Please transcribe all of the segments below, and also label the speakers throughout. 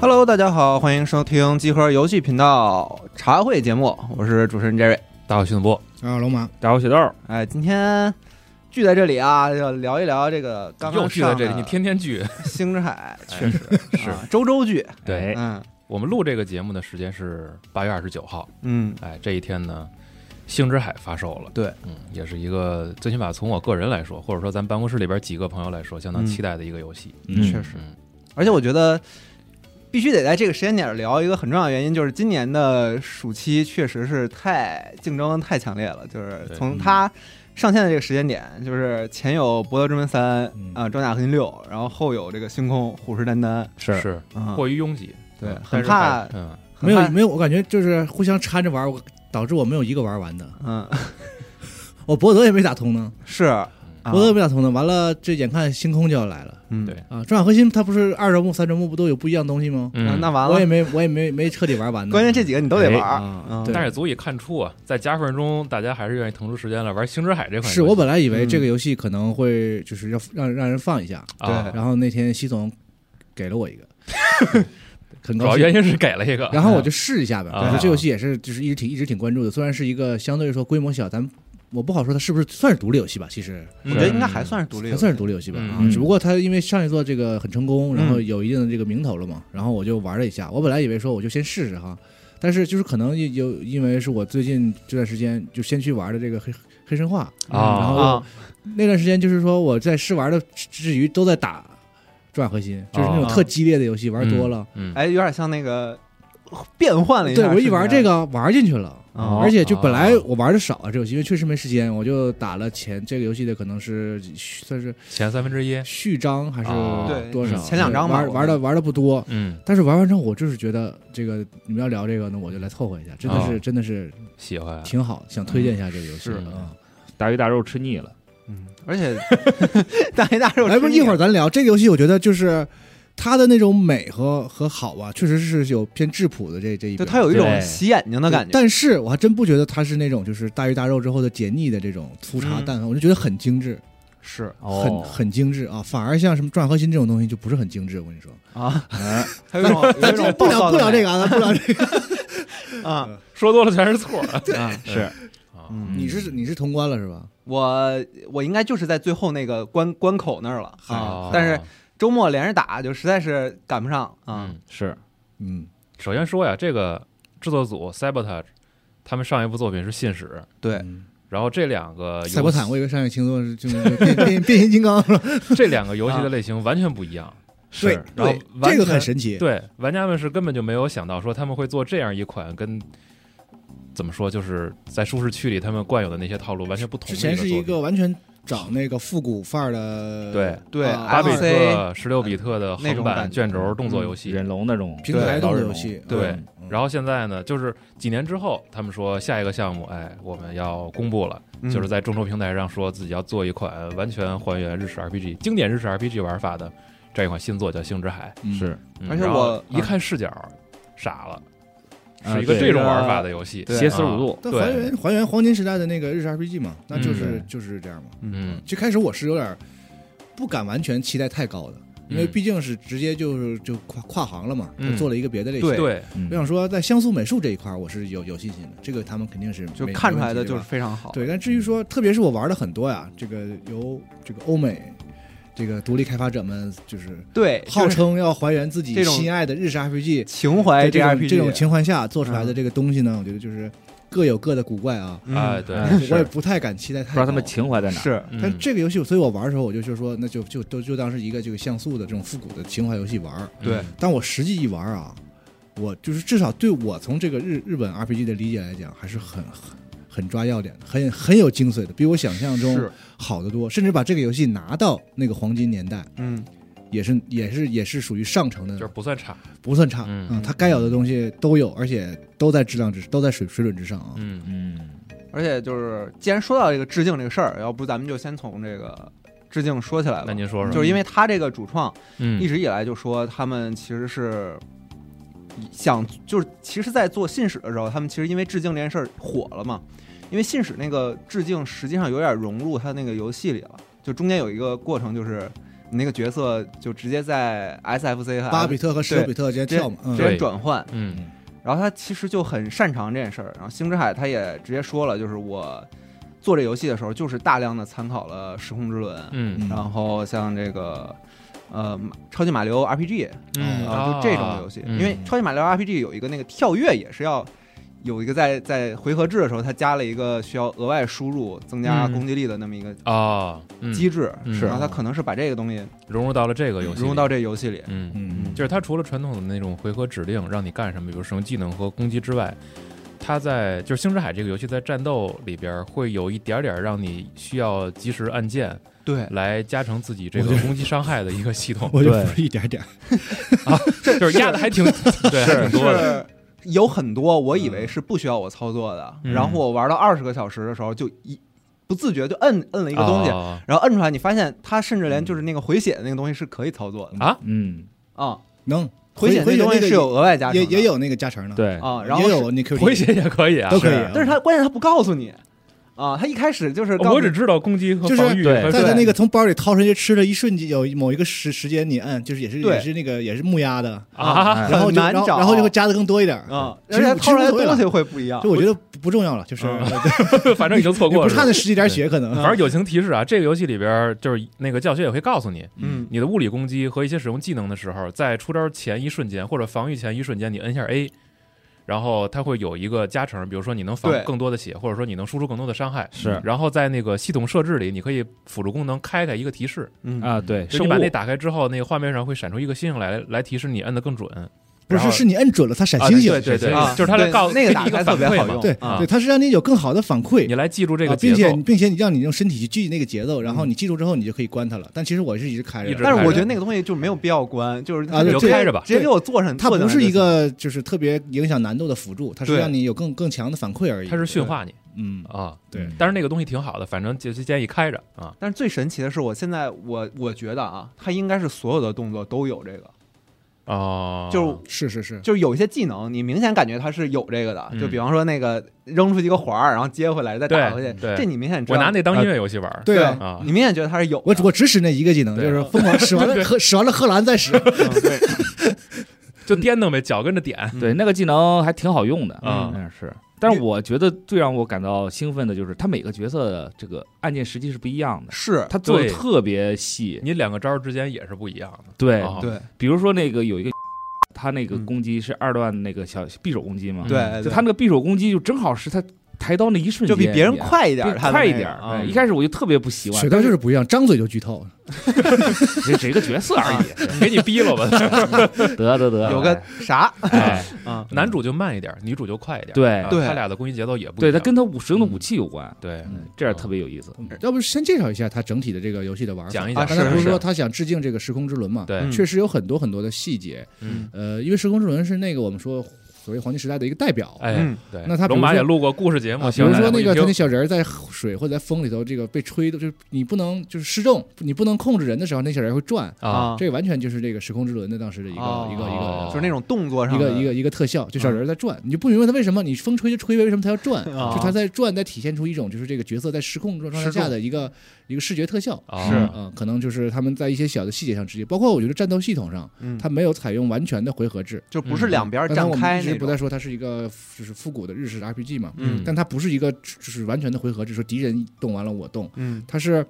Speaker 1: Hello，大家好，欢迎收听集合游戏频道茶会节目，我是主持人 Jerry。
Speaker 2: 大伙迅速播，
Speaker 3: 啊，龙马，
Speaker 2: 大伙血豆儿
Speaker 1: 哎，今天聚在这里啊，要聊一聊这个刚刚
Speaker 2: 又聚在这里，
Speaker 1: 上的
Speaker 2: 你天天 聚。
Speaker 1: 星 之海确实、
Speaker 2: 是哎
Speaker 1: 啊周周聚，
Speaker 2: 对，
Speaker 3: 哎
Speaker 1: 嗯
Speaker 2: 我们录这个节目的时间是八月二十九号，
Speaker 1: 嗯，
Speaker 2: 哎，这一天呢，《星之海》发售了。
Speaker 1: 对，
Speaker 2: 嗯，也是一个最起码从我个人来说，或者说咱办公室里边几个朋友来说，相当
Speaker 1: 嗯
Speaker 2: 期待的一个游戏。
Speaker 3: 嗯
Speaker 1: 确实，
Speaker 2: 嗯，
Speaker 1: 而且我觉得。必须得在这个时间点聊一个很重要的原因，就是今年的暑期确实是太竞争太强烈了。就是
Speaker 2: 对
Speaker 1: 从
Speaker 3: 嗯
Speaker 1: 它上线的这个时间点，就是前有《博德之门三》
Speaker 3: 嗯
Speaker 1: 啊，《装甲核心六》，然后后有这个《星空虎视眈眈》
Speaker 3: 是
Speaker 2: 是
Speaker 1: 嗯，
Speaker 2: 过于拥挤，
Speaker 1: 对
Speaker 2: 嗯，
Speaker 1: 很
Speaker 2: 但是还
Speaker 1: 怕
Speaker 2: 嗯，
Speaker 1: 很
Speaker 3: 没有
Speaker 1: 怕
Speaker 3: 没有，我感觉就是互相掺着玩，我导致我没有一个玩完的，
Speaker 1: 嗯，
Speaker 3: 我博德也没打通呢，
Speaker 1: 是，啊
Speaker 3: 博德也没打通呢，完了这眼看星空就要来了
Speaker 1: 嗯，
Speaker 2: 对
Speaker 3: 啊，重甲核心它不是二周目、三周目不都有不一样东西吗？
Speaker 1: 那
Speaker 2: 嗯，
Speaker 1: 那完
Speaker 3: 我也
Speaker 1: 了，
Speaker 3: 没我也没没彻底玩完呢，
Speaker 1: 关键这几个你都得玩儿
Speaker 3: 啊，
Speaker 1: 嗯
Speaker 3: 对
Speaker 2: 但是也足以看出啊，在加分中，大家还是愿意腾出时间来玩《星之海》这款游戏。
Speaker 3: 是我本来以为
Speaker 1: 嗯
Speaker 3: 这个游戏可能会就是要让让人放一下，
Speaker 2: 啊
Speaker 1: 对，
Speaker 3: 然后那天西总给了 我一个，
Speaker 2: 主
Speaker 3: 很高
Speaker 2: 要
Speaker 3: 兴。
Speaker 2: 原因是给了一
Speaker 1: 啊
Speaker 2: 个，
Speaker 3: 然后我就试一下呗，
Speaker 2: 啊
Speaker 3: 反正这游戏也是就是一直挺一直挺关注的，虽然是一个相对来说规模小，咱我不好说它是不是算是独立游戏吧，其实
Speaker 1: 我觉得
Speaker 2: 是
Speaker 1: 应该还算是独立
Speaker 3: 嗯还
Speaker 1: 游戏，
Speaker 3: 算是独立游戏吧，
Speaker 2: 嗯
Speaker 3: 啊
Speaker 1: 嗯，
Speaker 3: 只不过它因为上一座这个很成
Speaker 1: 嗯
Speaker 3: 功，然后有一定的这个名头了嘛，然后我就玩了一下，我本来以为说我就先试试哈，但是就是可能有有因为是我最近这段时间就先去玩的这个黑黑神话，
Speaker 2: 啊
Speaker 3: 然后
Speaker 1: 啊，
Speaker 3: 那段时间就是说我在试玩的之余都在打转核心，就是那种
Speaker 1: 哦
Speaker 3: 特激烈的游戏玩多了。
Speaker 2: 嗯，
Speaker 1: 哎，有点像那个变换了一下
Speaker 3: 对
Speaker 1: 时间，
Speaker 3: 我一玩这个玩进去了，
Speaker 1: 啊哦
Speaker 3: 而且就本来
Speaker 2: 哦
Speaker 3: 我玩的少啊，这游戏因为确实没时间，我就打了前这个游戏的可能是算是
Speaker 2: 前三分之一，
Speaker 3: 序章还
Speaker 2: 哦
Speaker 3: 是
Speaker 1: 对
Speaker 3: 多少
Speaker 1: 前两章吧
Speaker 3: 玩
Speaker 1: 我
Speaker 3: 玩的玩的不多。
Speaker 2: 嗯，
Speaker 3: 但是玩完之后，我就是觉得这个你们要聊这个，那我就来凑合一下，真的是、
Speaker 2: 哦
Speaker 3: 真的是
Speaker 2: 喜欢。
Speaker 3: 挺好，想推荐一下这个游戏
Speaker 2: 是
Speaker 3: 啊。
Speaker 4: 大鱼大肉吃腻了，
Speaker 1: 嗯，而且大一大肉吃腻了，
Speaker 3: 哎，不是一会儿咱聊这个游戏，我觉得就是它的那种美和和好啊，确实是有偏质朴的这这一
Speaker 1: 对
Speaker 3: 边。
Speaker 1: 它有一种
Speaker 4: 对
Speaker 1: 洗眼睛的感
Speaker 3: 对
Speaker 1: 觉，
Speaker 3: 但是我还真不觉得它是那种就是大鱼大肉之后的解腻的这种粗茶
Speaker 1: 嗯
Speaker 3: 淡饭，我就觉得很精致，
Speaker 1: 是
Speaker 2: 哦
Speaker 3: 很很精致啊。反而像什么转核心这种东西就不是很精致，我跟你说。
Speaker 1: 啊，
Speaker 4: 很
Speaker 1: 还有一种有一种
Speaker 3: 不聊不聊这
Speaker 1: 个
Speaker 3: 个啊，咱不聊这个。
Speaker 1: 啊，
Speaker 2: 说多了全是错儿。
Speaker 1: 啊
Speaker 4: 是
Speaker 2: 啊
Speaker 1: 嗯
Speaker 3: 你是你是通关了是吧？
Speaker 1: 我我应该就是在最后那个关关口那儿了啊
Speaker 2: 哦，
Speaker 1: 但是周末连着打就实在是赶不上啊，
Speaker 2: 嗯，
Speaker 4: 是，
Speaker 3: 嗯，
Speaker 2: 首先说呀，这个制作组 Sabotage，他们上一部作品是《信使》，
Speaker 1: 对，
Speaker 3: 嗯
Speaker 2: 然后这两个游戏
Speaker 3: 赛博坦，我以为上一星座是就是变变变形金刚了。
Speaker 2: 这两个游戏的类型完全不一样。
Speaker 3: 对
Speaker 4: 是，
Speaker 2: 然后
Speaker 3: 对，
Speaker 2: 完
Speaker 3: 这个
Speaker 2: 全
Speaker 3: 很神奇。
Speaker 2: 对，玩家们是根本就没有想到说他们会做这样一款跟怎么说，就是在舒适区里他们惯有的那些套路完全不同的
Speaker 3: 之
Speaker 2: 作品。
Speaker 3: 前是一个完全找那个复古范儿的
Speaker 2: 对
Speaker 1: 对
Speaker 3: 啊
Speaker 2: 八比
Speaker 1: FC
Speaker 2: 特、十六比特的
Speaker 1: 那
Speaker 2: 横
Speaker 1: 种
Speaker 2: 版
Speaker 1: 感觉
Speaker 2: 卷轴动作游戏，
Speaker 4: 嗯忍龙那种
Speaker 3: 平台
Speaker 4: 对
Speaker 3: 动作游戏，
Speaker 1: 对
Speaker 2: 对
Speaker 3: 嗯，
Speaker 2: 然后现在呢，就是几年之后，他们说下一个项目，哎，我们要公布了，
Speaker 1: 嗯
Speaker 2: 就是在众筹平台上说自己要做一款完全还原日式 RPG、经典日式 RPG 玩法的这样一款新作，叫《星之海》
Speaker 3: 嗯
Speaker 4: 是
Speaker 2: 嗯。
Speaker 1: 而且
Speaker 2: 然后
Speaker 1: 我
Speaker 2: 一看视角，傻了，
Speaker 4: 啊
Speaker 2: 是一个
Speaker 4: 对
Speaker 2: 这种玩法的游戏，啊嗯
Speaker 1: 对
Speaker 4: 斜四十五度，
Speaker 3: 但
Speaker 2: 对
Speaker 3: 还原还原黄金时代的那个日式 RPG 嘛，那就是、
Speaker 4: 嗯
Speaker 3: 就是这样嘛。
Speaker 2: 嗯，
Speaker 3: 最开始我是有点不敢完全期待太高的，因为
Speaker 2: 嗯
Speaker 3: 毕竟是直接就是就跨跨行了嘛，
Speaker 2: 嗯
Speaker 3: 就做了一个别的类型。
Speaker 1: 对
Speaker 2: 对，
Speaker 4: 嗯
Speaker 3: 我想说在像素美术这一块儿我是有有信心的，这个他们肯定是
Speaker 1: 就
Speaker 3: 没
Speaker 1: 看出来的
Speaker 3: 没问题
Speaker 1: 就
Speaker 3: 对
Speaker 1: 是
Speaker 3: 吧
Speaker 1: 非常好，
Speaker 3: 对。但至于说，特别是我玩的很多呀，这个由这个欧美这个独立开发者们就是
Speaker 1: 对，
Speaker 3: 号
Speaker 1: 就是
Speaker 3: 称要还原自己
Speaker 1: 这种哎
Speaker 3: 心爱的日式 RPG，
Speaker 1: 情怀
Speaker 3: 在这种
Speaker 1: JRPG
Speaker 3: 这种情况下做出来的这个东西呢，我觉得就是各有各的古 怪啊。
Speaker 1: 嗯
Speaker 2: 哎，对，
Speaker 4: 嗯是
Speaker 3: 我也不太敢期待
Speaker 4: 不
Speaker 3: 太
Speaker 4: 知道他们
Speaker 3: 高
Speaker 4: 情怀在哪。
Speaker 1: 是
Speaker 2: 嗯
Speaker 3: 但这个游戏，所以我玩的时候，我就就说，那就就都就当是一个这个像素的这种复古的情怀游戏玩儿。
Speaker 1: 对，
Speaker 3: 但我实际一玩啊，我就是至少对我从这个日日本 RPG 的理解来讲，还是很很很抓要点的，很很有精髓的，比我想象中
Speaker 1: 是，
Speaker 3: 好得多。甚至把这个游戏拿到那个黄金年代，
Speaker 1: 嗯，
Speaker 3: 也是也是也是属于上乘
Speaker 2: 就是
Speaker 3: 的，
Speaker 2: 不算差，
Speaker 3: 不算差。啊
Speaker 2: 嗯
Speaker 3: 它该有的东西都有，而且都在质量之都在水水准之上啊。
Speaker 2: 嗯，
Speaker 4: 嗯，
Speaker 1: 而且就是既然说到这个致敬这个事儿，要不咱们就先从这个致敬说起来
Speaker 2: 那
Speaker 1: 吧，
Speaker 2: 您说说，
Speaker 1: 嗯就是因为他这个主创一
Speaker 2: 嗯
Speaker 1: 直以来就说他们其实是。想就是，其实，在做信使的时候，他们其实因为致敬这件事儿火了嘛，因为信使那个致敬实际上有点融入他那个游戏里了，就中间有一个过程，就是你那个角色就直接在 SFC 和
Speaker 3: 巴比特和史
Speaker 1: 对
Speaker 3: 努比特之间
Speaker 1: 对
Speaker 3: 跳嘛，嗯
Speaker 1: 直接
Speaker 2: 啊对
Speaker 1: 转换，
Speaker 2: 嗯
Speaker 1: 然后他其实就很擅长这件事儿。然后星之海他也直接说了，就是我做这游戏的时候，就是大量的参考了《时空之轮》
Speaker 2: 嗯
Speaker 3: 嗯
Speaker 1: 然后像这个呃《超级马里奥 RPG》
Speaker 2: 嗯，
Speaker 1: 啊，就这种游戏，
Speaker 2: 嗯
Speaker 1: 因为《超级马里奥 RPG》有一个那个跳跃也是要。有一个在在回合制的时候，它加了一个需要额外输入增加
Speaker 2: 嗯
Speaker 1: 攻击力的那么一个
Speaker 2: 啊，嗯
Speaker 1: 机制，
Speaker 2: 嗯
Speaker 1: 然后它可能是把这个东西
Speaker 2: 融入到了这个游戏里，
Speaker 1: 融入到这个游戏里，
Speaker 2: 嗯。
Speaker 3: 嗯，
Speaker 2: 就是它除了传统的那种回合指令让你干什么，比如使用技能和攻击之外，它在就是《星之海》这个游戏在战斗里边会有一点点让你需要及时按键
Speaker 1: 对，
Speaker 2: 来加成自己这
Speaker 3: 我
Speaker 2: 个
Speaker 3: 觉得
Speaker 2: 攻击伤害的一个系 统，
Speaker 3: 我就
Speaker 4: 对
Speaker 3: 不是一点点儿，
Speaker 2: 就是压的还挺对，还挺多的。
Speaker 1: 是有很多我以为是不需要我操作的，
Speaker 2: 嗯
Speaker 1: 然后我玩到二十个小时的时候，就一不自觉就摁摁了一个东西，
Speaker 2: 啊
Speaker 1: 然后摁出来，你发现它甚至连就是那个回血的那个东西是可以操作的
Speaker 4: 嗯，
Speaker 1: 啊，
Speaker 3: 能
Speaker 1: 回血那
Speaker 3: 回血
Speaker 1: 东西
Speaker 3: 那个
Speaker 1: 是有额外加成
Speaker 3: 也
Speaker 1: 的
Speaker 3: 也有那个加成的，，
Speaker 4: 对，
Speaker 1: 啊，然后
Speaker 3: 也
Speaker 1: 是，
Speaker 3: 有 你 Q
Speaker 2: 回血也可以啊
Speaker 3: 都。可以
Speaker 4: 是
Speaker 3: 啊，
Speaker 1: 但是它关键它不告诉你啊，它一开始就是告诉
Speaker 2: 我
Speaker 1: 你
Speaker 2: 只知道攻击和
Speaker 3: 就是
Speaker 2: 防御
Speaker 4: 对
Speaker 2: 和
Speaker 3: 在
Speaker 1: 对
Speaker 3: 他那个从包里掏出去吃的一瞬间，有某一个时时间你按，就是也是
Speaker 1: 对
Speaker 3: 也是那个也是木压的，
Speaker 2: 啊，
Speaker 1: 很
Speaker 3: 然后就
Speaker 1: 难
Speaker 3: 然后
Speaker 1: 找
Speaker 3: 然后就会加的更多一点儿
Speaker 1: 啊，
Speaker 3: 其
Speaker 1: 而
Speaker 3: 实
Speaker 1: 且它
Speaker 3: 其
Speaker 1: 掏
Speaker 3: 实
Speaker 1: 出来的
Speaker 3: 无所谓了
Speaker 1: 东西会不一样
Speaker 3: 就，我觉得不不重要了，就是
Speaker 2: 嗯反正已经错
Speaker 3: 你
Speaker 2: 过
Speaker 3: 不
Speaker 2: 了。
Speaker 3: 差那十几点血可能
Speaker 2: 反正友情提示啊，这个游戏里边就是那个教学也会告诉你，
Speaker 1: 嗯，
Speaker 2: 你的物理攻击和一些使用技能的时候，在出招前一瞬间或者防御前一瞬间，你摁一下 A，然后它会有一个加成，比如说你能防
Speaker 1: 对
Speaker 2: 更多的血，或者说你能输出更多的伤害。
Speaker 4: 是
Speaker 2: 然后在那个系统设置里，你可以辅助功能开开一个提示，
Speaker 1: 嗯
Speaker 4: 啊，对，
Speaker 2: 就
Speaker 4: 生
Speaker 2: 你
Speaker 4: 物
Speaker 2: 把那打开之后，那个画面上会闪出一个星星来，来提示你摁的更准。
Speaker 3: 不
Speaker 2: 然后
Speaker 3: 是是你摁准了，它闪
Speaker 2: 啊
Speaker 3: 星星，
Speaker 2: 对对对
Speaker 1: 啊
Speaker 2: 就是它来
Speaker 1: 对
Speaker 2: 告
Speaker 1: 那个
Speaker 2: 给 你
Speaker 1: 打
Speaker 2: 一个
Speaker 1: 开特别
Speaker 2: 反馈
Speaker 1: 好
Speaker 2: 嘛
Speaker 1: 用，
Speaker 3: 对
Speaker 2: 啊
Speaker 3: 对，它是让你有更好的反馈
Speaker 2: 你。来记住这个
Speaker 3: 啊
Speaker 2: 节
Speaker 3: 并
Speaker 2: 奏
Speaker 3: 且，并且你让你用身体去记那个节奏，然后你记住之后你就可以关它了。但其实我是一直开着
Speaker 2: 一直
Speaker 3: 的，
Speaker 1: 但是我
Speaker 2: 开着
Speaker 1: 觉得那个东西就没有必要关，就是
Speaker 3: 啊对
Speaker 1: 就
Speaker 3: 这
Speaker 1: 直接
Speaker 2: 开着吧
Speaker 1: 直接给我做上，
Speaker 3: 它
Speaker 1: 做进
Speaker 3: 不
Speaker 1: 来
Speaker 3: 是
Speaker 1: 就
Speaker 3: 一
Speaker 1: 行
Speaker 3: 个就是特别影响难度的辅助，它是
Speaker 1: 对
Speaker 3: 让你有更更强的反馈而已。
Speaker 2: 它是驯化你
Speaker 3: 嗯，
Speaker 2: 啊。
Speaker 3: 对，
Speaker 2: 但是那个东西挺好的，反正就是建议开着啊。
Speaker 1: 但是最神奇的是，我现在我我觉得啊，它应该是所有的动作都有这个，
Speaker 2: 哦，
Speaker 1: 就是
Speaker 3: 是是是，
Speaker 1: 就是有一些技能，你明显感觉它是有这个的，
Speaker 2: 嗯
Speaker 1: 就比方说那个扔出去一个环儿，然后接回来再打
Speaker 2: 对
Speaker 1: 回去，
Speaker 2: 对
Speaker 1: 这你明显知
Speaker 2: 我
Speaker 1: 道。呃
Speaker 2: 拿那当音乐游戏玩儿，
Speaker 3: 对
Speaker 1: 对
Speaker 3: 啊，
Speaker 2: 啊
Speaker 1: 你明显觉得它是有的。
Speaker 3: 我我只使那一个技能，就
Speaker 2: 对
Speaker 3: 是疯狂使完了荷使完了荷兰再使，
Speaker 1: 嗯对，
Speaker 2: 就颠弄呗，脚跟着点
Speaker 1: 嗯
Speaker 4: 对那个技能还挺好用的
Speaker 2: 嗯
Speaker 4: 嗯是。但是我觉得最让我感到兴奋的就是，他每个角色的这个按键实际是不一样的，
Speaker 1: 是，
Speaker 4: 他做的
Speaker 2: 对
Speaker 4: 特别细。
Speaker 2: 你两个招儿之间也是不一样的。
Speaker 4: 对，
Speaker 2: 啊
Speaker 1: 对
Speaker 4: 比如说那个有一个，他那个
Speaker 1: 嗯
Speaker 4: 攻击是二段那个小匕首攻击嘛，
Speaker 1: 对，
Speaker 4: 嗯就
Speaker 1: 对
Speaker 4: 他那个匕首攻击就正好是他抬刀那一瞬间，
Speaker 1: 就比别人快一点
Speaker 4: 比
Speaker 1: 儿，它的
Speaker 4: 快一
Speaker 1: 那个
Speaker 4: 点儿。
Speaker 1: 啊
Speaker 4: 哎一开始我就特别不习惯，
Speaker 3: 雪糕就是不一样，张嘴就剧透。
Speaker 4: 只只一个角色而 已。
Speaker 2: 给你逼了 吧。
Speaker 4: 得得得，
Speaker 1: 啊有个啥
Speaker 4: 哎，
Speaker 1: 啊，
Speaker 2: 男主就慢一点，女主就快一点。
Speaker 4: 对
Speaker 2: 啊
Speaker 1: 对
Speaker 2: 他俩的攻击节奏也不一
Speaker 4: 对，
Speaker 2: 样
Speaker 4: 它跟他武使用的
Speaker 1: 嗯
Speaker 4: 武器有关，
Speaker 2: 对
Speaker 4: 这
Speaker 1: 哦
Speaker 4: 样特别有意思。
Speaker 3: 要不先介绍一下它整体的这个游戏的玩法。
Speaker 2: 讲一
Speaker 1: 啊
Speaker 2: 讲。
Speaker 3: 刚才不是
Speaker 2: 是
Speaker 3: 说他想致敬这个《时空之轮》嘛？
Speaker 2: 对
Speaker 1: 嗯
Speaker 3: 确实有很多很多的细节。
Speaker 2: 嗯，
Speaker 3: 呃，因为《时空之轮》是那个我们说所谓黄金时代的一个代表。
Speaker 2: 哎
Speaker 1: 嗯，
Speaker 2: 对，
Speaker 3: 那他比如
Speaker 2: 龙马
Speaker 3: 说
Speaker 2: 也录过故事节目，
Speaker 3: 啊，比
Speaker 2: 希
Speaker 3: 如
Speaker 2: 望大
Speaker 3: 说
Speaker 2: 家
Speaker 3: 那个
Speaker 2: 回去
Speaker 3: 他那
Speaker 2: 听
Speaker 3: 小人儿在水或者在风里头，这个被吹的，就是你不能就是失重，你不能控制人的时候，那小人儿会转。
Speaker 2: 啊，
Speaker 3: 这完全就是这个《时空之轮》的当时的一个
Speaker 1: 哦
Speaker 3: 一个一个
Speaker 1: 就是那种动作上
Speaker 3: 一个
Speaker 1: 的嗯
Speaker 3: 一个一个特效，就小人儿在转，你就不明白他为什么，你风吹就吹呗，为什么他要转？
Speaker 1: 啊
Speaker 3: 就他在转，在体现出一种就是这个角色在失控状态
Speaker 1: 失控
Speaker 3: 下的一个一个视觉特效。
Speaker 2: 哦
Speaker 1: 是
Speaker 3: 啊、可能就是他们在一些小的细节上直接，包括我觉得战斗系统上，
Speaker 1: 嗯，
Speaker 3: 它没有采用完全的回合制。
Speaker 1: 就不是两边
Speaker 3: 刚才
Speaker 1: 站
Speaker 3: 我们
Speaker 1: 开
Speaker 3: 一直
Speaker 1: 那
Speaker 3: 不
Speaker 1: 种
Speaker 3: 再，说它是一个就是复古的日式 RPG 嘛，
Speaker 1: 嗯
Speaker 3: 但它不是一个就是完全的回合制，说敌人动完了我动，
Speaker 1: 嗯
Speaker 3: 它是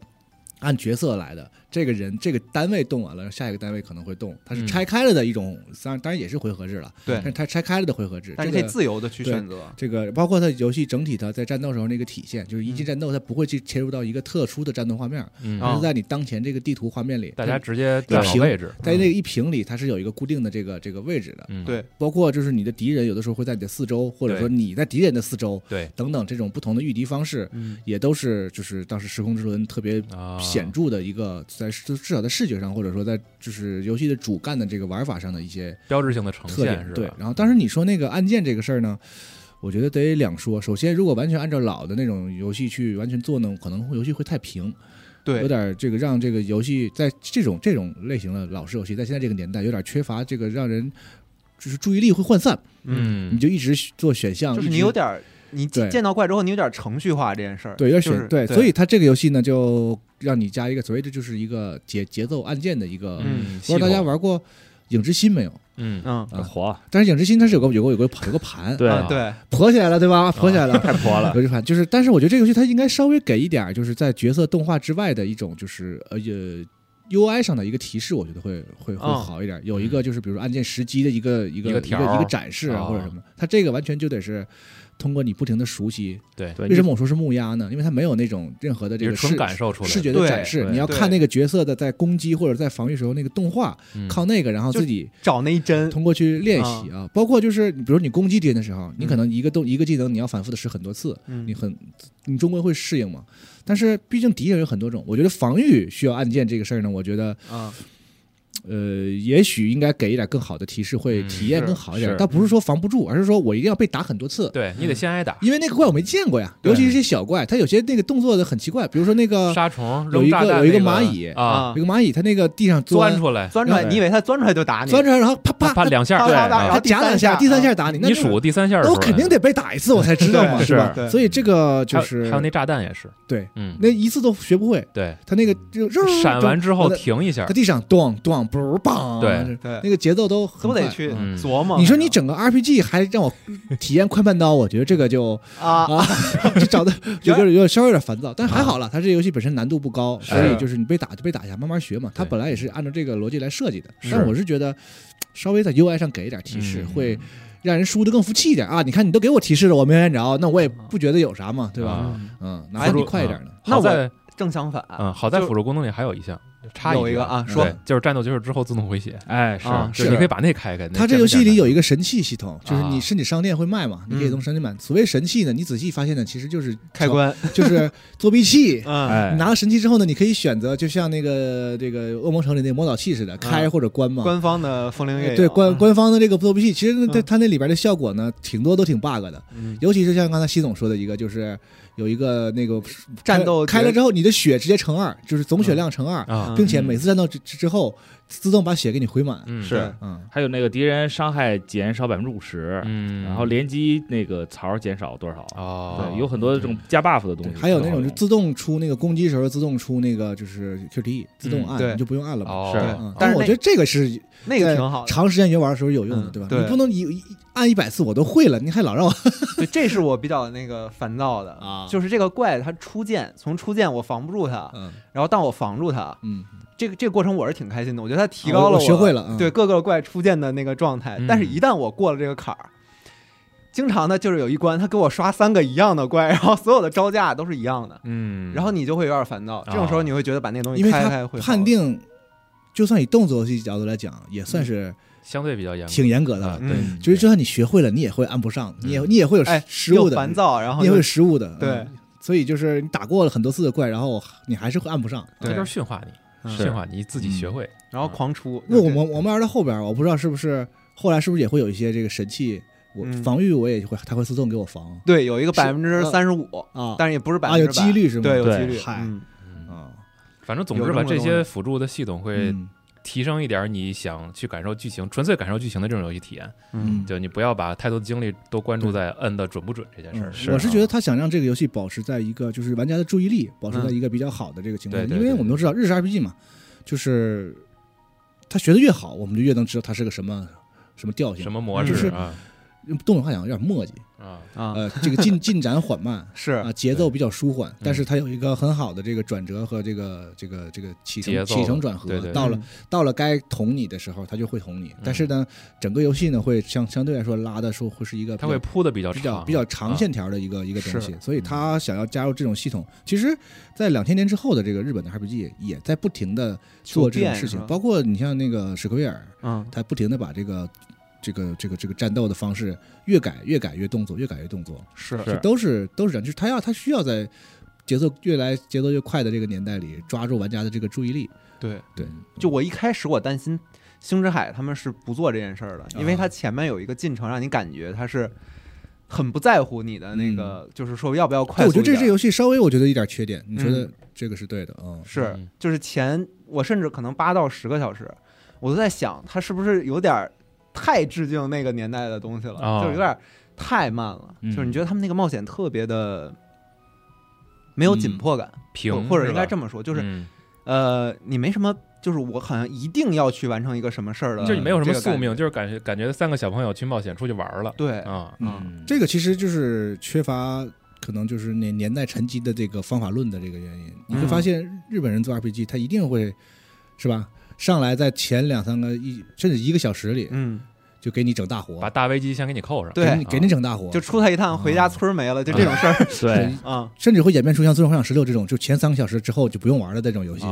Speaker 3: 按角色来的。这个人这个单位动完了，下一个单位可能会动，它是
Speaker 2: 嗯
Speaker 3: 拆开了的一种，当然当然也是回合制了，
Speaker 1: 对
Speaker 3: 但是它拆开了的回合制，
Speaker 1: 但
Speaker 3: 这
Speaker 1: 是可以
Speaker 3: 个
Speaker 1: 自由的去
Speaker 3: 对
Speaker 1: 选择，
Speaker 3: 这个包括它游戏整体它在战斗时候那个体现，就是一
Speaker 1: 嗯
Speaker 3: 进战斗它不会去切入到一个特殊的战斗画面，
Speaker 2: 嗯
Speaker 3: 它
Speaker 1: 啊
Speaker 3: 是在你当前这个地图画面里，
Speaker 2: 大
Speaker 3: 它
Speaker 2: 家直接站好
Speaker 3: 屏
Speaker 2: 位置，
Speaker 3: 在
Speaker 1: 嗯
Speaker 3: 那个一屏里，它是有一个固定的这个这个位置的，
Speaker 2: 嗯，
Speaker 1: 对，
Speaker 3: 包括就是你的敌人有的时候会在你的四周，或者说你在敌人的四周，
Speaker 2: 对
Speaker 3: 等等这种不同的御敌方式，
Speaker 1: 嗯
Speaker 3: 也都是就是当时《时空之轮》特别
Speaker 2: 啊，
Speaker 3: 显著的一个在至至少在视觉上，或者说在就是游戏的主干的这个玩法上的一些
Speaker 2: 标志性的呈现
Speaker 3: 特点。
Speaker 2: 是
Speaker 3: 对
Speaker 2: 吧，？
Speaker 3: 然后当时你说那个按键这个事儿呢，我觉得得两说。首先，如果完全按照老的那种游戏去完全做呢，可能游戏会太平，有
Speaker 1: 对，
Speaker 3: 点这个让这个游戏在这种这种类型的老式游戏，在现在这个年代有点缺乏这个让人就是注意力会涣散，你
Speaker 2: 嗯，
Speaker 3: 就一直做选项，
Speaker 1: 就是
Speaker 3: 一
Speaker 1: 你
Speaker 3: 直
Speaker 1: 有点儿，你
Speaker 3: 对
Speaker 1: 见到怪之后，你有点儿程序化这件事儿，
Speaker 3: 对有点
Speaker 1: 就
Speaker 3: 选、
Speaker 1: 是
Speaker 3: 对，所以它这个游戏呢就让你加一个所谓的就是一个节节奏按键的一个。
Speaker 2: 嗯，
Speaker 3: 不知道大家
Speaker 2: 系统
Speaker 3: 玩过《影之心》没有？
Speaker 2: 嗯
Speaker 1: 嗯，
Speaker 3: 啊
Speaker 4: 活，
Speaker 3: 但是《影之心》它是有个有个有个有个盘，
Speaker 4: 对
Speaker 1: 啊对，
Speaker 3: 婆起来了，对吧？婆起来了，
Speaker 4: 太婆了，
Speaker 3: 有这盘就是，但是我觉得这个游戏它应该稍微给一点儿，就是在角色动画之外的一种，就是呃呃 UI 上的一个提示，我觉得会会会
Speaker 1: 嗯
Speaker 3: 好一点。有一个就是比如说按键时机的一个一
Speaker 2: 一
Speaker 3: 个
Speaker 2: 个
Speaker 3: 一个
Speaker 2: 条
Speaker 3: 一
Speaker 2: 儿
Speaker 3: 个展示啊
Speaker 2: 哦
Speaker 3: 或者什么，它这个完全就得是通过你不停的熟悉。
Speaker 2: 对，
Speaker 4: 对
Speaker 3: 为什么我说是木鸭呢？因为它没有那种任何的这
Speaker 2: 也
Speaker 3: 个
Speaker 2: 是
Speaker 3: 视
Speaker 2: 纯感受出来的，
Speaker 3: 视觉的
Speaker 1: 对
Speaker 3: 展示，
Speaker 4: 对
Speaker 3: 你要
Speaker 1: 对
Speaker 3: 看那个角色的在攻击或者在防御时候那个动画，
Speaker 2: 嗯
Speaker 3: 靠那个然后
Speaker 1: 就
Speaker 3: 自己
Speaker 1: 找那一针，
Speaker 3: 通过去练习啊。包括就是比如你攻击敌人的时
Speaker 2: 嗯
Speaker 3: 候，你可能一个动一个技能你要反复的使很多次。
Speaker 1: 嗯
Speaker 3: 你很，你终归会适应嘛。但是毕竟敌人有很多种，我觉得防御需要按键这个事儿呢，我觉得
Speaker 1: 啊，
Speaker 3: 呃，也许应该给一点更好的提示，会
Speaker 2: 嗯
Speaker 3: 体验
Speaker 1: 是
Speaker 3: 更好一点。
Speaker 4: 是
Speaker 3: 倒不是说防不住，而是说我一定要被打很多次，
Speaker 2: 对你得先挨打，
Speaker 3: 嗯因为那个怪我没见过呀，
Speaker 2: 对
Speaker 3: 尤其是这些小怪，它有些那个动作的很奇怪，比如说那个
Speaker 2: 杀虫
Speaker 3: 有
Speaker 2: 扔
Speaker 3: 一
Speaker 2: 炸
Speaker 3: 个
Speaker 2: 弹
Speaker 3: 有一个
Speaker 2: 那
Speaker 3: 蚂蚁
Speaker 2: 啊，
Speaker 1: 啊
Speaker 3: 有，个蚂蚁，它那个地上
Speaker 2: 钻
Speaker 3: 钻
Speaker 2: 出来，
Speaker 1: 钻出来，
Speaker 3: 对
Speaker 1: 你以为它钻出来就打你，
Speaker 3: 钻出来，然后啪啪
Speaker 2: 啪
Speaker 3: 它
Speaker 2: 两 下，
Speaker 1: 啪
Speaker 2: 对
Speaker 1: 啪啪
Speaker 2: 啊
Speaker 1: 然后
Speaker 3: 它夹两下，
Speaker 1: 第
Speaker 3: 第
Speaker 1: 三下
Speaker 3: 三下打你，那
Speaker 2: 你
Speaker 3: 那个
Speaker 2: 数第三下的时候，
Speaker 3: 那我肯定得被打一次我才知道嘛，
Speaker 2: 对
Speaker 3: 是吧
Speaker 1: 对？
Speaker 3: 所以这个就
Speaker 2: 还有
Speaker 3: 是
Speaker 2: 还有那炸弹也是，
Speaker 3: 对
Speaker 2: 嗯，
Speaker 3: 那一次都学不会。
Speaker 2: 对，
Speaker 3: 他那个就
Speaker 2: 闪完之后停一下
Speaker 3: 在，地上咚咚不是棒，
Speaker 2: 对，
Speaker 1: 对
Speaker 3: 那，个节奏都很
Speaker 1: 都得
Speaker 3: 快。
Speaker 1: 去
Speaker 2: 嗯
Speaker 1: 琢磨。
Speaker 3: 你说你整个 RPG 还让我体验快半刀，我觉得这个就
Speaker 1: 啊，
Speaker 3: 啊，就 找的有点有点稍微有点烦躁，但还好了，它这游戏本身难度不高，
Speaker 2: 啊是
Speaker 3: 所以就是你被打就被打一下，慢慢学嘛。它
Speaker 2: 对
Speaker 3: 本来也是按照这个逻辑来设计的，
Speaker 2: 是
Speaker 3: 但我是觉得稍微在 UI 上给一点提示，
Speaker 2: 嗯
Speaker 3: 会让人输的更服气一点啊。你看你都给我提示了，我没验着，那我也不觉得有啥嘛，对吧？
Speaker 2: 啊
Speaker 1: 嗯
Speaker 3: 嗯，哪怕你快一点呢？
Speaker 1: 那
Speaker 2: 好
Speaker 1: 我
Speaker 2: 在
Speaker 1: 正相反，
Speaker 2: 嗯好在
Speaker 1: 就
Speaker 2: 辅助功能里还有一项，插
Speaker 1: 有
Speaker 2: 一
Speaker 1: 一
Speaker 2: 句
Speaker 1: 个，啊，
Speaker 3: 嗯
Speaker 1: 说
Speaker 2: 对，就是战斗角色之后自动回血，
Speaker 4: 哎，是
Speaker 1: 啊
Speaker 2: 就是
Speaker 3: 是
Speaker 2: 你可以把那开开。那
Speaker 3: 它这
Speaker 2: 简
Speaker 3: 游
Speaker 2: 不
Speaker 3: 戏
Speaker 2: 简
Speaker 3: 里
Speaker 2: 单
Speaker 3: 有一个神器系统，就是
Speaker 2: 啊
Speaker 3: 你身体商店会卖嘛，你可以从商店买。所谓神器呢，你仔细发现呢，其实就是
Speaker 1: 开，关，
Speaker 3: 就是作 弊器。
Speaker 1: 嗯，
Speaker 4: 哎
Speaker 3: 你，拿了神器之后呢，你可以选择，就像那个这个恶魔城里那魔导器似的，开或者关嘛。
Speaker 1: 官方的风铃
Speaker 3: 呃
Speaker 1: 乐
Speaker 3: 对
Speaker 1: 有
Speaker 3: 官，官方的这个作弊器，其实呢
Speaker 1: 哎啊嗯
Speaker 3: 它它那里边的效果呢，挺多都挺 bug 的。
Speaker 1: 嗯
Speaker 3: 尤其是像刚才习总说的一个，就是有一个那个
Speaker 1: 战斗
Speaker 3: 开开了之后，你的血直接乘二，就是总血
Speaker 1: 嗯
Speaker 3: 量乘二，
Speaker 2: 啊，
Speaker 3: 并且每次战斗之之后自动把血给你回满。
Speaker 2: 嗯
Speaker 1: 是
Speaker 3: 嗯，
Speaker 4: 还有那个敌人伤害减少百分之五十，
Speaker 2: 嗯，
Speaker 4: 然后连击那个槽儿减少多少？啊
Speaker 2: 哦，
Speaker 4: 对，有很多这种加 buff 的东西，
Speaker 3: 还有那种就
Speaker 4: 对
Speaker 3: 自动出那个攻击时候自动出那个就是 QTE 自动
Speaker 1: 嗯
Speaker 3: 按，
Speaker 1: 对
Speaker 3: 你就不用按了嘛。
Speaker 2: 哦，
Speaker 4: 是
Speaker 1: 对
Speaker 3: 嗯，
Speaker 1: 但是
Speaker 3: 我
Speaker 1: 那
Speaker 3: 觉得这个是
Speaker 1: 那个挺好的。
Speaker 3: 长时间游玩的时候有用的，
Speaker 1: 嗯
Speaker 3: 对吧？
Speaker 1: 对
Speaker 3: 你不能一一按一百次我都会了，你还老 让我
Speaker 1: 对，这是我比较那个烦躁的
Speaker 3: 啊
Speaker 1: 就是这个怪它出剑，从出剑我防不住它，
Speaker 3: 嗯
Speaker 1: 然后当我防住它，
Speaker 3: 嗯，
Speaker 1: 这个这个过程我是挺开心的，我觉得它提高了
Speaker 3: 我学会
Speaker 1: 了
Speaker 3: 了，嗯
Speaker 1: 对各个怪出剑的那个状态
Speaker 2: 嗯。
Speaker 1: 但是，一旦我过了这个坎儿，经常呢就是有一关他给我刷三个一样的怪，然后所有的招架都是一样的，
Speaker 2: 嗯，
Speaker 1: 然后你就会有点烦躁。这种时候你会觉得把那个东西
Speaker 3: 哦因为
Speaker 1: 开开
Speaker 3: 它
Speaker 1: 会好
Speaker 3: 判定，就算以动作游戏角度来讲，也算是
Speaker 2: 相对比较严格
Speaker 3: 挺严格的
Speaker 2: 啊，
Speaker 3: 了。
Speaker 2: 对
Speaker 1: 嗯，
Speaker 3: 就是就算你学会了，你也会按不上，你也你也会有
Speaker 1: 哎
Speaker 3: 失误
Speaker 1: 又
Speaker 3: 的，
Speaker 1: 烦躁，然后
Speaker 3: 你也会
Speaker 1: 又
Speaker 3: 有失误的，
Speaker 1: 哦对
Speaker 3: 嗯。所以就是你打过了很多次的怪，然后你还是会按不上。
Speaker 2: 这
Speaker 1: 对
Speaker 2: 就是驯化你，
Speaker 1: 嗯
Speaker 2: 驯化你自己学会，
Speaker 1: 然后狂出。
Speaker 3: 那我们我们玩到后边儿，我不知道是不是后来是不是也会有一些这个神器，我
Speaker 1: 嗯
Speaker 3: 防御我也会，它会自动给我防
Speaker 1: 对有一个
Speaker 3: 是
Speaker 1: 百分之三十五，
Speaker 3: 啊
Speaker 1: 但是也不是百
Speaker 3: 啊，
Speaker 1: 分
Speaker 3: 有
Speaker 1: 之百，
Speaker 3: 几率是吗？
Speaker 1: 对有
Speaker 4: 对
Speaker 1: 几率。
Speaker 3: 嗨
Speaker 1: 嗯
Speaker 2: 嗯，
Speaker 3: 啊，
Speaker 2: 反正总
Speaker 1: 有
Speaker 2: 之吧，
Speaker 1: 这么
Speaker 2: 这
Speaker 1: 个东
Speaker 2: 些
Speaker 1: 西
Speaker 2: 辅助的系统会
Speaker 3: 嗯
Speaker 2: 提升一点你想去感受剧情，纯粹感受剧情的这种游戏体验。
Speaker 3: 嗯，
Speaker 2: 就你不要把太多的精力都关注在摁的准不准这件事儿。
Speaker 3: 嗯
Speaker 2: 是
Speaker 3: 我是
Speaker 2: 啊
Speaker 3: 觉得他想让这个游戏保持在一个就是玩家的注意力保持在
Speaker 1: 嗯
Speaker 3: 一个比较好的这个情况
Speaker 2: 对
Speaker 3: 下，
Speaker 2: 对
Speaker 3: 因为
Speaker 2: 对
Speaker 3: 我们都知道日式 RPG 嘛，就是他学的越好，我们就越能知道它是个什么什么调性。
Speaker 2: 什么模
Speaker 1: 嗯
Speaker 3: 就
Speaker 2: 式
Speaker 3: 是
Speaker 2: 啊
Speaker 3: 用东北话讲有点墨迹，
Speaker 2: 啊，
Speaker 1: 啊，
Speaker 3: 呃，这个进 进展缓慢
Speaker 1: 是
Speaker 3: 啊，节奏比较舒缓，但
Speaker 2: 嗯
Speaker 3: 是它有一个很好的这个转折和这个这个这个起
Speaker 2: 节
Speaker 3: 承
Speaker 2: 奏
Speaker 3: 起承转合，
Speaker 2: 对嗯对
Speaker 3: 到了
Speaker 1: 嗯
Speaker 3: 到了该捅你的时候，它就会捅你。但是呢，整个游戏呢会相相对来说拉的说会是一个比
Speaker 2: 它
Speaker 3: 较
Speaker 2: 会铺的比较
Speaker 3: 比较
Speaker 2: 长，啊
Speaker 3: 比较长线条的一个一个东西，所以
Speaker 2: 嗯
Speaker 3: 他想要加入这种系统。其实，在两千年之后的这个日本的 RPG 也在不停的做这种事
Speaker 1: 求变是，
Speaker 3: 情
Speaker 1: 吧
Speaker 3: 包括你像那个史克威尔，
Speaker 1: 嗯
Speaker 3: 他不停的把这个这个这个这个战斗的方式越改越改越动作，越改越动作，
Speaker 1: 是
Speaker 4: 嗯是
Speaker 3: 都是都是这样，就是他要他需要在节奏越来节奏越快的这个年代里抓住玩家的这个注意力。
Speaker 1: 对。
Speaker 3: 对，
Speaker 1: 就我一开始我担心星之海他们是不做这件事儿的，
Speaker 2: 啊
Speaker 1: 因为他前面有一个进程，让你感觉他是很不在乎你的那个，
Speaker 2: 嗯
Speaker 1: 就是说要不要快
Speaker 3: 但
Speaker 1: 速
Speaker 3: 我
Speaker 1: 一
Speaker 3: 觉
Speaker 1: 点。
Speaker 3: 得这这游戏稍微我觉得一点缺点，你觉得
Speaker 1: 嗯
Speaker 3: 这个是对的啊？
Speaker 1: 是
Speaker 2: 嗯
Speaker 1: 就是前我甚至可能八到十个小时，我都在想他是不是有点儿太致敬那个年代的东西了，
Speaker 2: 哦
Speaker 1: 就是有点儿太慢了。
Speaker 4: 嗯
Speaker 1: 就是你觉得他们那个冒险特别的没有
Speaker 4: 嗯
Speaker 1: 紧迫感，
Speaker 2: 平
Speaker 1: 或者应该
Speaker 2: 么
Speaker 1: 这么说，就是、
Speaker 2: 是吧嗯
Speaker 1: 呃，你没什么，就是我好像一定要去完成一个什么事儿的
Speaker 2: 嗯
Speaker 3: 呃
Speaker 1: 这个
Speaker 2: 就
Speaker 1: 感觉，
Speaker 2: 你没有什么宿命，就是感觉感觉三个小朋友去冒险出去玩了
Speaker 1: 对，
Speaker 2: 啊，
Speaker 1: 嗯
Speaker 3: 这个其实就是缺乏可能就是年年代沉积的这个方法论的这个原因。你会发现日本人做 RPG，他一定会是吧？上来在前两三个一甚至一个小时里
Speaker 1: 嗯，
Speaker 3: 就给你整大活
Speaker 2: 把，大危机先给你嗯扣上。
Speaker 1: 对
Speaker 3: 给你给你整大活，
Speaker 1: 就出他一趟，回家村儿没了，就这种事儿
Speaker 4: 对，
Speaker 2: 嗯
Speaker 1: 啊，
Speaker 3: 甚至会演变出像《最终幻想十六》这种，就前三个小时之后就不用玩了这种游戏，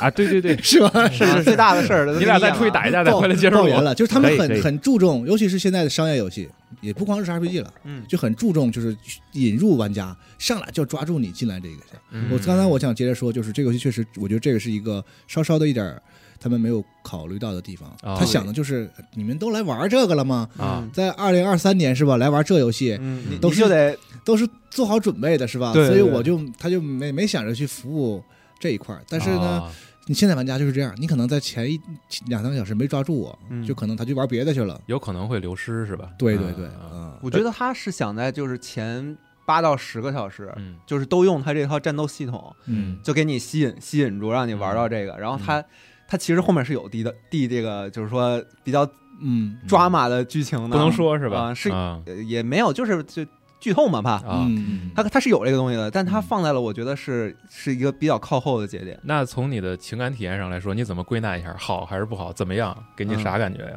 Speaker 4: 啊，对对对，
Speaker 3: 是吧？
Speaker 1: 是啊是最啊大的事儿了。
Speaker 2: 你俩再出去打一架，再
Speaker 3: 抱
Speaker 2: 回来接着
Speaker 3: 抱
Speaker 2: 我
Speaker 3: 怨。了，就是他们
Speaker 4: 可以可
Speaker 3: 很
Speaker 4: 以
Speaker 3: 很注重，尤其是现在的商业游戏，也不光是 RPG 了，
Speaker 1: 嗯
Speaker 3: 就很注重就是引入玩家，上来就抓住你进来这个。
Speaker 2: 嗯
Speaker 3: 我刚才我想接着说，就是这个游戏确实，我觉得这个是一个稍稍的一点儿他们没有考虑到的地方。
Speaker 2: 哦
Speaker 3: 他想的就是你们都来玩这个了吗？
Speaker 2: 啊，
Speaker 3: 在二零二三年是吧？来玩这游戏
Speaker 1: 嗯，你
Speaker 3: 都
Speaker 1: 你
Speaker 3: 是
Speaker 1: 就得
Speaker 3: 都是做好准备的是吧？
Speaker 1: 对
Speaker 3: 所以
Speaker 1: 对
Speaker 3: 我就他就没没想着去服务这一块儿。但是呢，
Speaker 2: 啊，
Speaker 3: 你现在玩家就是这样，你可能在前一两三个小时没抓住我，
Speaker 1: 嗯
Speaker 3: 就可能他去玩别的去了。
Speaker 2: 有可能会流失是吧？
Speaker 3: 对对对，
Speaker 2: 啊
Speaker 3: 啊，
Speaker 1: 我觉得他是想在就是前八到十个小时，
Speaker 2: 嗯
Speaker 1: 就是都用他这套战斗系统，
Speaker 3: 嗯，
Speaker 1: 就给你吸引吸引住，让你玩
Speaker 2: 嗯
Speaker 1: 到这个。然后他他其实后面是有递的递这个，就是说比较
Speaker 3: 嗯
Speaker 1: 抓马的剧情的，
Speaker 2: 不能说是吧？
Speaker 1: 啊是
Speaker 2: 啊
Speaker 1: 呃也没有，就是就剧透嘛怕。
Speaker 2: 啊。嗯
Speaker 3: 嗯
Speaker 1: 他他是有这个东西的，但他放在了我觉得是是一个比较靠后的节点。
Speaker 2: 那从你的情感体验上来说，你怎么归纳一下好还是不好？怎么样？给
Speaker 3: 嗯
Speaker 2: 你啥感觉呀？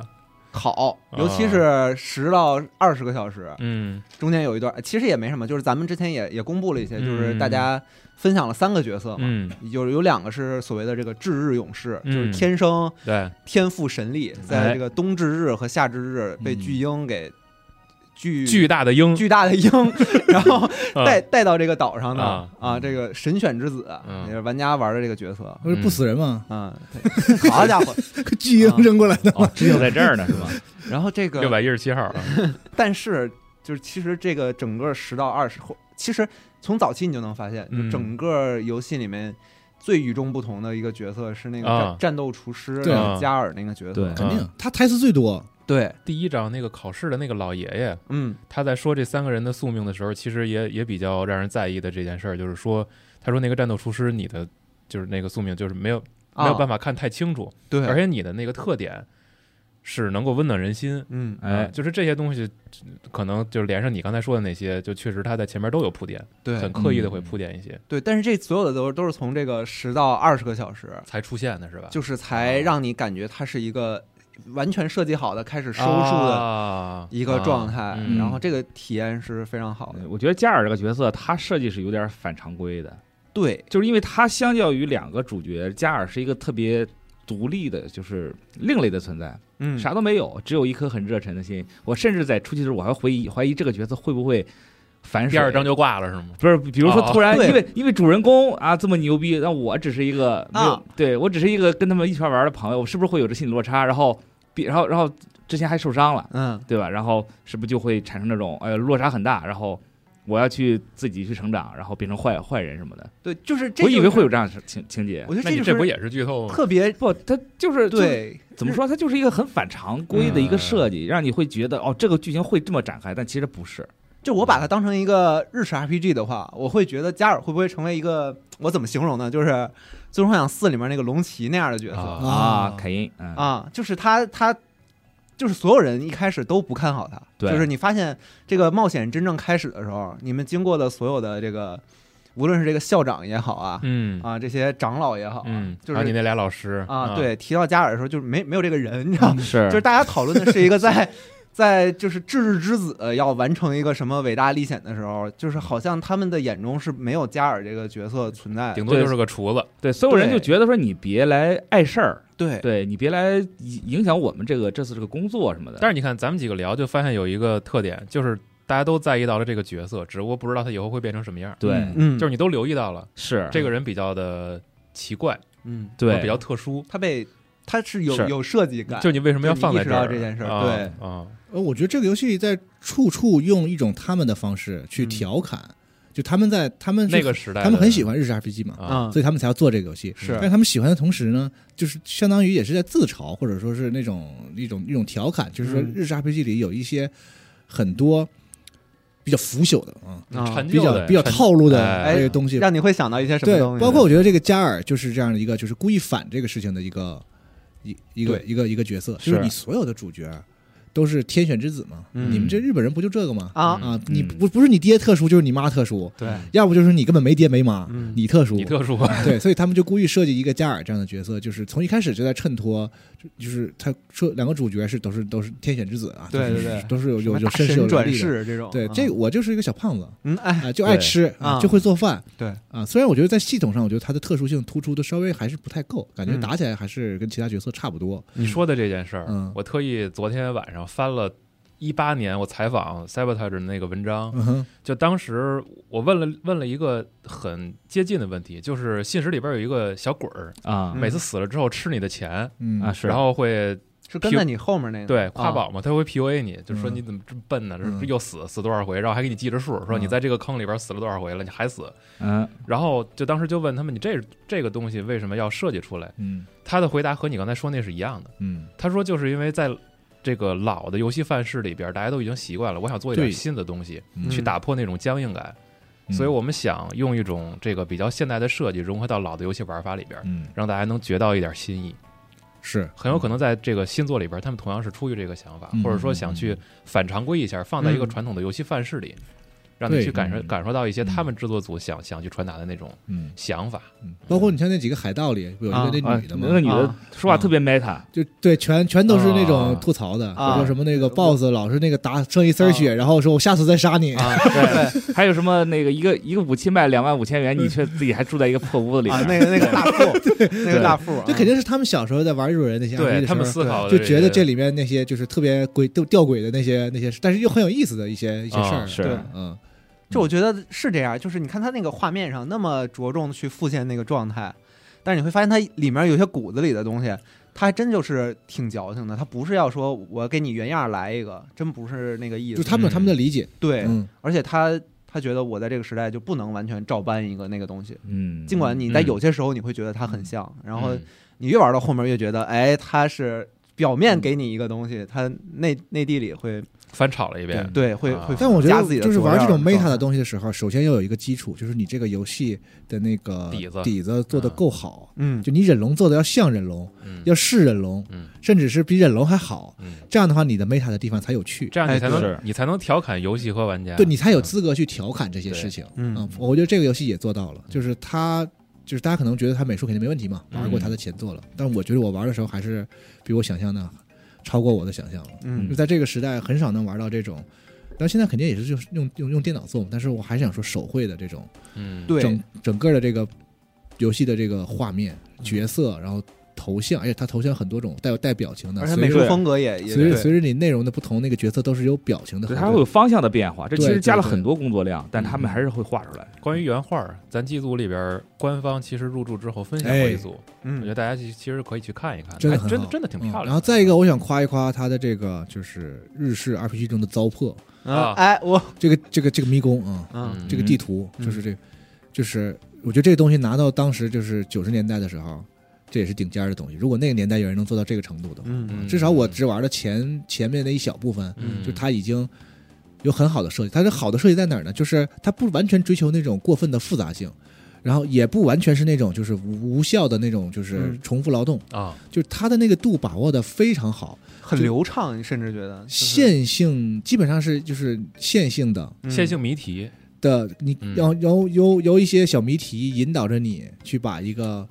Speaker 1: 好，
Speaker 2: 啊
Speaker 1: 尤其是十到二十个小时，
Speaker 2: 嗯
Speaker 1: 中间有一段其实也没什么，就是咱们之前也也公布了一些，
Speaker 2: 嗯
Speaker 1: 就是大家分享了三个角色嘛，
Speaker 2: 嗯，
Speaker 1: 有有两个是所谓的这个至日勇士，
Speaker 2: 嗯哎
Speaker 1: 就是天生
Speaker 2: 对，
Speaker 1: 天赋神力，在这个冬至日和夏至日被巨鹰给巨
Speaker 2: 嗯巨大的鹰，
Speaker 1: 巨大的鹰， 然后
Speaker 2: 啊
Speaker 1: 带带到这个岛上的
Speaker 2: 啊
Speaker 1: 啊，这个神选之子
Speaker 2: 嗯
Speaker 1: 也是玩家玩的这个角色
Speaker 3: 他不是不死人 吗？
Speaker 1: 啊，对 好家伙！
Speaker 3: 巨鹰扔过来的，
Speaker 4: 哦，只有在这儿呢，是 吧？
Speaker 1: 然后这个
Speaker 2: 六百一十七号啊，
Speaker 1: 但是就是其实这个整个十到二十后，其实从早期你就能发现，
Speaker 2: 嗯
Speaker 1: 就整个游戏里面最与众不同的一个角色是那个战,、
Speaker 2: 啊
Speaker 1: 战斗厨师
Speaker 3: 对
Speaker 2: 啊
Speaker 1: 加尔那个角色。
Speaker 4: 对
Speaker 3: 肯定他台词最多。
Speaker 1: 对，
Speaker 2: 第一章那个考试的那个老爷爷，
Speaker 1: 嗯
Speaker 2: 他在说这三个人的宿命的时候，其实也也比较让人在意的这件事儿，就是说，他说那个战斗厨师，你的就是那个宿命就是没有
Speaker 1: 啊，
Speaker 2: 没有办法看太清楚，
Speaker 1: 对，
Speaker 2: 而且你的那个特点是能够温暖人心。
Speaker 1: 嗯
Speaker 2: 啊
Speaker 4: 哎，
Speaker 2: 就是这些东西，可能就是连上你刚才说的那些，就确实他在前面都有铺垫，很
Speaker 1: 对
Speaker 2: 刻意的会铺垫一些，
Speaker 1: 对，但是这所有的都都是从这个十到二十个小时，
Speaker 2: 才出现的是吧？
Speaker 1: 就是才
Speaker 2: 啊
Speaker 1: 让你感觉它是一个完全设计好的开始收束的
Speaker 2: 的
Speaker 1: 一个状态，
Speaker 2: 啊嗯
Speaker 1: 然后这个体验是非常好的。
Speaker 4: 我觉得加尔这个角色，他设计是有点反常规的，
Speaker 1: 对，
Speaker 4: 就是因为他相较于两个主角，加尔是一个特别独立的，就是另类的存在，
Speaker 1: 嗯，
Speaker 4: 啥都没有，只有一颗很热忱的心。我甚至在出去的时候，我还怀疑怀疑这个角色会不会反水。
Speaker 2: 嗯第二章就挂了是吗？
Speaker 4: 不是，比如说
Speaker 2: 哦
Speaker 4: 突然，
Speaker 1: 对
Speaker 4: 因为因为主人公啊这么牛逼，那我只是一个没有
Speaker 1: 啊，
Speaker 4: 对我只是一个跟他们一圈玩的朋友，我是不是会有这心理落差？然后，比然后然后之前还受伤了，
Speaker 1: 嗯
Speaker 4: 对吧？然后是不是就会产生那种呃落差很大？然后我要去自己去成长，然后变成坏坏人什么的。
Speaker 1: 对，就是这、
Speaker 4: 我以为会
Speaker 1: 有，
Speaker 4: 有这样的情情节
Speaker 1: 我，觉得
Speaker 2: 那
Speaker 1: 这
Speaker 2: 你
Speaker 1: 就
Speaker 2: 这
Speaker 1: 是
Speaker 2: 不也是剧透吗？
Speaker 1: 特别
Speaker 4: 不，他哦就是就是
Speaker 1: 对，
Speaker 4: 怎么说？它就是一个很反常规的一个
Speaker 2: 嗯
Speaker 4: 设计，让你会觉得哦，这个剧情会这么展开，但其实不是。
Speaker 1: 就我把它当成一个日式 RPG 的话，我会觉得加尔会不会成为一个我怎么形容呢？就是《最终幻想四》里面那个龙骑那样的角色啊
Speaker 2: 啊
Speaker 3: 啊
Speaker 4: 凯因，嗯，
Speaker 1: 就是他他就是所有人一开始都不看好他，
Speaker 4: 对
Speaker 1: 就是你发现这个冒险真正开始的时候，你们经过的所有的这个，无论是这个校长也好啊、
Speaker 2: 嗯
Speaker 1: 啊这些长老也好啊，
Speaker 2: 嗯，
Speaker 1: 就
Speaker 2: 还有你
Speaker 1: 是。
Speaker 2: 那俩老师
Speaker 1: 啊，，对，提到加尔的时候，就是没没有这个人，你知道吗？
Speaker 4: 是
Speaker 1: 就是大家讨论的是一个在在就是至日之子要完成一个什么伟大历险的时候，就是好像他们的眼中是没有加尔这个角色存在的
Speaker 2: 顶。多就是个厨子，
Speaker 4: 对所有人就
Speaker 1: 对
Speaker 4: 觉得说你别来碍事儿，
Speaker 1: 对，
Speaker 4: 对你别来影影响我们这个这次这个工作什么的。
Speaker 2: 但是你看，咱们几个聊就发现有一个特点，就是大家都在意到了这个角色，只不过不知道他以后会变成什么样。
Speaker 4: 对
Speaker 3: 嗯
Speaker 1: 嗯，
Speaker 2: 就是你都留意到了，
Speaker 4: 是
Speaker 2: 这个人比较的奇怪，
Speaker 1: 嗯，
Speaker 4: 对
Speaker 2: 比较特殊。
Speaker 1: 他被他是有
Speaker 4: 是
Speaker 1: 有设计感，
Speaker 2: 就你为什么要放在儿？
Speaker 1: 就你意识到这件事儿
Speaker 2: 啊
Speaker 1: 对
Speaker 2: 啊，
Speaker 3: 呃，我觉得这个游戏在处处用一种他们的方式去调侃，就他们在他们是
Speaker 2: 那个时代
Speaker 3: 他们很喜
Speaker 2: 欢
Speaker 3: 欢日式 RPG 嘛，
Speaker 2: 啊，
Speaker 1: 嗯
Speaker 3: 所以他们才要做这个游戏。
Speaker 1: 是
Speaker 3: 但是他们喜欢的同时呢，就是相当于也是在自嘲，或者说是那种一种一种调侃，就是说
Speaker 1: 嗯
Speaker 3: 日式 RPG 里有一些很多比较腐朽的啊，
Speaker 1: 啊
Speaker 2: 陈
Speaker 3: 比较
Speaker 2: 旧的
Speaker 3: 比较
Speaker 2: 陈
Speaker 3: 套路的
Speaker 2: 哎
Speaker 3: 这个东西。
Speaker 1: 让你会想到一些什么
Speaker 3: 对
Speaker 1: 东西，，
Speaker 3: 包括我觉得这个加尔就是这样的一个，就是故意反这个事情的一个一一个
Speaker 1: 对
Speaker 3: 一个一个角色，就是
Speaker 2: 是
Speaker 3: 你所有的主角都是天选之子嘛，
Speaker 1: 嗯
Speaker 3: 你们这日本人不就这个吗？
Speaker 1: 啊，
Speaker 2: 嗯
Speaker 3: 啊，你不不是你爹特殊，就是你妈特殊，
Speaker 1: 对，
Speaker 3: 要不就是你根本没爹没妈，
Speaker 1: 嗯
Speaker 3: 你特殊，
Speaker 2: 你特殊，
Speaker 3: 对，所以他们就故意设计一个加尔这样的角色，就是从一开始就在衬托，就就是他说两个主角是都是都是天选之子啊，
Speaker 1: 对
Speaker 3: 就是
Speaker 1: 对对
Speaker 3: 都是有
Speaker 1: 什
Speaker 3: 有
Speaker 1: 么
Speaker 3: 有
Speaker 1: 大
Speaker 3: 身世有
Speaker 1: 神转
Speaker 3: 能力的。
Speaker 1: 世这种，
Speaker 3: 对，
Speaker 1: 啊
Speaker 3: 这个我就是一个小胖子
Speaker 1: 嗯哎，
Speaker 3: 啊，就爱
Speaker 2: 对
Speaker 3: 吃啊，
Speaker 1: 啊
Speaker 3: 就会做饭。
Speaker 1: 对
Speaker 3: 啊，虽然我觉得在系统上，我觉得它的特殊性突出的稍微还是不太够，感觉
Speaker 1: 嗯
Speaker 3: 打起来还是跟其他角色差不多。
Speaker 2: 你说的这件事儿，
Speaker 3: 嗯
Speaker 2: 我特意昨天晚上翻了一八年我采访 Sabotage 的那个文章，
Speaker 3: 嗯哼，
Speaker 2: 就当时我问了问了一个很接近的问题，就是信使里边有一个小鬼儿，
Speaker 4: 啊
Speaker 1: 嗯
Speaker 2: 每次死了之后吃你的钱，
Speaker 3: 嗯
Speaker 4: 啊，是，
Speaker 2: 然后会
Speaker 1: 是跟在你后面那个，
Speaker 2: 对夸宝嘛，他会 PUA 你，就说
Speaker 3: 啊嗯
Speaker 2: 你怎么这么笨呢？
Speaker 3: 嗯
Speaker 2: 这又死死多少回，然后还给你记着数，说
Speaker 3: 嗯
Speaker 2: 你在这个坑里边死了多少回了，你还死。
Speaker 4: 嗯
Speaker 2: 然后就当时就问他们，你这这个东西为什么要设计出来？
Speaker 3: 嗯
Speaker 2: 他的回答和你刚才说那是一样的。
Speaker 3: 嗯，
Speaker 2: 他说就是因为在这个老的游戏范式里边，大家都已经习惯了，我想做一
Speaker 3: 对
Speaker 2: 点新的东西，
Speaker 3: 嗯
Speaker 2: 去打破那种僵硬感，
Speaker 3: 嗯
Speaker 2: 所以我们想用一种这个比较现代的设计融合到老的游戏玩法里边，
Speaker 3: 嗯
Speaker 2: 让大家能觉到一点新意。
Speaker 3: 是
Speaker 2: 很有可能在这个新作里边，他们同样是出于这个想法，
Speaker 3: 嗯
Speaker 2: 或者说想去反常规一下，放在一个传统的游戏范式里，让你
Speaker 3: 对
Speaker 2: 去感受
Speaker 3: 嗯
Speaker 2: 感受到一些他们制作组想想去传达的那种
Speaker 3: 嗯
Speaker 2: 想法。
Speaker 3: 嗯，包括你像那几个海盗里有一
Speaker 1: 啊
Speaker 3: 个那
Speaker 4: 啊
Speaker 3: 女的嘛
Speaker 4: 那，个女的
Speaker 1: 啊
Speaker 4: 说话特别 meta，
Speaker 3: 就对，全全都是那种
Speaker 2: 啊
Speaker 3: 吐槽的，
Speaker 1: 啊
Speaker 3: 说什么那个 boss 老是那个打剩一丝儿血，然后说我下次再杀你。
Speaker 1: 啊，
Speaker 4: 对，还有什么那个一个一个武器卖两万五千元，你却自己还住在一个破屋子里
Speaker 1: 嗯啊，
Speaker 4: 边，
Speaker 1: 那个那个大 富，那个大富啊，
Speaker 3: 这肯定是他们小时候在玩日本人那些 RPG 的
Speaker 2: 他们
Speaker 3: 时候
Speaker 2: 思考
Speaker 3: 就
Speaker 2: 的
Speaker 3: 觉得这
Speaker 2: 里
Speaker 3: 里面那些就是特别鬼都吊诡的那些那些，但是又很有意思的一些一些事儿。
Speaker 2: 啊
Speaker 4: 是
Speaker 1: 对
Speaker 3: 嗯，
Speaker 1: 就我觉得是这样，就是你看他那个画面上那么着重地去复现那个状态，但是你会发现它里面有些骨子里的东西，它还真就是挺矫情的，它不是要说我给你原样来一个，真不是那个意
Speaker 3: 就
Speaker 1: 思。
Speaker 3: 他们有他们的理解。
Speaker 1: 对，
Speaker 3: 嗯，
Speaker 1: 而且他他觉得我在这个时代就不能完全照搬一个那个东西，
Speaker 4: 嗯，
Speaker 1: 尽管你在
Speaker 2: 嗯
Speaker 1: 有些时候你会觉得它很像，
Speaker 3: 嗯
Speaker 1: 然后你越玩到后面越觉得，哎，它是。表面
Speaker 3: 嗯
Speaker 1: 给你一个东西，它内内地里会
Speaker 2: 翻炒了一遍，
Speaker 1: 对会
Speaker 2: 啊
Speaker 1: 会，
Speaker 3: 但我觉
Speaker 1: 加自己
Speaker 3: 得
Speaker 1: 的
Speaker 3: 就是玩这种
Speaker 1: 佐料
Speaker 3: meta 的东西的时候，首先要有一个基础，就是你这个游戏的那个
Speaker 2: 底子
Speaker 3: 底子做的够好。
Speaker 1: 嗯，
Speaker 3: 就你忍龙做的要像忍龙，
Speaker 2: 嗯
Speaker 3: 要是忍龙，
Speaker 2: 嗯
Speaker 3: 甚至是比忍龙还好，
Speaker 2: 嗯，
Speaker 3: 这样的话你的 meta 的地方才有趣。
Speaker 2: 这样
Speaker 1: 哎
Speaker 2: 你才能
Speaker 4: 是
Speaker 2: 你才能调侃游戏和玩家，嗯
Speaker 3: 对你才有资格去调侃这些事情。
Speaker 1: 嗯
Speaker 3: 嗯，我觉得这个游戏也做到了，就是它就是大家可能觉得它美术肯定没问题嘛，
Speaker 2: 嗯
Speaker 3: 玩过它的前作了，但我觉得我玩的时候还是比我想象的超过我的想象了。
Speaker 1: 嗯
Speaker 3: 就在这个时代，很少能玩到这种。但现在肯定也是就是用用用电脑做，但是我还是想说手绘的这种
Speaker 2: 嗯，
Speaker 1: 对
Speaker 3: 整整个的这个游戏的这个画面、角色，然后头像，而且它头像很多种，带有带表情的，
Speaker 1: 而且
Speaker 3: 随
Speaker 1: 美
Speaker 3: 着
Speaker 1: 术风格也也
Speaker 3: 随着
Speaker 1: 对
Speaker 3: 随着你内容的不同，那个角色都是有表情的
Speaker 4: 对，
Speaker 3: 很多。
Speaker 4: 它会有方向的变化，这其
Speaker 3: 对
Speaker 4: 实
Speaker 3: 对
Speaker 4: 加了
Speaker 3: 对
Speaker 4: 很多工作量，
Speaker 1: 嗯
Speaker 4: 但他们还是会画出来。
Speaker 2: 关于原画儿，咱剧组里边官方其实入驻之后分享过一组，我觉
Speaker 1: 嗯
Speaker 2: 得大家其其实可以去看一看，
Speaker 3: 真的
Speaker 2: 哎
Speaker 3: 很
Speaker 2: 真的
Speaker 3: 好
Speaker 2: 真的挺漂亮的。
Speaker 3: 嗯然后再一个，我想夸一夸它的这个就是日式 RPG 中的糟粕，
Speaker 1: 啊
Speaker 2: 啊
Speaker 1: 哎我
Speaker 3: 这个这个这个迷宫啊、
Speaker 1: 嗯
Speaker 2: 嗯
Speaker 3: 这个地图
Speaker 1: 嗯
Speaker 3: 就是这个，就是我觉得这个东西拿到当时就是九十年代的时候，这也是顶尖儿的东西。如果那个年代有人能做到这个程度的话，
Speaker 1: 嗯
Speaker 2: 嗯
Speaker 3: 至少我只玩了前前面那一小部分，
Speaker 2: 嗯
Speaker 3: 就它已经。有很好的设计，它这好的设计在哪儿呢？就是它不完全追求那种过分的复杂性，然后也不完全是那种就是无无效的那种就是
Speaker 1: 嗯
Speaker 3: 重复劳动，
Speaker 2: 啊，
Speaker 3: 就是它的那个度把握的非常好。
Speaker 1: 很流畅，你甚至觉得就是
Speaker 3: 线性基本上是就是线性的
Speaker 1: 嗯
Speaker 2: 线性谜题，
Speaker 3: 的，你
Speaker 2: 嗯
Speaker 3: 要由由由一些小谜题引导着你去把一个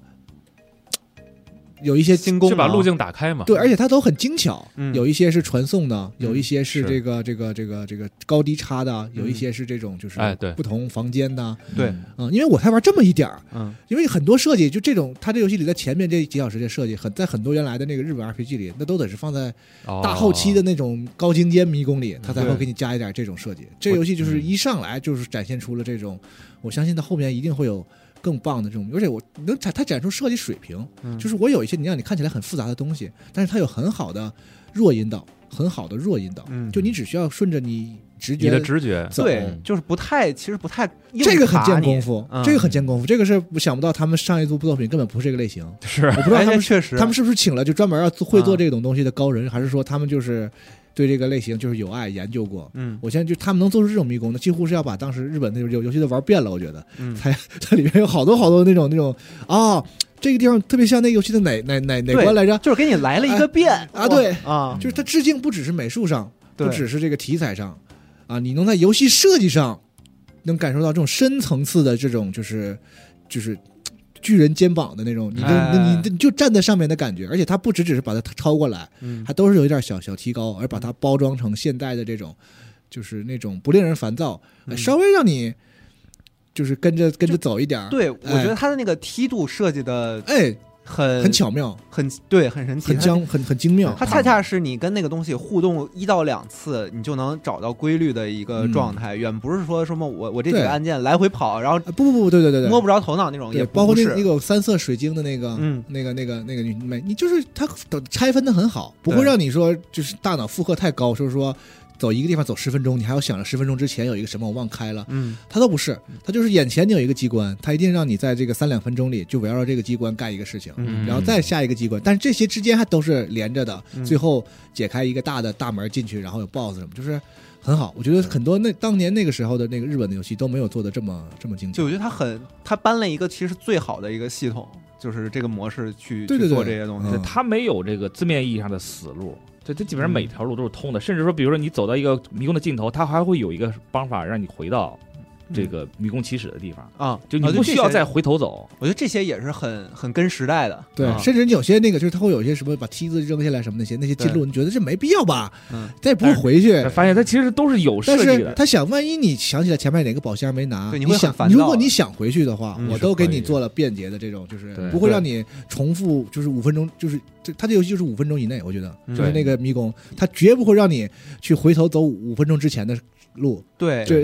Speaker 3: 有一些
Speaker 1: 新功
Speaker 2: 就
Speaker 1: 能啊
Speaker 2: 把路径打开嘛。
Speaker 3: 对，而且它都很精巧，
Speaker 1: 嗯
Speaker 3: 有一些是传送的，有一些
Speaker 2: 嗯
Speaker 3: 是
Speaker 2: 是
Speaker 3: 这个这个这个这个高低差的，有一
Speaker 1: 嗯
Speaker 3: 些是这种就是
Speaker 2: 哎对
Speaker 3: 不同房间的，
Speaker 1: 对
Speaker 3: 嗯，因为我才玩这么一点儿，
Speaker 1: 嗯
Speaker 3: 因为很多设计就这种，它这游戏里在前面这几小时的设计，很在很多原来的那个日本 RPG 里，那都得是放在
Speaker 2: 哦
Speaker 3: 大后期的那种高精尖迷宫里，它才会
Speaker 1: 对嗯
Speaker 3: 给你加一点这种设计。这游戏就是一上来就是展现出了这种，我相信它后面一定会有更棒的这种，而且我能展它展出设计水平，
Speaker 1: 嗯
Speaker 3: 就是我有一些你让你看起来很复杂的东西，但是它有很好的弱引导，很好的弱引导，
Speaker 1: 嗯
Speaker 3: 就你只需要顺着你直
Speaker 2: 你
Speaker 3: 觉
Speaker 2: 的直觉，
Speaker 3: 走嗯
Speaker 1: 对，就是不太其实不太硬
Speaker 3: 这个很
Speaker 1: 卡
Speaker 3: 见
Speaker 1: 你
Speaker 3: 功夫，
Speaker 1: 嗯
Speaker 3: 这个很见功夫，这个是我想不到他们上一部作品根本不是这个类型，
Speaker 2: 是
Speaker 3: 我不知道
Speaker 1: 哎
Speaker 3: 他们
Speaker 1: 确实
Speaker 3: 他们是不是请了就专门要做会做
Speaker 1: 啊
Speaker 3: 这种东西的高人，还是说他们就是对这个类型就是有爱研究过。
Speaker 1: 嗯
Speaker 3: 我现在就他们能做出这种迷宫呢，几乎是要把当时日本那种游戏都玩遍了。我觉得
Speaker 1: 嗯，
Speaker 3: 才它里面有好多好多那种那种啊、这个地方特别像那个游戏的哪哪哪哪
Speaker 1: 对
Speaker 3: 关来着？
Speaker 1: 就是给你来了一个遍
Speaker 3: 啊，对，
Speaker 1: 啊，
Speaker 3: 就是它致敬不只是美术上，
Speaker 1: 对
Speaker 3: 不只是这个题材上，啊，你能在游戏设计上能感受到这种深层次的这种就是就是巨人肩膀的那种，你就、
Speaker 1: 哎
Speaker 3: 你你就站在上面的感觉，而且它不只只是把它超过来，
Speaker 1: 嗯
Speaker 3: 它都是有一点小小提高，而把它包装成现代的这种就是那种不令人烦躁，呃
Speaker 1: 嗯
Speaker 3: 稍微让你就是跟着跟着走一点儿，
Speaker 1: 对，我觉得他的那个梯度设计的
Speaker 3: 哎，
Speaker 1: 很
Speaker 3: 很巧妙，
Speaker 1: 很对，很神奇，
Speaker 3: 很
Speaker 1: 它
Speaker 3: 精很很精妙，啊
Speaker 1: 它恰恰是你跟那个东西互动一到两次，你就能找到规律的一个
Speaker 3: 嗯
Speaker 1: 状态，远不是说什么我我这几
Speaker 3: 对
Speaker 1: 个按键来回跑，然后
Speaker 3: 啊不不不，对对对对，
Speaker 1: 摸不着头脑那种，
Speaker 3: 对，
Speaker 1: 也
Speaker 3: 包括那
Speaker 1: 不
Speaker 3: 那
Speaker 1: 是
Speaker 3: 个三色水晶的那个，
Speaker 1: 嗯
Speaker 3: 那个那个那个女美，你就是它都拆分的很好，不会
Speaker 1: 对
Speaker 3: 让你说就是大脑负荷太高，就是说走一个地方走十分钟，你还要想着十分钟之前有一个什么我忘开了，
Speaker 1: 嗯
Speaker 3: 它都不是，它就是眼前你有一个机关，它一定让你在这个三两分钟里就围绕着这个机关干一个事情。
Speaker 1: 嗯
Speaker 3: 然后再下一个机关，但是这些之间还都是连着的，
Speaker 1: 嗯
Speaker 3: 最后解开一个大的大门进去，然后有 BOSS 什么，就是很好。我觉得很多那当年那个时候的那个日本的游戏都没有做的这么这么精
Speaker 1: 就
Speaker 3: 巧
Speaker 1: 我。觉得他很，他搬了一个其实最好的一个系统，就是这个模式去
Speaker 3: 对对
Speaker 1: 去做
Speaker 3: 对
Speaker 1: 这些东西
Speaker 3: 嗯。
Speaker 4: 它没有这个字面意义上的死路，对，它基本上每条路都是通的，
Speaker 1: 嗯
Speaker 4: 甚至说，比如说你走到一个迷宫的尽头，它还会有一个方法让你回到这个迷宫起始的地方，
Speaker 1: 嗯啊，
Speaker 4: 就你
Speaker 1: 啊
Speaker 4: 不需要
Speaker 1: 这些
Speaker 4: 再回头走。
Speaker 1: 我觉得这些也是很很跟时代的，
Speaker 3: 对，
Speaker 1: 啊
Speaker 3: 甚至你有些那个就是他会有一些什么把梯子扔下来什么那些那些记录，你觉得这没必要吧？
Speaker 1: 嗯，
Speaker 3: 再不会回去。
Speaker 4: 发现它其实都是有设
Speaker 3: 但
Speaker 4: 计
Speaker 3: 是
Speaker 4: 的，
Speaker 3: 他想，万一你想起来前面哪个宝箱没拿，
Speaker 1: 对
Speaker 3: 你
Speaker 1: 你会很
Speaker 3: 想
Speaker 1: 烦，躁啊
Speaker 3: 如果你想回去的话，
Speaker 1: 嗯
Speaker 3: 我
Speaker 2: 是
Speaker 3: 都给
Speaker 2: 可
Speaker 3: 你
Speaker 2: 以
Speaker 3: 做了便捷的这种，就是
Speaker 4: 对
Speaker 3: 不会
Speaker 1: 对
Speaker 3: 让你重复，就是五分钟，就是这他这游戏就是五分钟以内，我觉得
Speaker 1: 嗯
Speaker 3: 就是那个迷宫，他绝不会让你去回头走五分钟之前的路。
Speaker 1: 对
Speaker 3: 对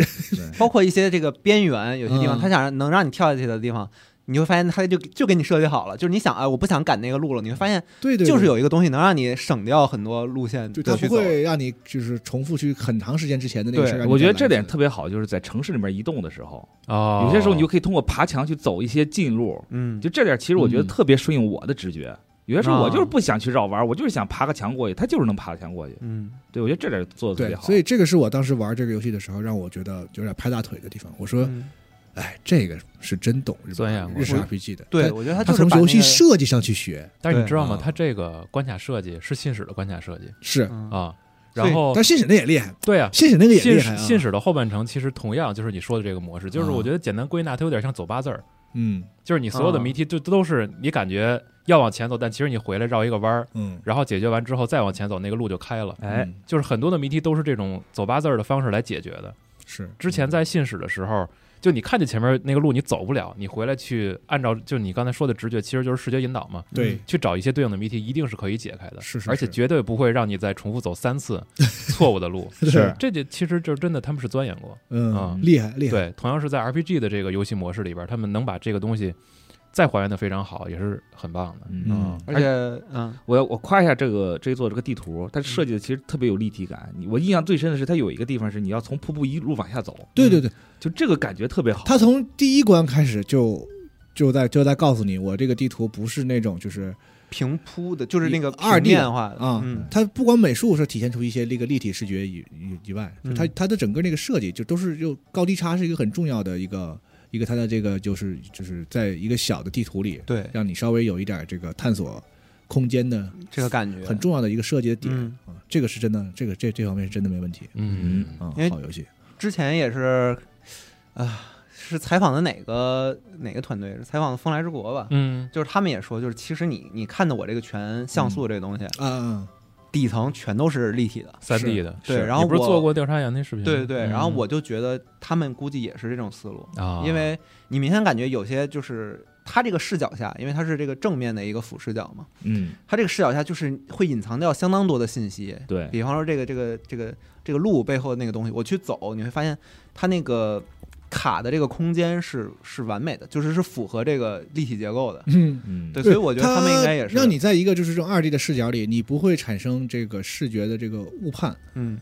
Speaker 1: 包括一些这个边缘，有些地方
Speaker 3: 嗯
Speaker 1: 他想能让你跳下去的地方，你会发现他就就给你设计好了，就是你想啊，我不想赶那个路了，你会发现
Speaker 3: 对对，
Speaker 1: 就是
Speaker 3: 对。
Speaker 1: 有一个东西能让你省掉很多路线
Speaker 3: 对
Speaker 1: 去
Speaker 3: 他
Speaker 1: 走，
Speaker 3: 不会让你就是重复去很长时间之前的那个
Speaker 1: 对
Speaker 3: 事儿让你再来一次。
Speaker 4: 我觉得这点特别好，就是在城市里面移动的时候，
Speaker 2: 啊，
Speaker 1: 哦
Speaker 4: 有些时候你就可以通过爬墙去走一些近路，
Speaker 1: 嗯，
Speaker 4: 就这点其实我觉得
Speaker 2: 嗯
Speaker 4: 特别顺应我的直觉。有些时候我
Speaker 1: 啊
Speaker 4: 就是不想去绕弯儿，我就是想爬个墙过去，他就是能爬个墙过去。
Speaker 1: 嗯
Speaker 4: 对我觉得这点做的特
Speaker 3: 对
Speaker 4: 别，好。
Speaker 3: 所以这个是我当时玩这个游戏的时候，让我觉得有点拍大腿的地方。我说，
Speaker 1: 嗯
Speaker 3: 哎，这个是真懂日
Speaker 2: 钻
Speaker 3: 本
Speaker 2: 研过
Speaker 3: 日式
Speaker 1: 我
Speaker 3: RPG 的。
Speaker 1: 对，
Speaker 3: 他，
Speaker 1: 我觉得他
Speaker 3: 他
Speaker 1: 就是
Speaker 3: 从
Speaker 1: 把
Speaker 3: 游
Speaker 1: 那
Speaker 3: 戏
Speaker 1: 个
Speaker 3: 设计上去学
Speaker 2: 但是你
Speaker 1: 对
Speaker 2: 知道吗？
Speaker 3: 啊
Speaker 2: 它这个关卡设计是信使的关卡设计
Speaker 3: 是，
Speaker 1: 嗯
Speaker 2: 啊。
Speaker 1: 所以
Speaker 2: 然后
Speaker 3: 但信使那也厉害，
Speaker 2: 对啊，
Speaker 3: 信使那个也
Speaker 2: 信
Speaker 3: 厉害
Speaker 2: 使
Speaker 3: 啊。
Speaker 2: 信，使的后半程其实同样就是你说的这个模式，就是
Speaker 3: 啊
Speaker 2: 我觉得简单归纳，它有点像走八字儿，
Speaker 3: 嗯
Speaker 2: 就是你所有的
Speaker 1: 啊
Speaker 2: 谜题就都是你感觉要往前走，但其实你回来绕一个弯儿，
Speaker 3: 嗯，
Speaker 2: 然后解决完之后再往前走，那个路就开了。
Speaker 4: 哎，
Speaker 3: 嗯
Speaker 2: 就是很多的谜题都是这种走八字儿的方式来解决的。
Speaker 3: 是
Speaker 2: 之前在信使的时候，就你看见前面那个路你走不了，你回来去按照就你刚才说的直觉，其实就是视觉引导嘛，
Speaker 3: 对
Speaker 2: 去找一些对应的谜题，一定是可以解开的，
Speaker 3: 是是
Speaker 2: 而且
Speaker 3: 是
Speaker 2: 绝对不会让你再重复走三次 错误的路。
Speaker 3: 是
Speaker 2: 这就其实就是真的，他们是钻研过。啊
Speaker 3: 嗯，厉害厉害，
Speaker 2: 对，同样是在 RPG 的这个游戏模式里边，他们能把这个东西再还原的非常好，也是很棒的。
Speaker 4: 嗯，
Speaker 3: 嗯
Speaker 1: 而且嗯
Speaker 4: 我我夸一下这个这一座这个地图，它设计的其实特别有立体感。你我印象最深的是，它有一个地方是你要从瀑布一路往下走，
Speaker 3: 对对对，
Speaker 4: 就这个感觉特别好。
Speaker 3: 他从第一关开始就就在就在告诉你，我这个地图不是那种就是
Speaker 1: 平铺的，就是那个
Speaker 3: 你二 D
Speaker 1: 平面化的
Speaker 3: 啊
Speaker 1: 嗯，
Speaker 3: 它不光美术是体现出一些那个立体视觉以以以外，
Speaker 1: 嗯
Speaker 3: 它它的整个那个设计就都是就高低差是一个很重要的一个一个它的这个就是就是在一个小的地图里，
Speaker 1: 对
Speaker 3: 让你稍微有一点这个探索空间的
Speaker 1: 这个感觉
Speaker 3: 很重要的一个设计的点
Speaker 1: 嗯
Speaker 3: 啊，这个是真的，这个这这方面是真的没问题
Speaker 2: 嗯，
Speaker 3: 啊
Speaker 1: 因为，
Speaker 3: 好游戏，
Speaker 1: 之前也是啊，是采访的哪个哪个团队？是采访的风来之国吧？
Speaker 2: 嗯，
Speaker 1: 就是他们也说，就是其实你你看的我这个全像素这个
Speaker 2: 嗯
Speaker 1: 东西，
Speaker 3: 啊啊，
Speaker 1: 底层全都是立体的。
Speaker 2: 三 D 的，
Speaker 1: 对
Speaker 2: 是
Speaker 1: 然后
Speaker 2: 你不是
Speaker 1: 我
Speaker 2: 做过调查员那视频吗？
Speaker 1: 对对对，
Speaker 2: 嗯
Speaker 1: 然后我就觉得他们估计也是这种思路，
Speaker 2: 啊，
Speaker 1: 因为你明显感觉有些就是它这个视角下，因为它是这个正面的一个俯视角嘛，
Speaker 4: 嗯，
Speaker 1: 它这个视角下就是会隐藏掉相当多的信息，
Speaker 4: 对，
Speaker 1: 比方说这个这个这个这个路背后的那个东西，我去走，你会发现它那个卡的这个空间是是完美的，就是是符合这个立体结构 的。
Speaker 3: 嗯。
Speaker 4: 嗯，
Speaker 1: 对，所以我觉得他们应该也是
Speaker 3: 让你在一个就是这种二 D 的视角里，你不会产生这个视觉的这个误判，
Speaker 1: 嗯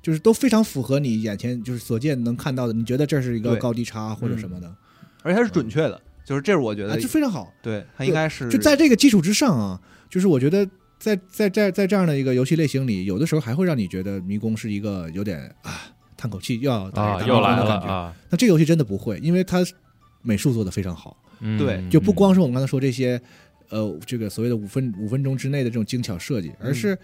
Speaker 3: 就是都非常符合你眼前就是所见能看到的，你觉得这是一个
Speaker 1: 对
Speaker 3: 高低差啊或者什么的，
Speaker 1: 而且它是准确的，就是这是我觉
Speaker 3: 嗯啊，
Speaker 1: 得
Speaker 3: 就非常好。
Speaker 1: 对，它应该是
Speaker 3: 就在这个基础之上啊，就是我觉得在在在在这样的一个游戏类型里，有的时候还会让你觉得迷宫是一个有点啊叹口气又要打
Speaker 1: 哎
Speaker 3: 一
Speaker 2: 啊，
Speaker 3: 个
Speaker 2: 又
Speaker 3: 大迷宫
Speaker 2: 来
Speaker 3: 的
Speaker 2: 了
Speaker 3: 感觉。
Speaker 2: 啊，
Speaker 3: 那这个游戏真的不会，因为它美术做的非常好，
Speaker 2: 嗯
Speaker 1: 对
Speaker 3: 就不光是我们刚才说这些，呃，这个所谓的五分五分钟之内的这种精巧设计，而是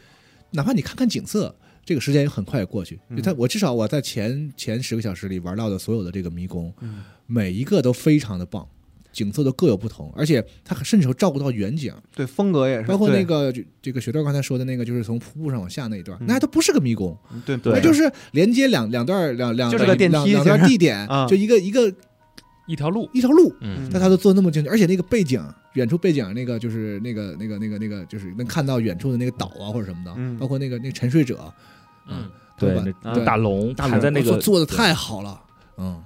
Speaker 3: 哪怕你看看景色，这个时间也很快也过去。
Speaker 1: 嗯
Speaker 3: 就它我至少我在前前十个小时里玩到的所有的这个迷宫，
Speaker 1: 嗯
Speaker 3: 每一个都非常的棒。景色都各有不同，而且它甚至会照顾到远景，
Speaker 1: 对风格也是，
Speaker 3: 包括那
Speaker 1: 对
Speaker 3: 个这这个雪豆刚才说的那个，就是从瀑布上往下那一段，
Speaker 1: 嗯
Speaker 3: 那它不是个迷宫，
Speaker 1: 对
Speaker 4: 对
Speaker 3: 那就是连接两两段两两
Speaker 1: 就是个电梯
Speaker 3: 两两
Speaker 1: 其实
Speaker 3: 段地点
Speaker 1: 啊，
Speaker 3: 就一个一个
Speaker 2: 一条路，
Speaker 3: 一条路，
Speaker 2: 嗯
Speaker 3: 但他都做得那么精确，而且那个背景，远处背景那个就是那个那个那个那个，就是能看到远处的那个岛啊或者什么的，
Speaker 1: 嗯
Speaker 3: 包括那个那个沉睡者，
Speaker 2: 嗯，
Speaker 3: 对
Speaker 4: 对
Speaker 3: 吧，
Speaker 4: 那
Speaker 1: 对
Speaker 4: 大龙
Speaker 3: 大
Speaker 4: 盘在那
Speaker 3: 做
Speaker 4: 个
Speaker 3: 做的太好了，嗯，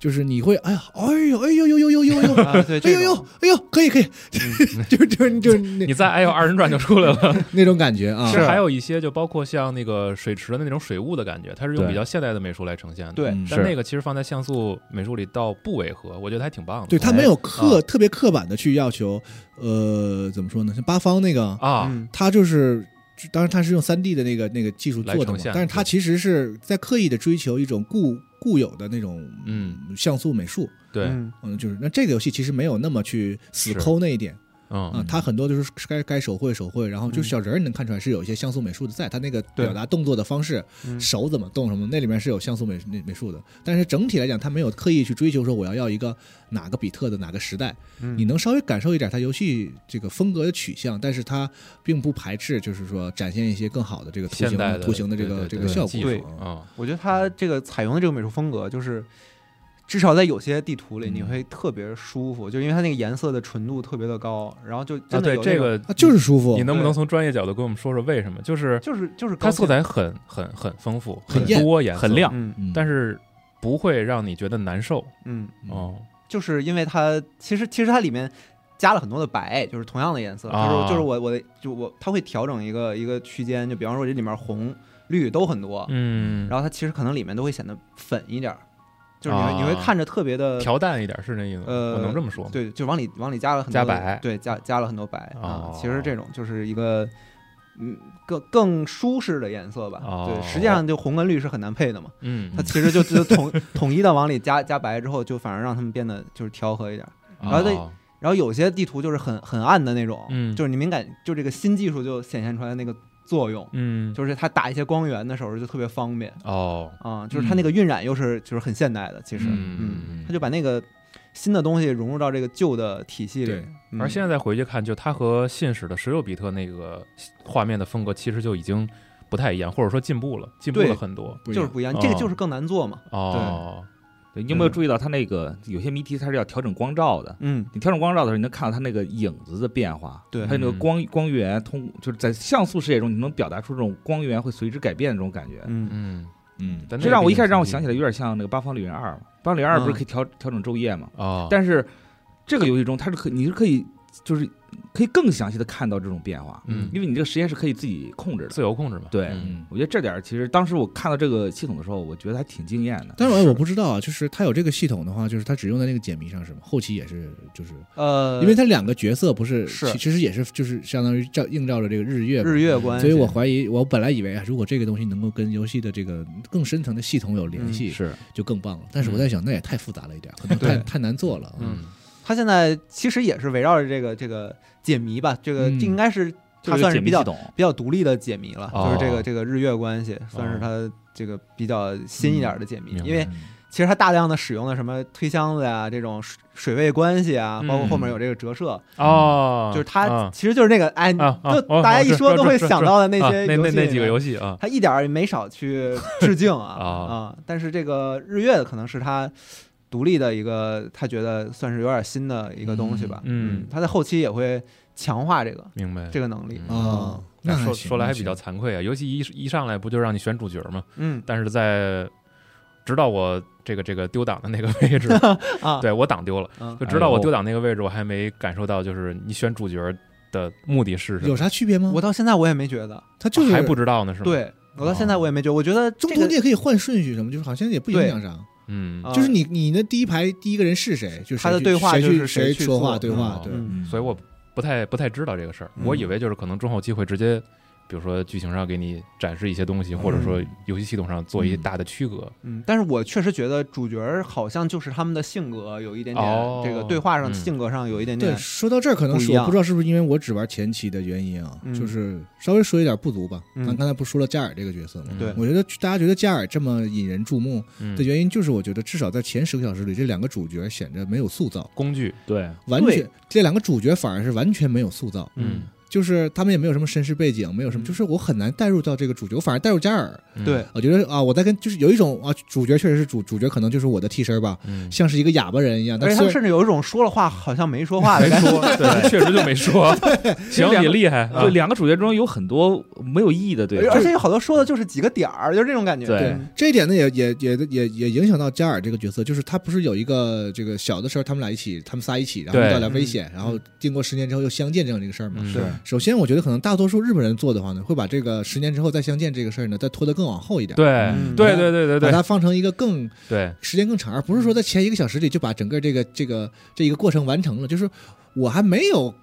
Speaker 3: 就是你会哎呀，哎呦哎呦呦呦呦呦呦，
Speaker 1: 啊， 对，
Speaker 3: 哎
Speaker 1: 这
Speaker 3: 呦呦
Speaker 1: 种
Speaker 3: 哎呦，可以可以， 就是就是就是
Speaker 2: 你
Speaker 3: 那
Speaker 2: 在哎呦二人转就出 来了。
Speaker 3: 那种感觉啊，
Speaker 2: 其实还有一些就包括像那个水池的那种水雾的感觉，它是用比较现代的美术来呈现的。
Speaker 1: 对
Speaker 3: 嗯
Speaker 2: 但那个其实放在像素美术里倒不违和，我觉得还挺棒的。
Speaker 3: 对他没有刻
Speaker 2: 啊
Speaker 3: 特别刻板的去要求，呃，怎么说呢？像八方那个
Speaker 2: 啊，
Speaker 1: 嗯
Speaker 3: 他就是，当然他是用三 D 的那个那个技术做
Speaker 2: 来
Speaker 3: 的
Speaker 2: 呈
Speaker 3: 嘛，
Speaker 2: 现
Speaker 3: 但是他其实是在刻意的追求一种固固有的那种
Speaker 2: 嗯，
Speaker 3: 像素美术，
Speaker 2: 对，
Speaker 1: 嗯
Speaker 3: 嗯，就是那这个游戏其实没有那么去死
Speaker 2: 是
Speaker 3: 抠那一点
Speaker 2: 嗯
Speaker 3: 啊，它很多就是该该手绘手绘，然后就
Speaker 1: 嗯
Speaker 3: 小人儿你能看出来是有一些像素美术的在，他那个
Speaker 1: 对
Speaker 3: 表达动作的方式，
Speaker 1: 嗯
Speaker 3: 手怎么动什么，那里面是有像素美美美术的，但是整体来讲，他没有刻意去追求说我要要一个哪个比特的哪个时代，
Speaker 1: 嗯
Speaker 3: 你能稍微感受一点它游戏这个风格的取向，但是它并不排斥，就是说展现一些更好的这个图
Speaker 2: 现代
Speaker 3: 形
Speaker 2: 的
Speaker 3: 图形的这
Speaker 2: 对
Speaker 3: 个
Speaker 2: 对
Speaker 3: 这
Speaker 2: 对
Speaker 3: 个效
Speaker 2: 技
Speaker 3: 果。
Speaker 1: 对
Speaker 2: 术啊，
Speaker 1: 我觉得他这个采用的这个美术风格，就是至少在有些地图里，
Speaker 3: 嗯
Speaker 1: 你会特别舒服，就因为它那个颜色的纯度特别的高，然后就
Speaker 2: 啊
Speaker 1: 真的
Speaker 2: 对
Speaker 1: 有那
Speaker 2: 这
Speaker 1: 种
Speaker 2: 个
Speaker 3: 啊，就是舒服
Speaker 2: 你，能不能
Speaker 1: 对
Speaker 2: 从专业角度跟我们说说为什么？就是
Speaker 1: 就是就是
Speaker 2: 它
Speaker 1: 高
Speaker 2: 色
Speaker 1: 兴，
Speaker 2: 彩很很很丰富，
Speaker 3: 很
Speaker 2: 很
Speaker 3: 艳
Speaker 2: 多颜色
Speaker 4: 很亮，
Speaker 1: 嗯
Speaker 3: 嗯
Speaker 2: 但是不会让你觉得难受
Speaker 1: 嗯，
Speaker 3: 嗯
Speaker 2: 哦。
Speaker 1: 就是因为它其实其实它里面。加了很多的白，就是同样的颜色，
Speaker 2: 啊
Speaker 1: 就是就是我我的就我，它会调整一个一个区间，就比方说这里面红绿都很多，
Speaker 2: 嗯，
Speaker 1: 然后它其实可能里面都会显得粉一点儿，就是你会、
Speaker 2: 啊
Speaker 1: 你会看着特别的
Speaker 2: 调淡一点是那意思吗，
Speaker 1: 呃
Speaker 2: 我能这么说吗？
Speaker 1: 对，就往里往里加了很多
Speaker 2: 加
Speaker 1: 的
Speaker 2: 白
Speaker 1: 对，加加了很多白啊、
Speaker 2: 哦
Speaker 1: 其实这种就是一个嗯更更舒适的颜色吧。
Speaker 2: 哦
Speaker 1: 对，实际上就红跟绿是很难配的嘛，
Speaker 2: 嗯，
Speaker 1: 它其实就就统统一的往里加加白之后，就反而让它们变得就是调和一点。然后再
Speaker 2: 哦
Speaker 1: 然后有些地图就是很很暗的那种，
Speaker 2: 嗯
Speaker 1: 就是你敏感，就这个新技术就显现出来那个作用，
Speaker 2: 嗯
Speaker 1: 就是它打一些光源的时候就特别方便
Speaker 2: 哦，
Speaker 1: 啊、就是它那个晕染又是就是很现代的，其实嗯
Speaker 2: 嗯，
Speaker 1: 它就把那个新的东西融入到这个旧的体系里
Speaker 3: 对。
Speaker 1: 嗯
Speaker 2: 而现在再回去看，就它和信使的十六比特那个画面的风格，其实就已经不太一样，或者说进步了，进步
Speaker 1: 对
Speaker 2: 了很多。
Speaker 3: 不一
Speaker 1: 就
Speaker 3: 样
Speaker 1: 是不一样，这个
Speaker 2: 哦
Speaker 1: 就是更难做嘛。
Speaker 2: 哦，
Speaker 4: 对你有没有
Speaker 1: 嗯
Speaker 4: 注意到它那个有些谜题它是要调整光照的？
Speaker 1: 嗯，
Speaker 4: 你调整光照的时候，你能看到它那个影子的变化，
Speaker 1: 对
Speaker 4: 还有那个
Speaker 2: 嗯
Speaker 4: 光光源通，就是在像素视野中，你能表达出这种光源会随之改变的这种感觉。
Speaker 1: 嗯
Speaker 2: 嗯，
Speaker 3: 嗯，
Speaker 2: 但那
Speaker 4: 这
Speaker 2: 个
Speaker 4: 让我一
Speaker 2: 毕竟
Speaker 4: 开始让我
Speaker 2: 是
Speaker 4: 想起来有点像那个《八方旅人二》嘛，《八方旅人二》不是
Speaker 1: 嗯
Speaker 4: 可以调调整昼夜嘛？
Speaker 2: 哦，
Speaker 4: 但是这个游戏中，它是可你是可以就是可以更详细的看到这种变化，
Speaker 2: 嗯
Speaker 4: 因为你这个时间是可以自己控制的。
Speaker 2: 自由控制嘛，
Speaker 4: 对
Speaker 2: 嗯
Speaker 3: 嗯，
Speaker 4: 我觉得这点儿其实当时我看到这个系统的时候，我觉得还挺惊艳的。
Speaker 3: 当然我不知道啊，就是它有这个系统的话，就是它只用在那个解谜上是吗？后期也是就是。
Speaker 1: 呃，
Speaker 3: 因为它两个角色不是，
Speaker 1: 是
Speaker 3: 其其实也是就是相当于照映照着这个日月嘛，
Speaker 1: 日月关
Speaker 3: 所
Speaker 1: 系，
Speaker 3: 以我怀疑，我本来以为啊，如果这个东西能够跟游戏的这个更深层的系统有
Speaker 2: 嗯
Speaker 3: 联系，
Speaker 4: 是
Speaker 3: 就更棒了。但是我在想，那也太复杂了一点，可能
Speaker 1: 对
Speaker 3: 太太难做了。啊
Speaker 2: 嗯
Speaker 1: 它现在其实也是围绕着这个这个解谜吧，这个
Speaker 3: 嗯
Speaker 1: 这应该是
Speaker 4: 这
Speaker 1: 它
Speaker 4: 个
Speaker 1: 算
Speaker 4: 解
Speaker 1: 是
Speaker 4: 谜
Speaker 1: 比较
Speaker 4: 系统，
Speaker 1: 比较独立的解谜了，就是这
Speaker 2: 哦
Speaker 1: 个这个日月关系算是它这个比较新一点的解谜
Speaker 2: 嗯，
Speaker 1: 因为其实它大量的使用了什么推箱子呀这种水水位关系啊，包括后面有这个折射，
Speaker 2: 哦，
Speaker 1: 就是它
Speaker 2: 啊
Speaker 1: 其实就是那个哎，
Speaker 2: 啊啊
Speaker 1: 就
Speaker 2: 哦
Speaker 1: 大家一
Speaker 2: 是
Speaker 1: 说
Speaker 2: 是
Speaker 1: 都会
Speaker 2: 是
Speaker 1: 想到的那
Speaker 2: 啊
Speaker 1: 些
Speaker 2: 那那那几个游
Speaker 1: 戏里面。
Speaker 2: 戏啊，
Speaker 1: 他一点儿也没少去致敬啊
Speaker 2: 啊
Speaker 1: 啊！但是这个日月可能是他独立的一个，他觉得算是有点新的一个东西吧。
Speaker 2: 嗯嗯
Speaker 1: 他在后期也会强化这个
Speaker 2: 明白
Speaker 1: 这。个能力
Speaker 2: 嗯
Speaker 3: 啊，那还
Speaker 2: 说
Speaker 3: 行
Speaker 2: 说来还
Speaker 3: 那
Speaker 2: 比较
Speaker 3: 行
Speaker 2: 惭愧啊，尤其一一上来不就让你选主角嘛，
Speaker 1: 嗯
Speaker 2: 但是在直到我这个这个丢档的那个 位置，
Speaker 1: 啊，
Speaker 2: 对我档丢了，
Speaker 1: 嗯
Speaker 2: 就直
Speaker 3: 哎
Speaker 2: 到我丢档那个位置，我还没感受到就是你选主角的目的是什么
Speaker 3: 有，啥区别吗？
Speaker 1: 嗯我到现在我也没觉得，
Speaker 3: 它就是
Speaker 2: 还不知道呢，是吗？，
Speaker 1: 对我到现在我也没觉得，我觉得
Speaker 3: 中
Speaker 1: 这
Speaker 3: 途
Speaker 1: 个
Speaker 3: 你也可以换顺序什么，就是好像也不影响啥。
Speaker 2: 嗯，
Speaker 1: 啊
Speaker 3: 就是你你那第一排第一个人是谁，就是
Speaker 1: 他的对话
Speaker 3: 谁
Speaker 1: 就是
Speaker 3: 去
Speaker 1: 谁去
Speaker 3: 说
Speaker 1: 做
Speaker 3: 话对话
Speaker 2: 嗯
Speaker 3: 对。
Speaker 1: 嗯
Speaker 2: 所以我不太不太知道这个事儿，
Speaker 1: 嗯
Speaker 2: 我以为就是可能中后期会直接，比如说剧情上给你展示一些东西，或者说游戏系统上做一大的区隔。
Speaker 1: 嗯，但是我确实觉得主角儿好像就是他们的性格有一点点，
Speaker 2: 哦
Speaker 1: 这个对话上、
Speaker 2: 嗯
Speaker 1: 性格上有一点
Speaker 3: 对
Speaker 1: 点，，
Speaker 3: 说到这儿，可能
Speaker 1: 不
Speaker 3: 是
Speaker 1: 一样
Speaker 3: 我不知道是不是因为我只玩前期的原因啊，
Speaker 1: 嗯
Speaker 3: 就是稍微说一点不足吧。
Speaker 1: 嗯
Speaker 3: 咱刚才不说了加尔这个角色吗？
Speaker 2: 嗯
Speaker 1: 对
Speaker 3: 我觉得大家觉得加尔这么引人注目
Speaker 2: 嗯
Speaker 3: 的原因，就是我觉得至少在前十个小时里，这两个主角显得没有塑造，
Speaker 2: 工具，
Speaker 4: 对，
Speaker 3: 完全这两个主角反而是完全没有塑造，
Speaker 2: 嗯，
Speaker 3: 就是他们也没有什么身世背景，没有什么，
Speaker 1: 嗯
Speaker 3: 就是我很难带入到这个主角，我反而带入加尔，
Speaker 2: 嗯
Speaker 1: 对，
Speaker 3: 我觉得啊，我在跟就是有一种啊，主角确实是主主角，可能就是我的替身吧，
Speaker 2: 嗯，
Speaker 3: 像是一个哑巴人一样，
Speaker 1: 而
Speaker 3: 但
Speaker 1: 且他
Speaker 3: 虽
Speaker 1: 们
Speaker 3: 然
Speaker 1: 甚至有一种说了话好像没说话的感觉。
Speaker 2: 对，确实就没说。行，你厉害啊
Speaker 4: 就！两个主角中有很多没有意义的对
Speaker 1: 而
Speaker 4: 话
Speaker 1: 哎而，且有好多说的就是几个点儿，就是这种感觉。
Speaker 4: 对
Speaker 3: 这一点呢，也也也也也影响到加尔这个角色，就是他不是有一个这个小的时候他们俩一起，他们仨一起，然后
Speaker 4: 对
Speaker 3: 遇到了危险，然后经过十年之后又相见这样的一个事儿嘛。
Speaker 2: 嗯
Speaker 1: 嗯是
Speaker 3: 首先，我觉得可能大多数日本人做的话呢，会把这个十年之后再相见这个事儿呢，再拖得更往后一点，
Speaker 2: 对
Speaker 1: 嗯
Speaker 2: 对对对对
Speaker 3: 把
Speaker 2: 对
Speaker 3: 它放成一个更
Speaker 2: 对，
Speaker 3: 时间更长，而不是说在前一个小时里就把整个这个这个这一个过程完成了，就是我还没有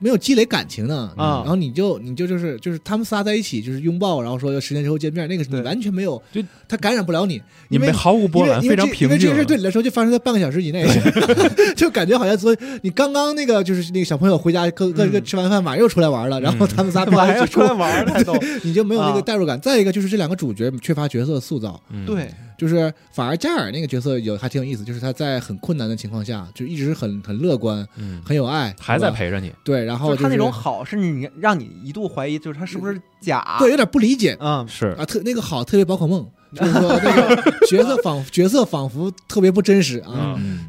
Speaker 3: 没有积累感情呢，
Speaker 1: 啊
Speaker 3: 然后你就你就就是就是他们仨在一起就是拥抱，然后说十年之后见面，那个是你
Speaker 1: 对
Speaker 3: 完全没有
Speaker 2: 就，
Speaker 3: 他感染不了你，
Speaker 2: 你
Speaker 3: 因为
Speaker 2: 们毫无波澜，
Speaker 3: 因为
Speaker 2: 非
Speaker 3: 因为这
Speaker 2: 常平
Speaker 3: 因为这
Speaker 2: 静
Speaker 3: 个事。儿对你来说就发生在半个小时以内， 就感觉好像昨你刚刚那个就是那个小朋友回家跟跟
Speaker 1: 嗯
Speaker 3: 跟吃完饭马上又出来玩
Speaker 2: 嗯
Speaker 3: 了，然后他们仨
Speaker 1: 干嘛
Speaker 3: 抱
Speaker 1: 还
Speaker 3: 在
Speaker 1: 要
Speaker 3: 一起
Speaker 1: 出
Speaker 3: 哭
Speaker 1: 来，玩儿？太逗。
Speaker 3: 你就没有那个
Speaker 1: 啊
Speaker 3: 代入感。再一个就是这两个主角缺乏角色塑造，
Speaker 2: 嗯，
Speaker 1: 对，
Speaker 3: 就是反而加尔那个角色有还挺有意思，就是他在很困难的情况下，就一直很很乐观，
Speaker 2: 嗯，
Speaker 3: 很有爱，
Speaker 2: 还在
Speaker 3: 是吧
Speaker 2: 陪着你。
Speaker 3: 对，然后
Speaker 1: 就是
Speaker 3: 就
Speaker 1: 他那
Speaker 3: 是嗯
Speaker 1: 种好，是你让你一度怀疑，就是他是不是假？
Speaker 3: 对有，点不理解
Speaker 1: 嗯，
Speaker 4: 是
Speaker 3: 啊，特那个好特别宝可梦，就是说那个角色仿 角色仿佛特别不真实
Speaker 2: 嗯
Speaker 3: 啊，
Speaker 4: 嗯，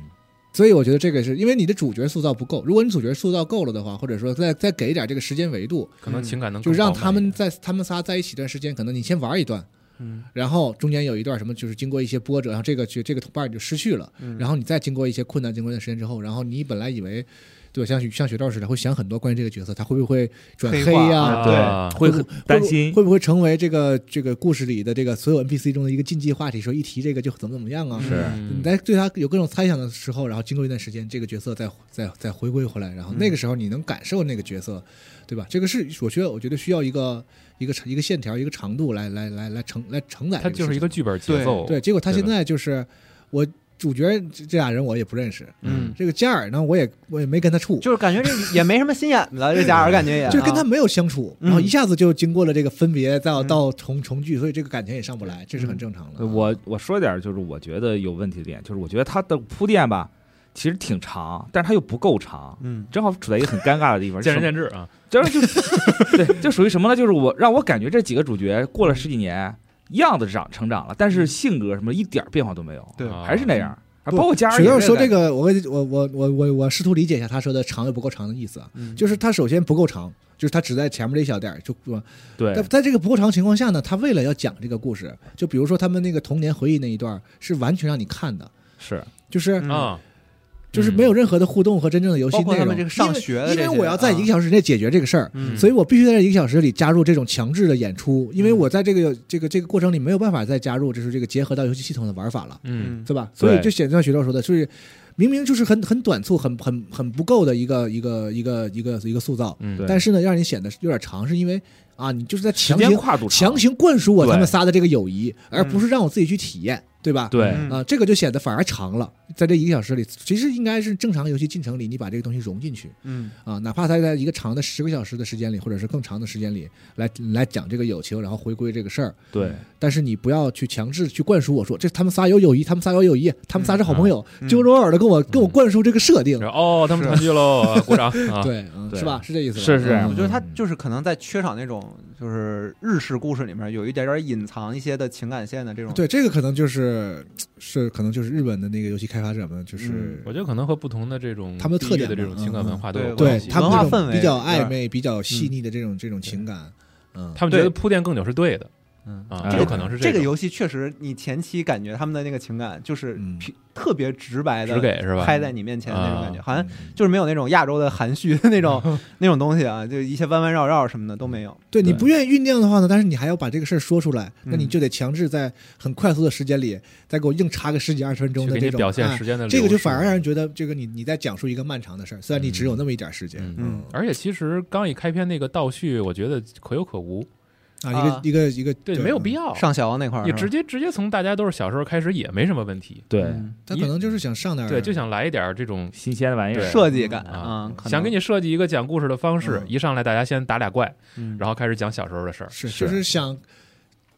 Speaker 3: 所以我觉得这个是因为你的主角塑造不够，如果你主角塑造够了的话，或者说再再给一点这个时间维度，
Speaker 2: 可能情感能
Speaker 3: 就
Speaker 2: 更
Speaker 3: 让
Speaker 2: 饱
Speaker 3: 他
Speaker 2: 满一
Speaker 3: 们
Speaker 2: 点
Speaker 3: 在他们仨在一起一段时间，可能你先玩一段，
Speaker 1: 嗯
Speaker 3: 然后中间有一段什么，就是经过一些波折，然后这个就这个同伴你就失去了，
Speaker 1: 嗯
Speaker 3: 然后你再经过一些困难、经过一段时间之后，然后你本来以为，对吧，像像雪道似的，会想很多关于这个角色，他会不会转
Speaker 1: 黑
Speaker 3: 黑
Speaker 1: 化
Speaker 3: 呀、
Speaker 1: 啊
Speaker 2: 啊
Speaker 4: 会
Speaker 3: 不
Speaker 4: 很担心，
Speaker 3: 会不会成为这个这个故事里的这个所有 NPC 中的一个禁忌话题？说一提这个就怎么怎么样啊？
Speaker 1: 是
Speaker 3: 你
Speaker 2: 嗯
Speaker 3: 在对他有各种猜想的时候，然后经过一段时间，这个角色再再再回归回来，然后
Speaker 1: 嗯
Speaker 3: 那个时候你能感受那个角色，对吧？这个是我觉得我觉得需要一个一个一个线条一个长度来来来来承来承载这
Speaker 2: 它
Speaker 3: 个事情。
Speaker 2: 就是一个剧本节奏。
Speaker 3: 对，结果他
Speaker 2: 对
Speaker 3: 现
Speaker 2: 吧
Speaker 3: 在就是我主角这这俩人我也不认识，
Speaker 1: 嗯，
Speaker 3: 这个加尔呢我也我也没跟他处，
Speaker 1: 就是感觉这也没什么心眼子，这家伙感觉也
Speaker 3: 就是跟他
Speaker 1: 啊
Speaker 3: 没有相处，
Speaker 1: 嗯
Speaker 3: 然后一下子就经过了这个分别，到
Speaker 1: 嗯
Speaker 3: 到重重聚，所以这个感情也上不来，这是很正常的。
Speaker 4: 呃我我说一点，就是我觉得有问题的点，就是我觉得它的铺垫吧，其实挺长，但是它又不够长，
Speaker 1: 嗯
Speaker 4: 正好处在一个很尴尬的地方。
Speaker 2: 见仁
Speaker 4: 就是
Speaker 2: 见智啊。
Speaker 4: 当然就是对，就属于什么呢？就是我让我感觉这几个主角过了十几年，样子长成长了，但是性格什么一点儿变化都没有，
Speaker 1: 对
Speaker 2: 啊
Speaker 4: 还是那样。啊
Speaker 3: 不
Speaker 4: 包括家人
Speaker 3: 雪
Speaker 4: 也
Speaker 3: 豆
Speaker 4: 是
Speaker 3: 说这
Speaker 4: 样
Speaker 3: 个，呃我跟我我我我我试图理解一下他说的长又不够长的意思啊，
Speaker 1: 嗯
Speaker 3: 就是他首先不够长，就是他只在前面这一小点儿就不。在
Speaker 4: 对
Speaker 3: 在这个不够长的情况下呢，他为了要讲这个故事，就比如说他们那个童年回忆那一段儿是完全让你看的，
Speaker 4: 是
Speaker 3: 就是
Speaker 1: 嗯
Speaker 2: 啊，
Speaker 3: 就是
Speaker 2: 嗯
Speaker 3: 没有任何的互动和真正的游戏
Speaker 1: 包
Speaker 3: 内
Speaker 1: 括
Speaker 3: 容。
Speaker 1: 他们这个上学的
Speaker 3: 因
Speaker 1: 这
Speaker 3: 为因为
Speaker 1: 些
Speaker 3: 我要在
Speaker 1: 啊
Speaker 3: 一个小时内解决这个事儿，
Speaker 1: 嗯
Speaker 3: 所以我必须在这一个小时里加入这种强制的演出，因为我在这个这个这个过程里没有办法再加入，就是这个结合到游戏系统的玩法了，
Speaker 2: 嗯，
Speaker 3: 对吧？
Speaker 4: 对
Speaker 3: 所以就显像学长说的，就是明明就是很很短促、很很很不够的一个一个一个一个一个塑造，
Speaker 2: 嗯，
Speaker 4: 对
Speaker 3: 但是呢，让你显得有点长，是因为啊，你就是在
Speaker 4: 时
Speaker 3: 强
Speaker 4: 间
Speaker 3: 行
Speaker 4: 跨度长
Speaker 3: 强行灌输我
Speaker 4: 对
Speaker 3: 他们仨的这个友谊，而不是让我自己去体验，对吧？
Speaker 4: 对
Speaker 1: 嗯
Speaker 3: 啊，这个就显得反而长了，在这一个小时里，其实应该是正常游戏进程里，你把这个东西融进去
Speaker 1: 嗯
Speaker 3: 啊，哪怕它在一个长的十个小时的时间里，或者是更长的时间里，来来讲这个友情，然后回归这个事儿。
Speaker 4: 对
Speaker 3: 但是你不要去强制去灌输我说，这他们仨有友谊，他们仨有友谊，他们仨是好朋友，
Speaker 1: 嗯
Speaker 3: 就罗尔的跟我跟我灌输这个设定，
Speaker 2: 然后哦，他们
Speaker 1: 是
Speaker 2: 团聚喽，啊鼓掌 啊！
Speaker 3: 对，嗯
Speaker 4: 对
Speaker 3: 是吧？是这意思吧？
Speaker 4: 是是
Speaker 3: 嗯
Speaker 1: 我觉得他就是可能在缺少那种就是日式故事里面有一点点隐藏一些的情感线的这种，
Speaker 3: 对，这个可能就是是可能就是日本的那个游戏开发者们，就是、
Speaker 1: 嗯
Speaker 2: 我觉得可能和不同的这种
Speaker 3: 他们的特
Speaker 2: 地域
Speaker 3: 点
Speaker 2: 的这
Speaker 3: 嘛
Speaker 2: 种情感
Speaker 3: 嗯
Speaker 2: 文化都
Speaker 1: 对
Speaker 2: 有
Speaker 1: 我
Speaker 3: 对
Speaker 2: 关系。
Speaker 3: 他们
Speaker 1: 文化
Speaker 3: 这种
Speaker 1: 氛围
Speaker 3: 比较
Speaker 1: 有
Speaker 3: 暧
Speaker 1: 点
Speaker 3: 昧、比较细腻的这种这种情感，嗯，
Speaker 2: 他们觉得铺垫更久是对的，
Speaker 1: 嗯
Speaker 2: 啊，
Speaker 4: 这
Speaker 2: 有
Speaker 4: 个
Speaker 2: 可能是
Speaker 1: 这个
Speaker 2: 种
Speaker 1: 游戏确实，你前期感觉他们的那个情感就是
Speaker 3: 嗯
Speaker 1: 平特别直白的
Speaker 2: 直给是吧？
Speaker 1: 拍在你面前的那种感觉，
Speaker 2: 啊
Speaker 1: 好像就是没有那种亚洲的含蓄的那种 那种东西啊，就一些弯弯绕绕什么的都没有。
Speaker 3: 对你
Speaker 2: 对
Speaker 3: 不愿意酝酿的话呢，但是你还要把这个事儿说出来，那你
Speaker 1: 嗯
Speaker 3: 就得强制在很快速的时间里，再给我硬插个十几二十分钟
Speaker 2: 去
Speaker 3: 的
Speaker 2: 给
Speaker 3: 这
Speaker 2: 你
Speaker 3: 种
Speaker 2: 表现
Speaker 3: 哎
Speaker 2: 时间的流逝、
Speaker 3: 这个就反而让人觉得这个你你在讲述一个漫长的事儿，虽然你只有那么一点儿时间，
Speaker 2: 嗯
Speaker 1: 嗯
Speaker 2: 而且其实刚一开篇那个倒叙，我觉得可有可无，
Speaker 3: 啊
Speaker 1: 啊，
Speaker 3: 一个一个一个
Speaker 2: 嗯对，没有必。要。
Speaker 1: 上小王那块儿
Speaker 2: 你
Speaker 1: 是吧
Speaker 2: 哦直接直接从大家都是小时候开始也没什么问题，
Speaker 4: 对，
Speaker 1: 嗯
Speaker 3: 他可能就是想上点儿
Speaker 2: 对，就想来一点儿这种，
Speaker 4: 新鲜的玩意儿
Speaker 2: 对，
Speaker 1: 设计感
Speaker 2: 啊
Speaker 1: 啊，可能
Speaker 2: 想给你设计一个讲故事的方式，
Speaker 3: 嗯
Speaker 2: 一上来大家先打俩怪，
Speaker 1: 嗯
Speaker 2: 然后开始讲小时候的事儿，
Speaker 3: 是
Speaker 4: 是
Speaker 3: 就是想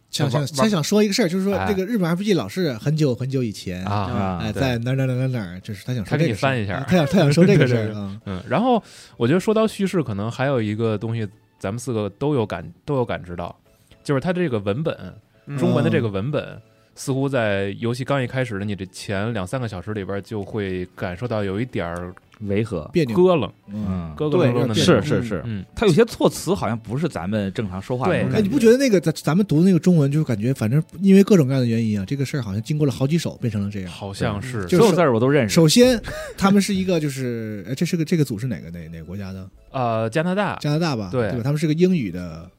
Speaker 3: 想
Speaker 2: 玩
Speaker 3: 想他想说一个事儿，就是说
Speaker 2: 哎
Speaker 3: 这个日本 RPG 老是很久很久以前
Speaker 2: 啊。
Speaker 4: 啊
Speaker 3: 哎，
Speaker 2: 对
Speaker 3: 在哪儿哪儿哪儿哪儿哪儿，就是他想
Speaker 2: 他
Speaker 3: 说
Speaker 2: 给
Speaker 3: 这
Speaker 2: 你
Speaker 3: 个事儿
Speaker 2: 翻一下
Speaker 3: 啊他想他想说这个
Speaker 2: 对
Speaker 3: 事
Speaker 2: 对
Speaker 3: 儿
Speaker 2: 对
Speaker 3: 啊，
Speaker 2: 嗯，然后我觉得说到叙事，可能还有一个东西，咱们四个都有感都有感知到，就是它这个文本，
Speaker 1: 嗯
Speaker 2: 中文的这个文本，似乎在游戏刚一开始的你这前两三个小时里边，就会感受到有一点儿
Speaker 4: 违和，
Speaker 3: 别扭，
Speaker 2: 咯楞，
Speaker 4: 嗯，
Speaker 2: 咯咯
Speaker 1: 对
Speaker 2: 楞楞的那种，
Speaker 4: 是是是，
Speaker 2: 嗯，
Speaker 4: 他有些措辞好像不是咱们正常说话的那种
Speaker 2: 对
Speaker 4: 感
Speaker 3: 哎，
Speaker 4: 觉，
Speaker 3: 你不觉得那个咱咱们读那个中文，就是感觉反正因为各种各样的原因啊，这个事儿好像经过了好几手，变成了这样。
Speaker 2: 好像是
Speaker 3: 就
Speaker 4: 所有字儿我都认识，
Speaker 3: 首先，他们是一个就是，哎，这是个这个组是哪个哪哪个国家的？
Speaker 2: 呃，加拿大
Speaker 3: 加拿大吧？
Speaker 2: 对
Speaker 3: 对吧？他们是个英语的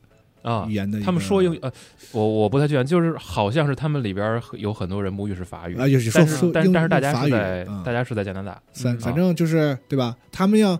Speaker 2: 啊
Speaker 3: 语，言的一个，
Speaker 2: 他们说英语，呃，我我不太确定，就是好像是他们里边有很多人母语是法语
Speaker 3: 啊，，也是说
Speaker 2: 但是
Speaker 3: 说
Speaker 2: 但
Speaker 3: 英
Speaker 2: 但是大
Speaker 3: 用
Speaker 2: 家
Speaker 3: 法
Speaker 2: 是
Speaker 3: 语
Speaker 2: 在啊
Speaker 3: 啊
Speaker 2: 大家是在加拿大，
Speaker 3: 反
Speaker 1: 嗯
Speaker 3: 反正就是对吧？他们要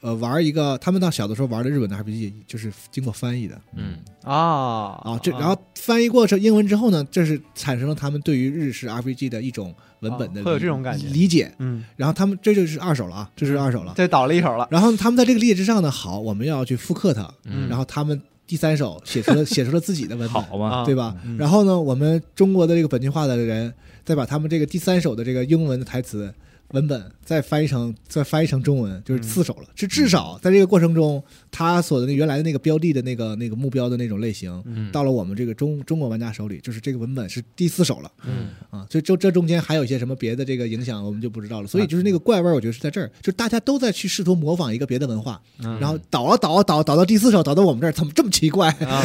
Speaker 3: 呃玩一个，他们到小的时候玩的日本的 RPG，就是经过翻译的
Speaker 2: 嗯
Speaker 1: 啊
Speaker 3: 啊。这然后翻译过这英文之后呢，这是产生了他们对于日式 RPG 的一种文本的
Speaker 1: 啊
Speaker 3: 理、
Speaker 1: 会有这种感觉
Speaker 3: 理解。
Speaker 1: 嗯，
Speaker 3: 然后他们这就是二手了啊，这是二手了。
Speaker 1: 这倒了一手了，
Speaker 3: 然后他们在这个理解之上呢，好，我们要去复刻它。
Speaker 2: 嗯，
Speaker 3: 然后他们第三手写出了 写出了自己的文本，
Speaker 4: 好嘛，
Speaker 1: 啊
Speaker 3: 对吧？
Speaker 1: 嗯
Speaker 3: 然后呢，我们中国的这个本地化的人，再把他们这个第三手的这个英文的台词文本再翻译成再翻译成中文，就是四手了。是至少在这个过程中，他所的那原来的那个标的的那个那个目标的那种类型，
Speaker 2: 嗯
Speaker 3: 到了我们这个中中国玩家手里，就是这个文本是第四手了
Speaker 2: 嗯
Speaker 3: 啊。所以这这中间还有一些什么别的这个影响，我们就不知道了。所以就是那个怪味儿，我觉得是在这儿，就是大家都在去试图模仿一个别的文化，
Speaker 1: 嗯
Speaker 3: 然后倒啊倒啊倒，倒到第四手，倒到我们这儿，怎么这么奇怪？
Speaker 1: 啊，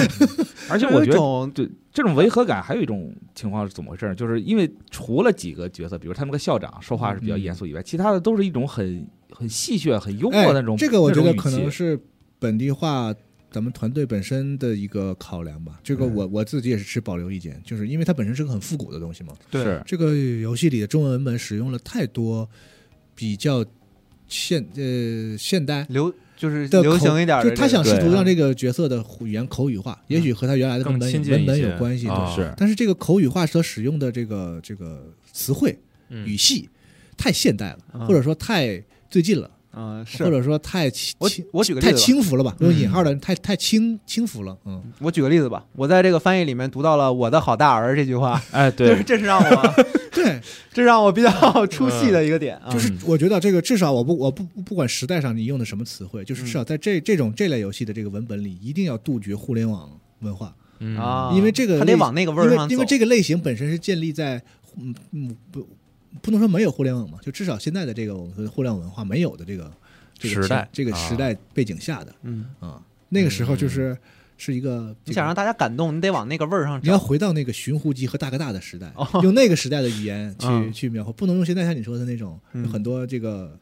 Speaker 4: 而且
Speaker 1: 有
Speaker 4: 我
Speaker 1: 一
Speaker 4: 觉得
Speaker 1: 种
Speaker 4: 对这种违和感，还有一种情况是怎么回事儿？就是因为除了几个角色，比如他们个校长说话是
Speaker 3: 嗯
Speaker 4: 比较严肃以外，其他的都是一种很很戏谑、很幽默
Speaker 3: 哎
Speaker 4: 的那种。
Speaker 3: 这个我觉
Speaker 4: 那
Speaker 3: 得
Speaker 4: 种语
Speaker 3: 可能
Speaker 4: 气
Speaker 3: 是本地化咱们团队本身的一个考量吧。这个
Speaker 4: 嗯
Speaker 3: 我、我自己也是持保留意见，就是因为它本身是个很复古的东西嘛。
Speaker 1: 对
Speaker 4: 是
Speaker 3: 这个游戏里的中文文本使用了太多比较现呃现代。
Speaker 1: 流就是
Speaker 3: 的口
Speaker 1: 流行一点
Speaker 3: 就
Speaker 1: 的这
Speaker 3: 是
Speaker 1: 种，
Speaker 3: 他想试图
Speaker 4: 对
Speaker 3: 让这个角色的语言口语化，也许和他原来的文
Speaker 2: 更亲
Speaker 3: 本
Speaker 2: 近一
Speaker 3: 文
Speaker 2: 些
Speaker 3: 本有关系，对
Speaker 2: 啊
Speaker 4: 是
Speaker 3: 但是这个口语化所使用的这个这个词汇语
Speaker 2: 嗯
Speaker 3: 系太现代了，
Speaker 1: 嗯
Speaker 3: 或者说太最近了，
Speaker 1: 嗯
Speaker 3: 或
Speaker 1: 是，
Speaker 3: 者说太轻
Speaker 1: 我
Speaker 3: 轻
Speaker 1: 我举个例
Speaker 3: 太
Speaker 1: 子吧，
Speaker 3: 轻浮了吧？
Speaker 2: 嗯
Speaker 3: 用引号的，太太轻轻浮了。嗯，
Speaker 1: 我举个例子吧，我在这个翻译里面读到了“我的好大儿”这句话，
Speaker 4: 哎，
Speaker 1: 这
Speaker 4: 对，
Speaker 1: 这是让我
Speaker 3: 对，
Speaker 1: 这让我比较
Speaker 2: 嗯
Speaker 1: 出戏的一个点啊，
Speaker 3: 就是我觉得这个至少我不我不不管时代上你用的什么词汇，
Speaker 2: 嗯
Speaker 3: 就是至少在这这种这类游戏的这个文本里，一定要杜绝互联网文化，
Speaker 2: 嗯
Speaker 1: 啊，
Speaker 3: 因为这个
Speaker 1: 他
Speaker 3: 类
Speaker 1: 得往那个味
Speaker 3: 因
Speaker 1: 儿
Speaker 3: 为
Speaker 1: 上走，嗯
Speaker 3: 因为这个类型本身是建立在嗯嗯不不能说没有互联网嘛，就至少现在的这个我们说的互联网文化没有的这个这个
Speaker 2: 时代
Speaker 3: 这个
Speaker 2: 啊
Speaker 3: 时代背景下的
Speaker 1: 嗯，
Speaker 3: 啊，那个时候就是是一个
Speaker 1: 你想让大家感动，你得往那个味儿上
Speaker 3: 你要
Speaker 1: 找，
Speaker 3: 回到那个寻呼机和大哥大的时代，
Speaker 1: 哦
Speaker 3: 用那个时代的语言 去、
Speaker 1: 嗯
Speaker 3: 去描绘，不能用现在像你说的那种、
Speaker 1: 嗯
Speaker 3: 有很多这个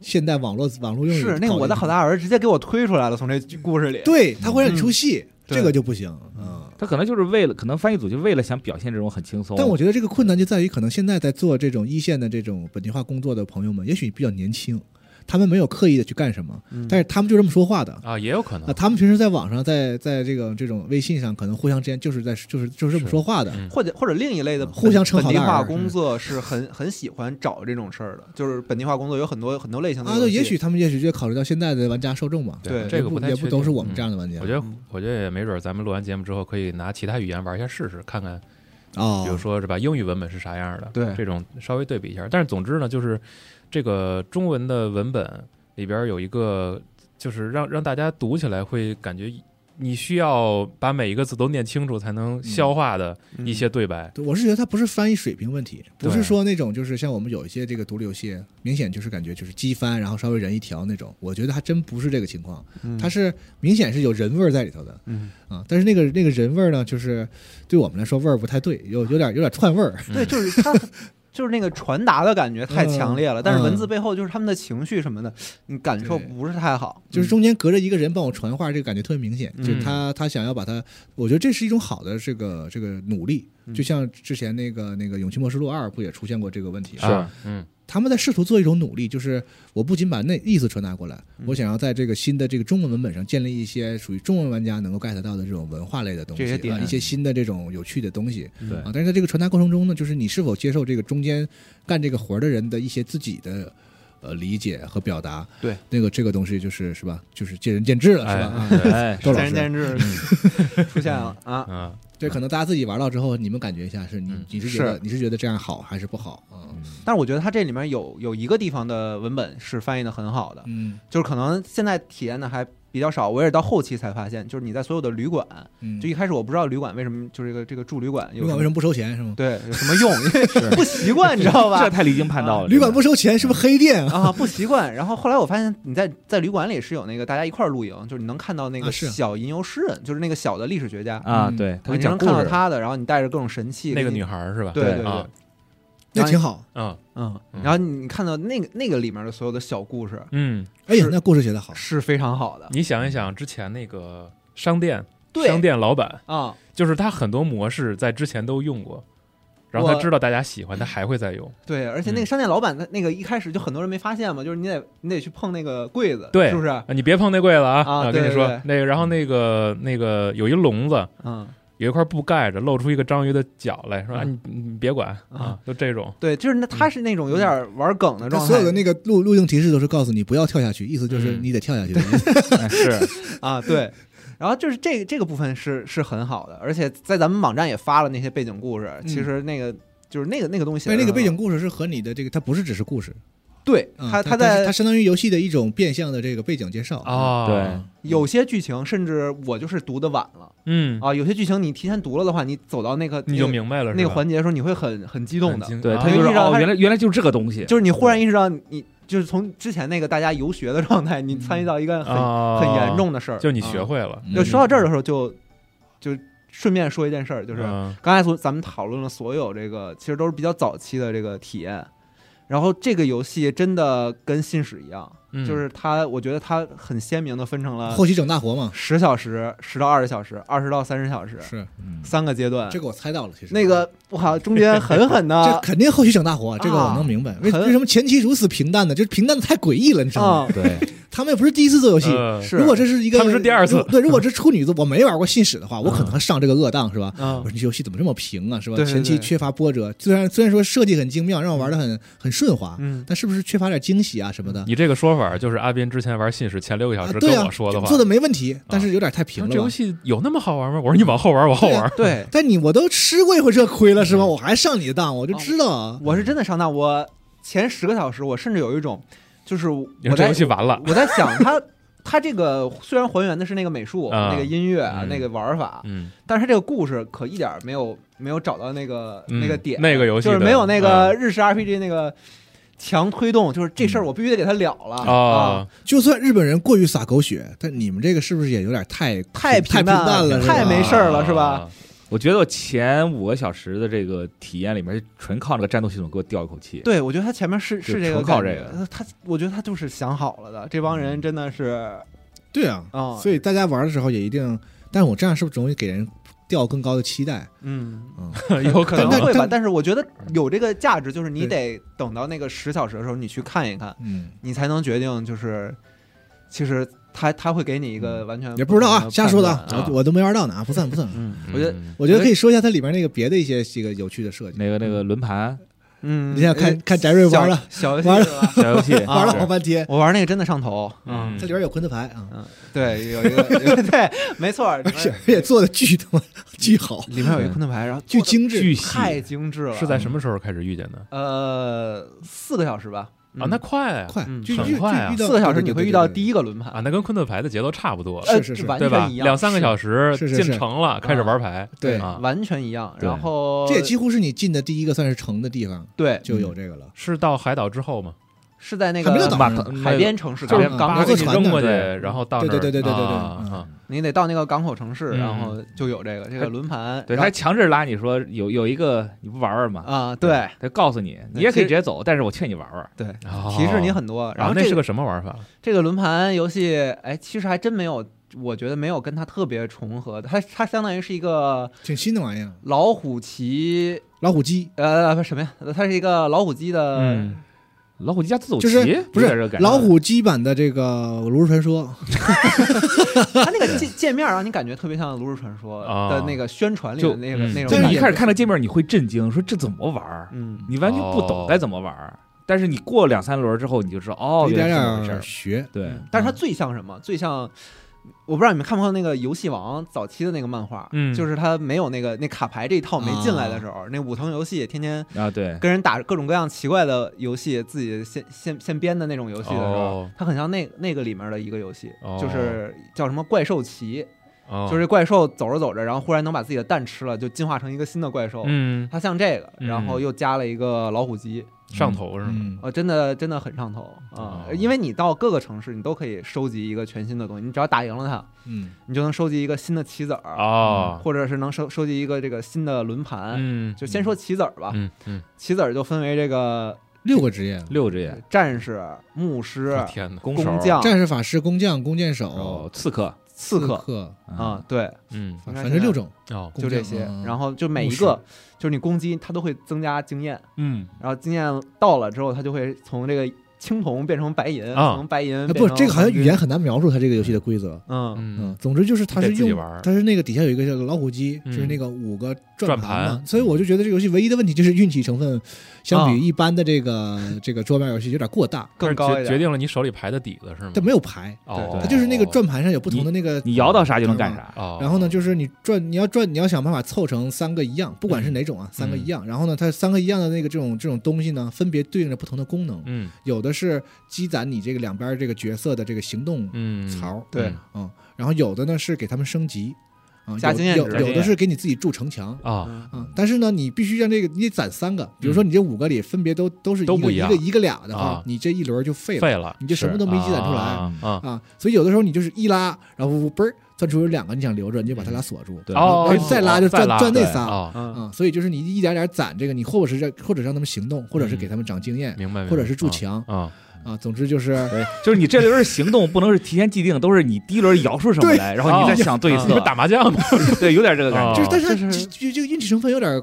Speaker 3: 现代网络网络用语
Speaker 1: 是那个我的好
Speaker 3: 大，
Speaker 1: 大儿直接给我推出来了，从这故事里，
Speaker 3: 对，它会让你出戏，
Speaker 1: 对嗯
Speaker 3: 这个就不行啊。
Speaker 4: 他可能就是为了，可能翻译组就为了想表现这种很轻松。
Speaker 3: 但我觉得这个困难就在于，可能现在在做这种一线的这种本地化工作的朋友们，也许比较年轻，他们没有刻意的去干什么，
Speaker 1: 嗯
Speaker 3: 但是他们就这么说话的。
Speaker 2: 啊，也有可
Speaker 3: 啊，
Speaker 2: 能，
Speaker 3: 他们平时在网上，在在这个这种微信上，可能互相之间就是在就是就是这么
Speaker 2: 是
Speaker 3: 说话的，
Speaker 2: 嗯
Speaker 1: 或者或者另一类的
Speaker 3: 互相称
Speaker 1: 本
Speaker 3: 好
Speaker 1: 地
Speaker 3: 大儿嗯
Speaker 1: 化工作是很很喜欢找这种事儿的，就是本地化工作有很多很多类型的
Speaker 3: 啊，
Speaker 1: 游
Speaker 3: 对，
Speaker 1: 戏
Speaker 3: 也许他们也许就考虑到现在的玩家受众嘛，
Speaker 1: 对
Speaker 3: 也
Speaker 2: 这个
Speaker 3: 不
Speaker 2: 太
Speaker 3: 也
Speaker 2: 确
Speaker 3: 不都是
Speaker 2: 定
Speaker 3: 我们
Speaker 2: 嗯
Speaker 3: 这样的玩家。
Speaker 2: 我觉得，我觉得也没准，咱们录完节目之后，可以拿其他语言玩一下试试，看看，
Speaker 3: 哦，
Speaker 2: 比如说是吧，英语文本是啥样的，
Speaker 1: 对
Speaker 2: 这种稍微对比一下。但是总之呢，就是这个中文的文本里边有一个，就是让让大家读起来会感觉你需要把每一个字都念清楚才能消化的
Speaker 1: 嗯
Speaker 2: 一些对白。
Speaker 3: 对我是觉得它不是翻译水平问题，不是
Speaker 2: 对
Speaker 3: 说那种就是像我们有一些这个独立游戏，明显就是感觉就是机翻，然后稍微人一调那种。我觉得还真不是这个情况，
Speaker 1: 嗯
Speaker 3: 它是明显是有人味儿在里头的
Speaker 1: 嗯，
Speaker 3: 啊。但是那个那个人味儿呢，就是对我们来说味儿不太对，有有点有点串味儿。
Speaker 2: 嗯
Speaker 1: 对，就是 他就是那个传达的感觉太强
Speaker 3: 嗯
Speaker 1: 烈了，但是文字背后就是他们的情绪什么的，你感受
Speaker 3: 对
Speaker 1: 不是太好，
Speaker 3: 就是中间隔着一个人帮我传话，这个感觉特别明显。
Speaker 1: 嗯
Speaker 3: 就是他他想要把他，我觉得这是一种好的这个这个努力。
Speaker 1: 嗯
Speaker 3: 就像之前那个那个《勇气末世录二》不也出现过这个问题？
Speaker 4: 是
Speaker 2: 啊嗯
Speaker 3: 他们在试图做一种努力，就是我不仅把那意思传达过来，
Speaker 1: 嗯
Speaker 3: 我想要在这个新的这个中文文本上建立一些属于中文玩家能够 get 到的这种文化类的东西
Speaker 1: 这些点
Speaker 3: 啊，一些新的这种有趣的东西
Speaker 1: 嗯
Speaker 4: 对
Speaker 3: 啊。但是在这个传达过程中呢，就是你是否接受这个中间干这个活儿的人的一些自己的。呃，理解和表达，
Speaker 1: 对
Speaker 3: 那个这个东西就是是吧，就是见仁见智了，
Speaker 2: 哎
Speaker 3: 是吧？啊
Speaker 4: 哎，
Speaker 3: 窦老
Speaker 1: 见仁见
Speaker 3: 师，
Speaker 1: 智
Speaker 4: 嗯
Speaker 1: 出现了啊，
Speaker 2: 啊，
Speaker 3: 对，可能大家自己玩到之后，你们感觉一下，是你
Speaker 2: 嗯
Speaker 3: 你是觉得
Speaker 1: 是嗯
Speaker 3: 你是觉得这样好还是不好啊？
Speaker 1: 但是我觉得他这里面有有一个地方的文本是翻译的很好的，
Speaker 3: 嗯
Speaker 1: 就是可能现在体验的还比较少，我也是到后期才发现，就是你在所有的旅馆，
Speaker 3: 嗯，
Speaker 1: 就一开始我不知道旅馆为什么就是这个这个住旅馆有
Speaker 3: 旅馆为什么不收钱是吗？
Speaker 1: 对有什么 用，因为不习惯，你知道吧
Speaker 4: 这？太离经叛道了。
Speaker 3: 啊旅馆
Speaker 4: 真的
Speaker 3: 不收钱是不是黑店啊？
Speaker 1: 啊，不习惯。然后后来我发现你在在旅馆里是有那个大家一块儿露营，就是你能看到那
Speaker 3: 啊
Speaker 1: 个
Speaker 3: 是
Speaker 1: 小吟游诗人，就是那个小的历史学家，
Speaker 4: 啊，
Speaker 3: 嗯
Speaker 4: 对，
Speaker 1: 啊
Speaker 4: 他会
Speaker 1: 你
Speaker 4: 讲
Speaker 1: 能
Speaker 4: 故
Speaker 1: 看到
Speaker 4: 事，
Speaker 1: 他的，然后你带着各种神器，
Speaker 2: 那个
Speaker 1: 给你
Speaker 2: 女孩儿是吧？
Speaker 1: 对对对，
Speaker 2: 啊
Speaker 3: 那挺好。
Speaker 2: 嗯
Speaker 1: 嗯，
Speaker 2: 嗯
Speaker 1: 然后你看到那个那个里面的所有的小故事
Speaker 2: 嗯，
Speaker 3: 哎呀
Speaker 1: 是，
Speaker 3: 那故事写得好，
Speaker 1: 是非常好的，
Speaker 2: 你想一想之前那个商店，
Speaker 1: 对
Speaker 2: 商店老板，
Speaker 1: 啊，
Speaker 2: 就是他很多模式在之前都用过，然后他
Speaker 1: 我
Speaker 2: 知道大家喜欢，他还会再用。
Speaker 1: 对，而且
Speaker 3: 嗯
Speaker 1: 那个商店老板他那个一开始就很多人没发现嘛，就是你得你得去碰那个柜子，
Speaker 2: 对
Speaker 1: 是不是？
Speaker 2: 啊，你别碰那柜子啊！
Speaker 1: 啊
Speaker 2: 跟
Speaker 1: 对
Speaker 2: 你说
Speaker 1: 对对
Speaker 2: 那个，然后那个那个有一笼子，
Speaker 1: 嗯，
Speaker 2: 有一块布盖着，露出一个章鱼的脚来，说啊，你
Speaker 1: 嗯
Speaker 2: 你别管啊
Speaker 1: 啊，
Speaker 2: 就这种。
Speaker 1: 对，就是那他是那种有点玩梗的
Speaker 3: 但
Speaker 1: 状态，
Speaker 3: 所嗯有的那个路路径提示都是告诉你不要跳下去，意思就是
Speaker 2: 嗯
Speaker 3: 你得跳下去的意思。
Speaker 4: 哎是
Speaker 1: 啊，对。然后就是这个这个部分是是很好的，而且在咱们网站也发了那些背景故事。其实那个就是那个那个东西写
Speaker 3: 但
Speaker 1: 得很好，
Speaker 3: 是嗯哎那个背景故事是和你的这个，它不是只是故事，
Speaker 1: 对
Speaker 3: 啊
Speaker 1: 它
Speaker 3: 它
Speaker 1: 在
Speaker 3: 它相当于游戏的一种变相的这个背景介绍。
Speaker 2: 哦，
Speaker 4: 对，
Speaker 1: 有些剧情，甚至我就是读的晚了
Speaker 2: 嗯，
Speaker 1: 啊，有些剧情你提前读了的话，你走到那个
Speaker 2: 你就
Speaker 1: 那个
Speaker 2: 明白了，
Speaker 1: 那
Speaker 2: 是
Speaker 1: 个
Speaker 2: 吧
Speaker 1: 环节的时候，你会很很激动的，
Speaker 2: 很惊
Speaker 4: 对
Speaker 2: 啊
Speaker 4: 他就是
Speaker 1: 因为让
Speaker 4: 哦，
Speaker 1: 他
Speaker 4: 原来原来就是这个东西，
Speaker 1: 就是你忽然意识到你就是从之前那个大家游学的状态，你参与到一个很、
Speaker 2: 啊
Speaker 1: 很严，重的事儿，
Speaker 2: 就你学
Speaker 1: 啊
Speaker 2: 会了，
Speaker 3: 嗯
Speaker 1: 就说到这儿的时候就，就顺便说一件事儿，就是、
Speaker 2: 嗯
Speaker 1: 刚才所咱们讨论了所有这个，其实都是比较早期的这个体验。然后这个游戏真的跟信使一样，
Speaker 2: 嗯
Speaker 1: 就是它，我觉得它很鲜明的分成了
Speaker 3: 后期整大活嘛，
Speaker 1: 十小时、十到二十小时、二十到三十小时
Speaker 3: 是
Speaker 4: 嗯
Speaker 1: 三个阶段
Speaker 3: 这。个我猜到了，其实
Speaker 1: 那个我靠，中间狠狠的
Speaker 2: 啊
Speaker 3: 这肯定后期整大活，这个我
Speaker 1: 啊
Speaker 3: 能明白。为
Speaker 1: 很
Speaker 3: 为什么前期如此平淡呢？就是平淡的太诡异了，你知道吗？
Speaker 1: 啊，
Speaker 4: 对，
Speaker 3: 他们又不是第一次做游戏。
Speaker 2: 哦呃
Speaker 1: 是
Speaker 3: 如果这是一个，
Speaker 2: 他们是第二次
Speaker 3: 如对，如果是处女座，我没玩过信使的话，我可
Speaker 2: 嗯
Speaker 3: 能会上这个恶当是吧？
Speaker 1: 嗯
Speaker 3: 我，说这游戏怎么这么平啊，是吧？
Speaker 1: 对对
Speaker 3: 前期
Speaker 1: 对
Speaker 3: 缺乏波折，虽然虽然说设计很精妙，让我玩的很很顺滑，
Speaker 1: 嗯
Speaker 3: 但是不是缺乏点惊喜啊什么的？
Speaker 2: 你这个说法，就是阿斌之前玩信使前六个小
Speaker 3: 啊，
Speaker 2: 时
Speaker 3: 对
Speaker 2: 跟
Speaker 3: 呀，
Speaker 2: 我说的话，
Speaker 3: 做的没问题，但是有点太平
Speaker 2: 他说
Speaker 1: 啊
Speaker 3: 了
Speaker 2: 这游
Speaker 3: 吧。
Speaker 2: 戏有那么好玩吗？我说你往后玩，往后玩。
Speaker 1: 对，啊
Speaker 3: 但你我都吃过一回这亏了是
Speaker 1: 嗯
Speaker 3: 吧？我还上你的当，
Speaker 1: 哦
Speaker 3: 我就知道啊。
Speaker 1: 我是真的上当。我前十个小时，我甚至有一种，就是
Speaker 2: 你说
Speaker 1: 我
Speaker 2: 这
Speaker 1: 在
Speaker 2: 游戏完了，
Speaker 1: 我在想它，它这个虽然还原的是那个美术、
Speaker 2: 啊
Speaker 1: 那个音乐、
Speaker 2: 嗯
Speaker 1: 那个玩法，
Speaker 2: 嗯，
Speaker 1: 但是这个故事可一点儿没有没有找到那个、
Speaker 2: 嗯
Speaker 1: 那个点，
Speaker 2: 那个游戏
Speaker 1: 就是
Speaker 2: 的嗯
Speaker 1: 没有那个日式 RPG 那个强推动，就是这事儿我必须得给他了了、啊，
Speaker 2: 啊，
Speaker 3: 就算日本人过于撒狗血，但你们这个是不是也有点太
Speaker 1: 太
Speaker 3: 太
Speaker 1: 平淡了
Speaker 3: 了，是吧啊
Speaker 1: 太没事儿了是吧？
Speaker 4: 我觉得我前五个小时的这个体验里面，纯靠那个战斗系统给我吊一口气。
Speaker 1: 对，我觉得他前面是是这个
Speaker 4: 纯靠
Speaker 1: 感觉
Speaker 4: 这个
Speaker 1: 他我觉得他就是想好了的，这帮
Speaker 2: 嗯
Speaker 1: 人真的是
Speaker 3: 对啊，
Speaker 1: 哦
Speaker 3: 所以大家玩的时候也一定，但是我这样是不是容易给人掉更高的期待？
Speaker 1: 嗯。
Speaker 2: 有
Speaker 1: 可
Speaker 2: 可
Speaker 1: 能
Speaker 2: 能
Speaker 3: 但
Speaker 1: 会吧
Speaker 3: 但，
Speaker 1: 但是我觉得有这个价值，就是你得等到那个十小时的时候，你去看一看，
Speaker 3: 嗯，
Speaker 1: 你才能决定，就是其实他他会给你一个完全
Speaker 3: 也不知道啊，
Speaker 1: 同的
Speaker 3: 瞎说的啊
Speaker 1: 判，断啊
Speaker 3: 我我都没玩到呢啊，不算不算。
Speaker 1: 嗯
Speaker 2: 嗯
Speaker 1: 我觉得
Speaker 3: 我觉得可以说一下它里边那个别的一些这个有趣的设计。
Speaker 4: 那个那个轮盘
Speaker 1: 嗯，
Speaker 3: 你想看
Speaker 1: 呃
Speaker 3: 看翟瑞玩了，
Speaker 1: 小小
Speaker 3: 玩
Speaker 1: 游戏了，
Speaker 4: 小游戏，
Speaker 1: 啊
Speaker 3: 玩了
Speaker 4: 是
Speaker 3: 好半天，
Speaker 1: 我玩那个真的上头，嗯
Speaker 2: 嗯
Speaker 3: 它里边有昆特牌啊，
Speaker 1: 嗯，对，有一个 有对，没 错，里
Speaker 3: 而且
Speaker 1: 面
Speaker 3: 而且做的巨他妈巨好，
Speaker 1: 里面有一昆特牌，然后
Speaker 3: 巨
Speaker 1: 做得
Speaker 3: 精致。
Speaker 4: 巨细，
Speaker 1: 太精致了，
Speaker 2: 是在什么时候开始遇见的？
Speaker 1: 呃四个小时吧，
Speaker 2: 啊，那快啊
Speaker 3: 快
Speaker 1: 嗯，
Speaker 3: 就
Speaker 2: 很
Speaker 3: 遇
Speaker 2: 快啊
Speaker 3: 就遇到
Speaker 1: 四个小时你会遇到第
Speaker 3: 一，
Speaker 1: 一个轮盘
Speaker 2: 啊，，那跟昆特牌的节奏差不多，
Speaker 3: 是是
Speaker 1: 呃
Speaker 3: 是
Speaker 1: 完
Speaker 2: 对吧
Speaker 1: 全一？样，
Speaker 2: 两三个小时
Speaker 3: 是是是
Speaker 2: 进城了，开始玩牌，
Speaker 3: 对
Speaker 2: 啊，
Speaker 1: 完全一样。
Speaker 4: 对
Speaker 1: 然后
Speaker 3: 这也几乎是你进的第一个算是城的地方
Speaker 1: 对
Speaker 3: 就有这个了。
Speaker 2: 是到海岛之后吗？
Speaker 1: 是在那
Speaker 3: 还没有
Speaker 1: 个
Speaker 3: 岛
Speaker 4: 马
Speaker 3: 上
Speaker 4: 克
Speaker 1: 海边城市，
Speaker 4: 就是
Speaker 1: 港港
Speaker 3: 八
Speaker 1: 口
Speaker 2: 把
Speaker 3: 个
Speaker 1: 城
Speaker 2: 给你
Speaker 1: 市
Speaker 3: 船
Speaker 2: 扔过去，
Speaker 3: 对
Speaker 2: 然后到
Speaker 3: 对
Speaker 2: 那儿
Speaker 3: 对对对对对对
Speaker 2: 啊
Speaker 3: 嗯
Speaker 2: 啊
Speaker 1: 你得到那个港口城市，
Speaker 2: 嗯
Speaker 1: 然后就有这个这个轮盘。
Speaker 4: 对
Speaker 1: 然
Speaker 4: 他
Speaker 1: 后
Speaker 4: 强制拉你说有有一个你不玩玩吗？
Speaker 1: 啊，对
Speaker 4: 他告诉你，你也可以直接走，但是我劝你玩玩。
Speaker 1: 对，
Speaker 2: 哦
Speaker 1: 提示你很多。然
Speaker 2: 啊
Speaker 1: 后
Speaker 2: 那
Speaker 1: 这
Speaker 2: 是个什么玩法？
Speaker 1: 这个轮盘游戏，哎，其实还真没有，我觉得没有跟它特别重合的。它它相当于是一个
Speaker 3: 挺新的玩意儿，
Speaker 1: 老虎棋，
Speaker 3: 老虎机
Speaker 1: 呃，不是什么呀？它是一个老虎机的，
Speaker 2: 嗯，
Speaker 4: 老虎机加自走棋，
Speaker 3: 就是不
Speaker 4: 有点这个
Speaker 3: 是
Speaker 4: 感觉
Speaker 3: 老虎机版的这个《炉石传说》，
Speaker 1: 它那个界界面让你感觉特别像《炉石传说
Speaker 2: 啊》
Speaker 1: 的那个宣传里
Speaker 4: 就
Speaker 1: 的那个
Speaker 2: 嗯
Speaker 1: 那种感
Speaker 4: 就是
Speaker 1: 觉。
Speaker 4: 你一开始看到界面，你会震惊，说这怎么玩儿？
Speaker 1: 嗯，
Speaker 4: 你完全不懂该怎么玩儿。但是你过两三轮之后，你就知道哦，
Speaker 3: 一
Speaker 4: 原
Speaker 3: 点
Speaker 4: 来是这么回事
Speaker 3: 点
Speaker 4: 儿。
Speaker 3: 学，
Speaker 2: 嗯
Speaker 4: 对，
Speaker 1: 嗯但是它最像什么？最像。我不知道你们看没看过那个《游戏王》早期的那个漫画，
Speaker 2: 嗯啊
Speaker 1: 就是它没有那个那卡牌这一套没进来的时候，那武藤游戏天天
Speaker 4: 啊，对，
Speaker 1: 跟人打各种各样奇怪的游戏，自己现现现编的那种游戏的时候，
Speaker 2: 哦
Speaker 1: 它很像那那个里面的一个游戏，
Speaker 2: 哦
Speaker 1: 就是叫什么怪兽棋，
Speaker 2: 哦
Speaker 1: 就是怪兽走着走着，然后忽然能把自己的蛋吃了，就进化成一个新的怪兽。
Speaker 2: 嗯，
Speaker 1: 它像这个，
Speaker 2: 嗯
Speaker 1: 然后又加了一个老虎机，
Speaker 2: 上头是吗？
Speaker 3: 嗯，
Speaker 1: 呃，真的真的很上头啊！
Speaker 2: 哦
Speaker 1: 因为你到各个城市，你都可以收集一个全新的东西，你只要打赢了它，
Speaker 3: 嗯，
Speaker 1: 你就能收集一个新的棋子儿，
Speaker 2: 哦，
Speaker 1: 或者是能收收集一个这个新的轮盘。
Speaker 2: 嗯
Speaker 1: 就先说棋子儿吧，
Speaker 2: 嗯嗯，
Speaker 1: 棋子儿就分为这个
Speaker 3: 六个职业，
Speaker 4: 六只眼，
Speaker 1: 战士、牧师、
Speaker 3: 哦
Speaker 2: 我天哪，
Speaker 4: 弓手
Speaker 1: 工、匠、
Speaker 3: 战士、法师、工匠、弓箭
Speaker 4: 哦
Speaker 3: 手、，
Speaker 4: 刺客
Speaker 1: 刺
Speaker 3: 客
Speaker 1: 客啊，，对，
Speaker 2: 嗯
Speaker 1: 应
Speaker 3: 反
Speaker 1: 该
Speaker 3: 反
Speaker 1: 是
Speaker 3: 正六种，嗯
Speaker 2: 哦
Speaker 1: 就这些。然
Speaker 3: 后
Speaker 1: 后就每一
Speaker 3: 牧
Speaker 1: 个，就是你攻击它都会增加经验，
Speaker 2: 嗯
Speaker 1: 然后经验到了之后，它就会从这个青铜变成白银，
Speaker 2: 啊
Speaker 1: 从白银
Speaker 3: 哎不
Speaker 1: 变
Speaker 3: 是
Speaker 1: 成
Speaker 3: 这个好像
Speaker 1: 黄金
Speaker 3: 语言，很难描述它这个游戏的规则。
Speaker 1: 嗯
Speaker 2: 嗯，
Speaker 3: 总之就是它
Speaker 2: 得
Speaker 3: 是
Speaker 2: 自己
Speaker 3: 用
Speaker 2: 玩儿，
Speaker 3: 它是那个底下有一个叫老虎机，
Speaker 2: 嗯
Speaker 3: 就是那个五个
Speaker 2: 转
Speaker 3: 盘嘛
Speaker 2: 盘，
Speaker 3: 所以我就觉得这个游戏唯一的问题就是运气成分，相
Speaker 1: 啊
Speaker 3: 比一般的这个这个桌面游戏有点过大，
Speaker 1: 更高
Speaker 2: 但是
Speaker 1: 一
Speaker 2: 决决
Speaker 1: 点。
Speaker 2: 定了你手里牌的底子是吗？
Speaker 3: 它没有牌，
Speaker 2: 哦，
Speaker 4: 对
Speaker 3: 它就是那个转盘上有不同的那个
Speaker 4: 你摇到啥就能干啥。
Speaker 2: 哦，
Speaker 3: 然后呢，就是你转，你要转，你要想办法凑成三个一样，
Speaker 1: 嗯
Speaker 3: 不管是哪种啊，三个一样。然后呢，它三个一样的那个这种这种东西呢，分别对应着不同的功能，
Speaker 2: 嗯
Speaker 3: 有的是积攒你这个两边这个角色的这个行动
Speaker 2: 嗯
Speaker 3: 槽，
Speaker 1: 对
Speaker 3: 嗯，然后有的呢是给他们升级，啊，
Speaker 1: 加
Speaker 3: 有
Speaker 1: 经验
Speaker 3: 有
Speaker 1: 值
Speaker 3: 有的是给你自己筑城墙。
Speaker 2: 啊
Speaker 1: 嗯
Speaker 3: 啊，但是呢，你必须让这个你得攒三个，比如说你这五个里分别都都是一
Speaker 2: 嗯都不
Speaker 3: 个
Speaker 2: 一
Speaker 3: 一
Speaker 2: 样
Speaker 3: 个一个俩的话
Speaker 2: 啊，
Speaker 3: 你这一轮就嗯废了，
Speaker 2: 废了，
Speaker 3: 你就什么都没积攒出来。
Speaker 2: 啊啊
Speaker 3: 啊，所以有的时候你就是一拉，然后嘣儿钻出有两个，你想留着，你就把它俩锁住，
Speaker 4: 对
Speaker 3: 然后
Speaker 2: 哦
Speaker 3: 然后哎再拉就
Speaker 2: 再
Speaker 3: 转
Speaker 2: 拉
Speaker 3: 转那
Speaker 2: 对
Speaker 3: 仨啊、
Speaker 2: 啊，
Speaker 1: 嗯，
Speaker 3: 所以就是你一点点攒这个，你或者是让或者让他们行动，或者是给他们长经验，
Speaker 2: 嗯明白，明白
Speaker 3: 或者是筑墙
Speaker 2: 啊，哎
Speaker 3: 啊，总之就是
Speaker 4: 对，就是你这轮儿行动不能是提前既定，都是你第一轮摇出什么来，然后你再想对
Speaker 3: 哦
Speaker 2: 你
Speaker 4: 策
Speaker 2: 们。打麻将吗？
Speaker 4: 对，有点这个感
Speaker 2: 啊
Speaker 3: 就
Speaker 4: 觉。
Speaker 3: 是，但是它
Speaker 1: 这是
Speaker 3: 这这个运气成分有点儿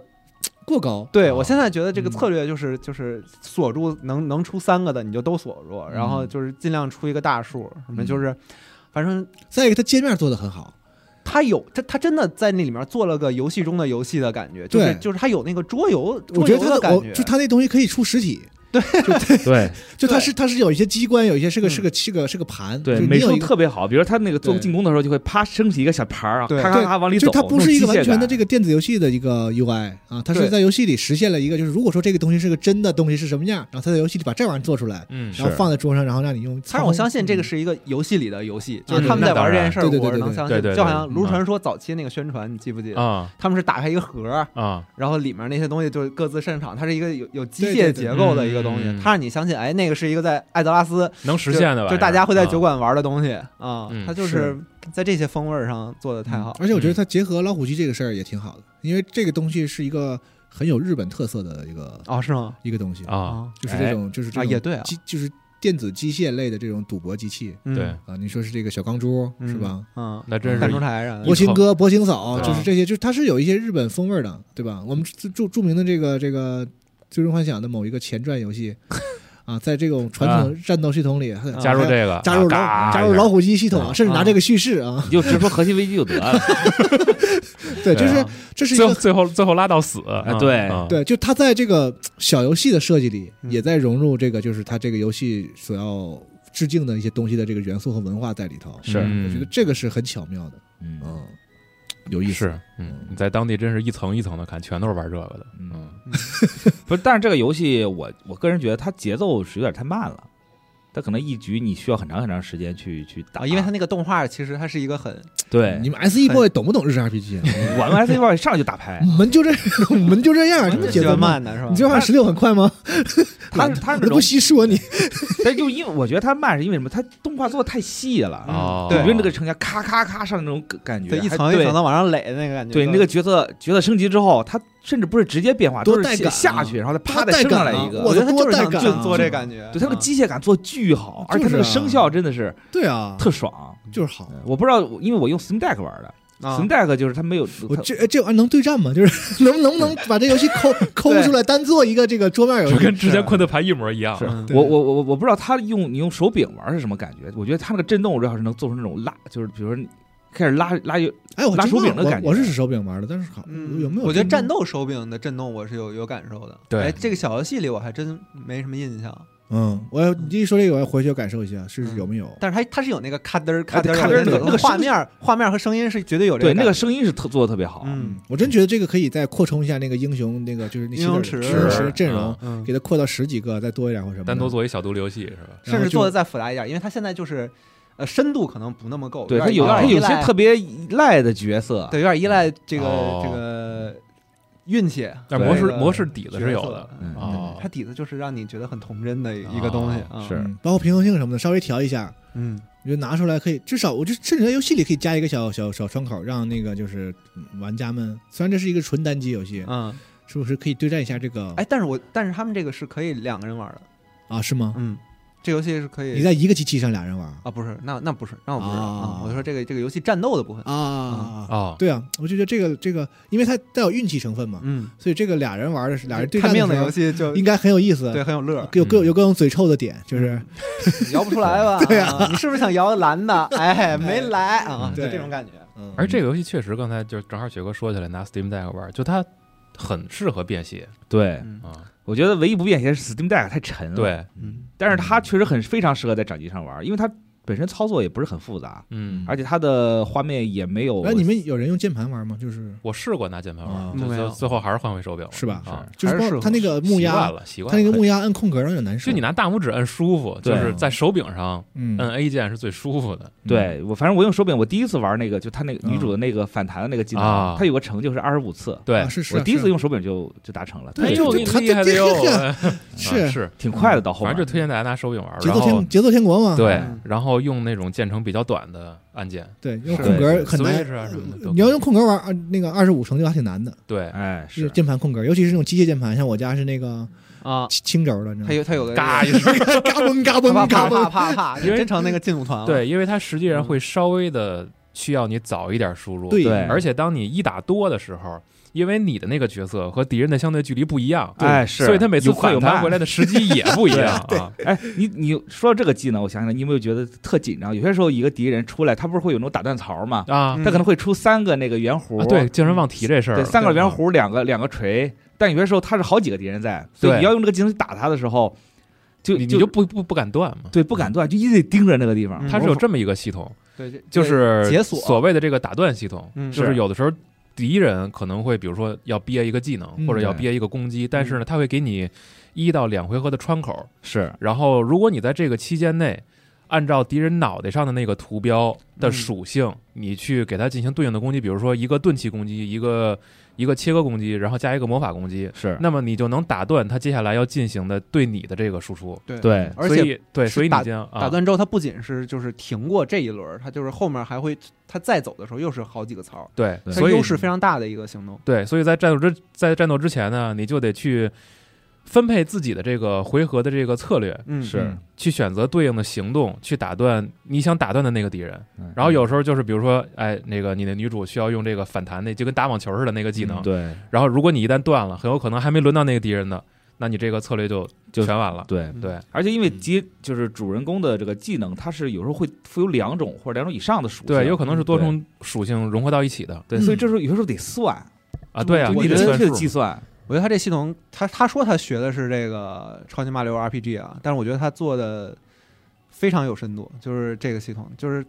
Speaker 3: 过高，
Speaker 1: 对
Speaker 2: 哦
Speaker 1: 我现在觉得这个策略就是就是锁住能能出三个的你就都锁住，然后就是尽量出一个大数，什么就是反正
Speaker 3: 再一个它界面做的很好，
Speaker 1: 他有他他真的在那里面做了个游戏中的游戏的感觉，就是
Speaker 3: 对
Speaker 1: 就是他有那个桌游桌
Speaker 3: 我觉
Speaker 1: 游
Speaker 3: 得它
Speaker 1: 的
Speaker 3: 的
Speaker 1: 感
Speaker 3: 我
Speaker 1: 觉，
Speaker 3: 就它那东西可以出实体。
Speaker 4: 对
Speaker 3: 就它
Speaker 1: 对
Speaker 3: 是它是有一些机关，有一些是个
Speaker 1: 嗯
Speaker 3: 是个是个是个盘，
Speaker 4: 对，
Speaker 3: 就
Speaker 4: 美
Speaker 3: 你有
Speaker 4: 术
Speaker 3: 一个
Speaker 4: 特别好。比如他那个做
Speaker 3: 对
Speaker 4: 进攻的时候，就会啪升起一个小牌儿啊，
Speaker 1: 对
Speaker 4: 咔咔
Speaker 3: 对
Speaker 4: 咔往里
Speaker 3: 就
Speaker 4: 走。
Speaker 3: 它不是一个完全的
Speaker 4: 那种机械
Speaker 3: 这
Speaker 4: 感
Speaker 3: 个电子游戏的一个 UI 啊，它
Speaker 1: 对
Speaker 3: 是在游戏里实现了一个，就是如果说这个东西是个真的东西是什么样，然后它在游戏里把这玩意儿做出来，
Speaker 2: 嗯，
Speaker 3: 然后
Speaker 4: 是
Speaker 3: 放在桌上，然后让你用操控。
Speaker 1: 但是我相信这个是一个游戏里的游戏，就是
Speaker 3: 嗯
Speaker 1: 他们在玩这件事儿，
Speaker 3: 那当然
Speaker 1: 我是能相
Speaker 2: 对
Speaker 1: 信
Speaker 2: 对对对。对
Speaker 1: 就好像《炉传说》早期那个宣传，你记不记得？
Speaker 2: 啊
Speaker 1: 他们是打开一个盒儿，
Speaker 2: 啊，
Speaker 1: 然后里面那些东西就各自擅长，它是一个有有机
Speaker 3: 对
Speaker 1: 械
Speaker 3: 对对
Speaker 1: 结构的一个东
Speaker 2: 嗯
Speaker 1: 西，它让你相信，哎，那个是一个在艾泽拉斯
Speaker 2: 能实现的吧？啊
Speaker 1: 就就大家会在酒馆玩的东西啊
Speaker 2: 嗯。
Speaker 1: 它就是
Speaker 3: 是
Speaker 1: 在这些风味儿上做的太好
Speaker 3: 嗯而且我觉得它结合老虎机这个事儿也挺好的，因为这个东西是一个很有日本特色的一个
Speaker 1: 哦，是吗？
Speaker 3: 一个东西，
Speaker 2: 啊，
Speaker 1: 啊
Speaker 3: 就是这种就是这
Speaker 1: 啊，
Speaker 3: 种
Speaker 1: 也对啊，
Speaker 3: 机就是电子机械类的这种赌博机器
Speaker 1: 嗯
Speaker 2: 对，，
Speaker 3: 啊，你说是这个小钢珠
Speaker 1: 嗯
Speaker 3: 是吧？？
Speaker 1: 嗯，
Speaker 2: 那真
Speaker 1: 弹
Speaker 2: 是
Speaker 1: 珠台上
Speaker 3: 博兴哥、博兴嫂，
Speaker 2: 对
Speaker 3: 就是这些，就是它是有一些日本风味儿的，对吧？我们著著著名的这个这个《最终幻想》的某一个前传游 戏啊，在这种传统战斗系统里，还
Speaker 2: 加入这个，
Speaker 3: 加入老
Speaker 2: 啊
Speaker 3: 加入老，虎机系
Speaker 2: 啊
Speaker 3: 统，甚至拿这个叙事啊，
Speaker 4: 你就直说核心危机就得 了。
Speaker 2: 对
Speaker 3: 对，就
Speaker 2: 啊
Speaker 3: 是这是
Speaker 2: 嘎一
Speaker 3: 一
Speaker 2: 下最后最
Speaker 3: 个哎
Speaker 2: 后最后拉到死，啊
Speaker 4: 对
Speaker 2: 啊
Speaker 3: 对，就它在这个小游戏的设计里，
Speaker 1: 嗯
Speaker 3: 也在融入这个就是它这个游戏所要致敬的一些东西的这个元素和文化在里头，
Speaker 4: 是
Speaker 3: 我觉得
Speaker 2: 嗯
Speaker 3: 这个是很巧妙的，
Speaker 4: 嗯
Speaker 3: 嗯，有意思，
Speaker 2: 是，嗯，你在当地真是一层一层的看，全都是玩这个的，
Speaker 4: 嗯
Speaker 2: 嗯，
Speaker 4: 不是，但是这个游戏我我个人觉得它节奏是有点太慢了，它可能一局你需要很长很长时间去去打，
Speaker 1: 啊，因为它那个动画其实它是一个很
Speaker 4: 对
Speaker 3: 你们 S E boy 懂不懂日式 RPG？啊
Speaker 4: 玩完 S E 一上来就打牌，
Speaker 3: 我们就这，我们就 这样，什么节奏
Speaker 1: 较？慢的是吧？
Speaker 3: 你这话十六很快吗？
Speaker 4: 它它是那
Speaker 3: 你
Speaker 4: 种
Speaker 3: 不，稀释我你？
Speaker 4: 但就因为我觉得它慢是因为什么？它动画做的太细了，
Speaker 3: 嗯
Speaker 2: 哦，
Speaker 1: 对
Speaker 4: 我觉得那个城墙咔咔咔上那种感觉，
Speaker 1: 对一
Speaker 4: 还
Speaker 1: 层一层的往上垒的那个感觉，
Speaker 4: 对那个角色角色升级之后，他甚至不是直接变化，
Speaker 3: 多
Speaker 4: 都
Speaker 3: 带
Speaker 4: 是
Speaker 3: 感啊
Speaker 4: 下去，然后再啪再
Speaker 3: 多带
Speaker 4: 升上来
Speaker 3: 感啊
Speaker 4: 一个。
Speaker 1: 我觉得他就是
Speaker 3: 我多带
Speaker 1: 想
Speaker 3: 感啊
Speaker 1: 就做这感觉，
Speaker 4: 对他那个
Speaker 1: 啊
Speaker 4: 机械感做巨好，而且他那
Speaker 3: 就
Speaker 4: 个
Speaker 3: 是啊
Speaker 4: 声效真的是
Speaker 3: 对啊，
Speaker 4: 特爽。
Speaker 3: 就是好。啊
Speaker 4: 我不知道，因为我用 Steam Deck 玩的
Speaker 1: 啊
Speaker 4: ，Steam Deck 就是它没有，
Speaker 3: 我
Speaker 4: 它
Speaker 3: 这哎这玩意儿能对战吗？就是 能能不能把这游戏抠抠出来，单做一个这个桌面游戏
Speaker 2: 就？跟之前昆特牌一模一样。
Speaker 4: 是
Speaker 1: 嗯
Speaker 3: 对
Speaker 4: 我我我我不知道它用你用手柄玩是什么感觉。我觉得它那个震动，我要是能做出那种拉，就是比如说你开始拉拉
Speaker 3: 哎，我
Speaker 4: 拉
Speaker 3: 真
Speaker 4: 手
Speaker 3: 忘
Speaker 4: 柄的
Speaker 3: 了
Speaker 4: 感觉
Speaker 3: 我我是使手柄玩的，但是好
Speaker 1: 嗯，
Speaker 3: 有没有？
Speaker 1: 我觉得战，斗手柄的震动我是有有感受的。
Speaker 2: 对
Speaker 1: 哎，这个小游戏里我还真没什么印象，
Speaker 3: 嗯，我要你一说这个，我要回去感受一下，是有没有？
Speaker 1: 嗯但是它它是有那个咔嘚儿咔嘚
Speaker 4: 哎对
Speaker 1: 儿
Speaker 4: 咔嘚
Speaker 1: 的
Speaker 4: 儿那个那个
Speaker 1: 画
Speaker 4: 声音
Speaker 1: 面，画面和声音是绝对有这
Speaker 4: 对那
Speaker 1: 感
Speaker 4: 个
Speaker 1: 觉
Speaker 4: 声音是特做的特别好。
Speaker 1: 嗯
Speaker 3: 我真觉得这个可以再扩充一下那个英雄，那个就是那
Speaker 1: 英雄
Speaker 3: 池
Speaker 1: 池
Speaker 3: 池阵容
Speaker 2: 啊，
Speaker 1: 嗯，
Speaker 3: 给它扩到十几个，再多一点或什么的。
Speaker 2: 单独做一小独立游戏是吧？
Speaker 1: 甚
Speaker 3: 然后
Speaker 1: 至
Speaker 3: 就
Speaker 1: 做的再复杂一点，因为它现在就是呃深度可能不那么够，
Speaker 4: 对它
Speaker 1: 点
Speaker 4: 有
Speaker 1: 点
Speaker 4: 它有
Speaker 1: 依
Speaker 4: 些
Speaker 1: 赖
Speaker 4: 特别依赖的角色，
Speaker 1: 对有点依赖这个
Speaker 2: 哦
Speaker 1: 这个运气，
Speaker 2: 但是模式
Speaker 1: 对
Speaker 2: 模式底子是有
Speaker 1: 角
Speaker 2: 的
Speaker 1: 色
Speaker 4: 嗯哦
Speaker 2: 哦
Speaker 1: 它底子就是让你觉得很童真的一个东西啊，
Speaker 4: 是
Speaker 3: 嗯包括平衡性什么的，稍微调一下，
Speaker 1: 嗯。
Speaker 3: 你就拿出来可以，至少我就甚至在游戏里可以加一个小小小窗口，让那个就是嗯玩家们，虽然这是一个纯单机游戏，
Speaker 1: 嗯，
Speaker 3: 是不是可以对战一下这个？
Speaker 1: 哎，但是我但是他们这个是可以两个人玩的，
Speaker 3: 啊，是吗？
Speaker 1: 嗯，这游戏是可以
Speaker 3: 你在一个机器上俩人玩
Speaker 1: 啊，不是，那那不是，那我不是
Speaker 3: 啊
Speaker 1: 啊，我说这个这个游戏战斗的部分，
Speaker 3: 啊？
Speaker 2: 哦，
Speaker 3: 对啊，我就觉得这个这个，因为它带有运气成分嘛，
Speaker 1: 嗯，
Speaker 3: 所以这个俩人玩的是俩人对
Speaker 1: 看
Speaker 3: 战
Speaker 1: 命的
Speaker 3: 时候
Speaker 1: 游戏就
Speaker 3: 应该很有意思。
Speaker 1: 对很有 乐，
Speaker 3: 有各有各种嘴臭的点，就是
Speaker 1: 摇不出来吧？对啊，你是不是想摇蓝的？哎，没来啊，就
Speaker 3: 对
Speaker 1: 这种感觉，
Speaker 3: 嗯，
Speaker 2: 而这个游戏确实，刚才就是正好雪哥说起来，拿 Steam Deck 玩，就它很适合便携
Speaker 4: 对，
Speaker 1: 嗯
Speaker 2: 啊。
Speaker 4: 我觉得唯一不便携是 Steam Deck 太沉了。
Speaker 2: 对，
Speaker 1: 嗯
Speaker 4: 但是它确实很非常适合在掌机上玩，因为它本身操作也不是很复杂，
Speaker 2: 嗯，
Speaker 4: 而且它的画面也没有。
Speaker 3: 哎，你们有人用键盘玩吗？就是
Speaker 2: 我试过拿键盘
Speaker 3: 啊
Speaker 2: 玩，就
Speaker 1: 没
Speaker 2: 最
Speaker 1: 有
Speaker 2: 最后还是换回手柄了，
Speaker 3: 是吧
Speaker 2: 啊，
Speaker 3: 就是
Speaker 1: 还
Speaker 3: 包
Speaker 1: 是
Speaker 3: 括
Speaker 1: 适
Speaker 3: 他那个木
Speaker 2: 习
Speaker 3: 鸭
Speaker 2: 惯，了，习惯
Speaker 3: 他
Speaker 2: 了。
Speaker 3: 那个木鸭按空格让人难受。
Speaker 2: 就你拿大拇指摁舒服，就
Speaker 4: 对
Speaker 2: 是在手柄上
Speaker 3: 嗯啊
Speaker 2: 摁 A 键是最舒服的。
Speaker 4: 对我，反正我用手柄，我第一次玩那个，就它
Speaker 3: 嗯
Speaker 4: 那个女主的那个反弹的那个技能，
Speaker 2: 啊
Speaker 4: 它有个成就是二十五次，
Speaker 2: 对
Speaker 3: 啊，是是啊，
Speaker 4: 我第一
Speaker 3: 是
Speaker 4: 次用手柄就就达成了，
Speaker 3: 对
Speaker 2: 哎
Speaker 4: 对，
Speaker 2: 呦，
Speaker 3: 就
Speaker 2: 你
Speaker 3: 他
Speaker 2: 厉害的哟！
Speaker 3: 这
Speaker 2: 啊
Speaker 3: 是
Speaker 2: 是，
Speaker 4: 挺快的到后
Speaker 2: 反
Speaker 4: 面
Speaker 2: 正就推荐大家拿手柄玩，
Speaker 3: 节
Speaker 2: 然
Speaker 3: 奏啊
Speaker 2: 后
Speaker 3: 天节奏天国嘛，
Speaker 2: 对
Speaker 1: 嗯，
Speaker 2: 然后用那种键程比较短的按键，
Speaker 3: 对，用
Speaker 1: 是
Speaker 3: 空格很难。
Speaker 2: Switch 啊什么的都
Speaker 3: 你要用空格玩啊，那个二十五成就还挺难的，
Speaker 2: 对，
Speaker 4: 哎
Speaker 3: 就是键盘空格，尤其是这种机械键盘，像我家是那个
Speaker 1: 啊，
Speaker 3: 青青轴的，你知道吗
Speaker 1: 它有它有个
Speaker 2: 嘎一声，
Speaker 3: 嘎 嘣嘎
Speaker 1: 啪
Speaker 3: 嘣
Speaker 1: 啪
Speaker 3: 嘎
Speaker 1: 啪
Speaker 3: 嘣，
Speaker 1: 啪啪，
Speaker 2: 因为
Speaker 1: 真成那个劲舞团了，
Speaker 2: 对，因为它实际上会稍微的需要你早一点输入，
Speaker 3: 对
Speaker 4: 对
Speaker 2: 而且当你一打多的时候，因为你的那个角色和敌人的相对距离不一样，
Speaker 4: 哎是，
Speaker 2: 所以他每次
Speaker 4: 有快
Speaker 2: 反
Speaker 4: 有
Speaker 2: 弹
Speaker 4: 慢
Speaker 2: 回来。的时机也不一样啊。
Speaker 4: 哎，你你说到这个技能，我想起来，你有没有觉得特紧张？有些时候一个敌人出来，他不是会有那种打断槽吗？
Speaker 2: 啊
Speaker 1: 嗯
Speaker 4: 他可能会出三个那个圆弧，
Speaker 2: 啊，对，嗯竟然忘提这事儿
Speaker 4: 对，
Speaker 2: 了。
Speaker 4: 三个
Speaker 2: 对
Speaker 4: 圆，弧，两个两个锤，但有些时候他是好几个敌人在，所以
Speaker 2: 对
Speaker 4: 你要用这个技能去打他的时候，就
Speaker 2: 你你
Speaker 4: 就
Speaker 2: 就不不不敢断嘛。
Speaker 4: 对不敢断，就一直得盯着那个地方。
Speaker 1: 嗯
Speaker 2: 它是有这么一个系统，
Speaker 1: 对，这
Speaker 2: 就是
Speaker 1: 解锁
Speaker 2: 所谓的这个打断系统，
Speaker 1: 嗯
Speaker 2: 就是
Speaker 4: 是
Speaker 2: 有的时候敌人可能会比如说要憋一个技能
Speaker 3: 嗯
Speaker 2: 或者要
Speaker 4: 对
Speaker 2: 憋一个攻击，但是呢，他会给你一到两回合的窗口，
Speaker 4: 是
Speaker 2: 然后如果你在这个期间内。按照敌人脑袋上的那个图标的
Speaker 1: 嗯
Speaker 2: 属性，你去给它进行对应的攻击，比如说一个钝器攻击，一个一个切割攻击，然后加一个魔法攻击，
Speaker 4: 是，
Speaker 2: 那么你就能打断他接下来要进行的对你的这个输出。
Speaker 1: 对
Speaker 4: 对
Speaker 1: 而
Speaker 2: 所
Speaker 1: 且
Speaker 2: 以对，
Speaker 1: 是
Speaker 2: 所以你
Speaker 1: 打
Speaker 2: 将啊
Speaker 1: 打断之后，它不仅是就是停过这一轮儿，它就是后面还会，它再走的时候又是好几个槽儿，
Speaker 2: 对，
Speaker 4: 对
Speaker 1: 它
Speaker 2: 所以
Speaker 1: 优势非常大的一个行动。
Speaker 2: 对，所以在战斗之在战斗之前呢，你就得去分配自己的这个回合的这个策略，
Speaker 1: 嗯，
Speaker 4: 是
Speaker 3: 嗯
Speaker 2: 去选择对应的行动，去打断你想打断的那个敌人。
Speaker 4: 嗯
Speaker 2: 然后有时候就是比如说，哎，那个你的女主需要用这个反弹那就跟打网球似的那个技能，
Speaker 4: 嗯对
Speaker 2: 然后如果你一旦断了，很有可能还没轮到那个敌人呢，那你这个策略就
Speaker 4: 就
Speaker 2: 全完了。
Speaker 4: 对，
Speaker 2: 对，
Speaker 4: 而且因为接就是主人公的这个技能，它是有时候会附有两种或者两种以上的属性，
Speaker 2: 对，有可能是多
Speaker 4: 对
Speaker 2: 重属性融合到一起的
Speaker 4: 对，所以这时候有些时候得算
Speaker 2: 啊。对啊，
Speaker 4: 就
Speaker 2: 你
Speaker 4: 你
Speaker 2: 得
Speaker 4: 得
Speaker 2: 算
Speaker 4: 明确
Speaker 2: 数
Speaker 4: 的计算，
Speaker 1: 我觉得他这系统，他他说他学的是这个超级马里奥 RPG 啊，但是我觉得他做的非常有深度，就是这个系统，就是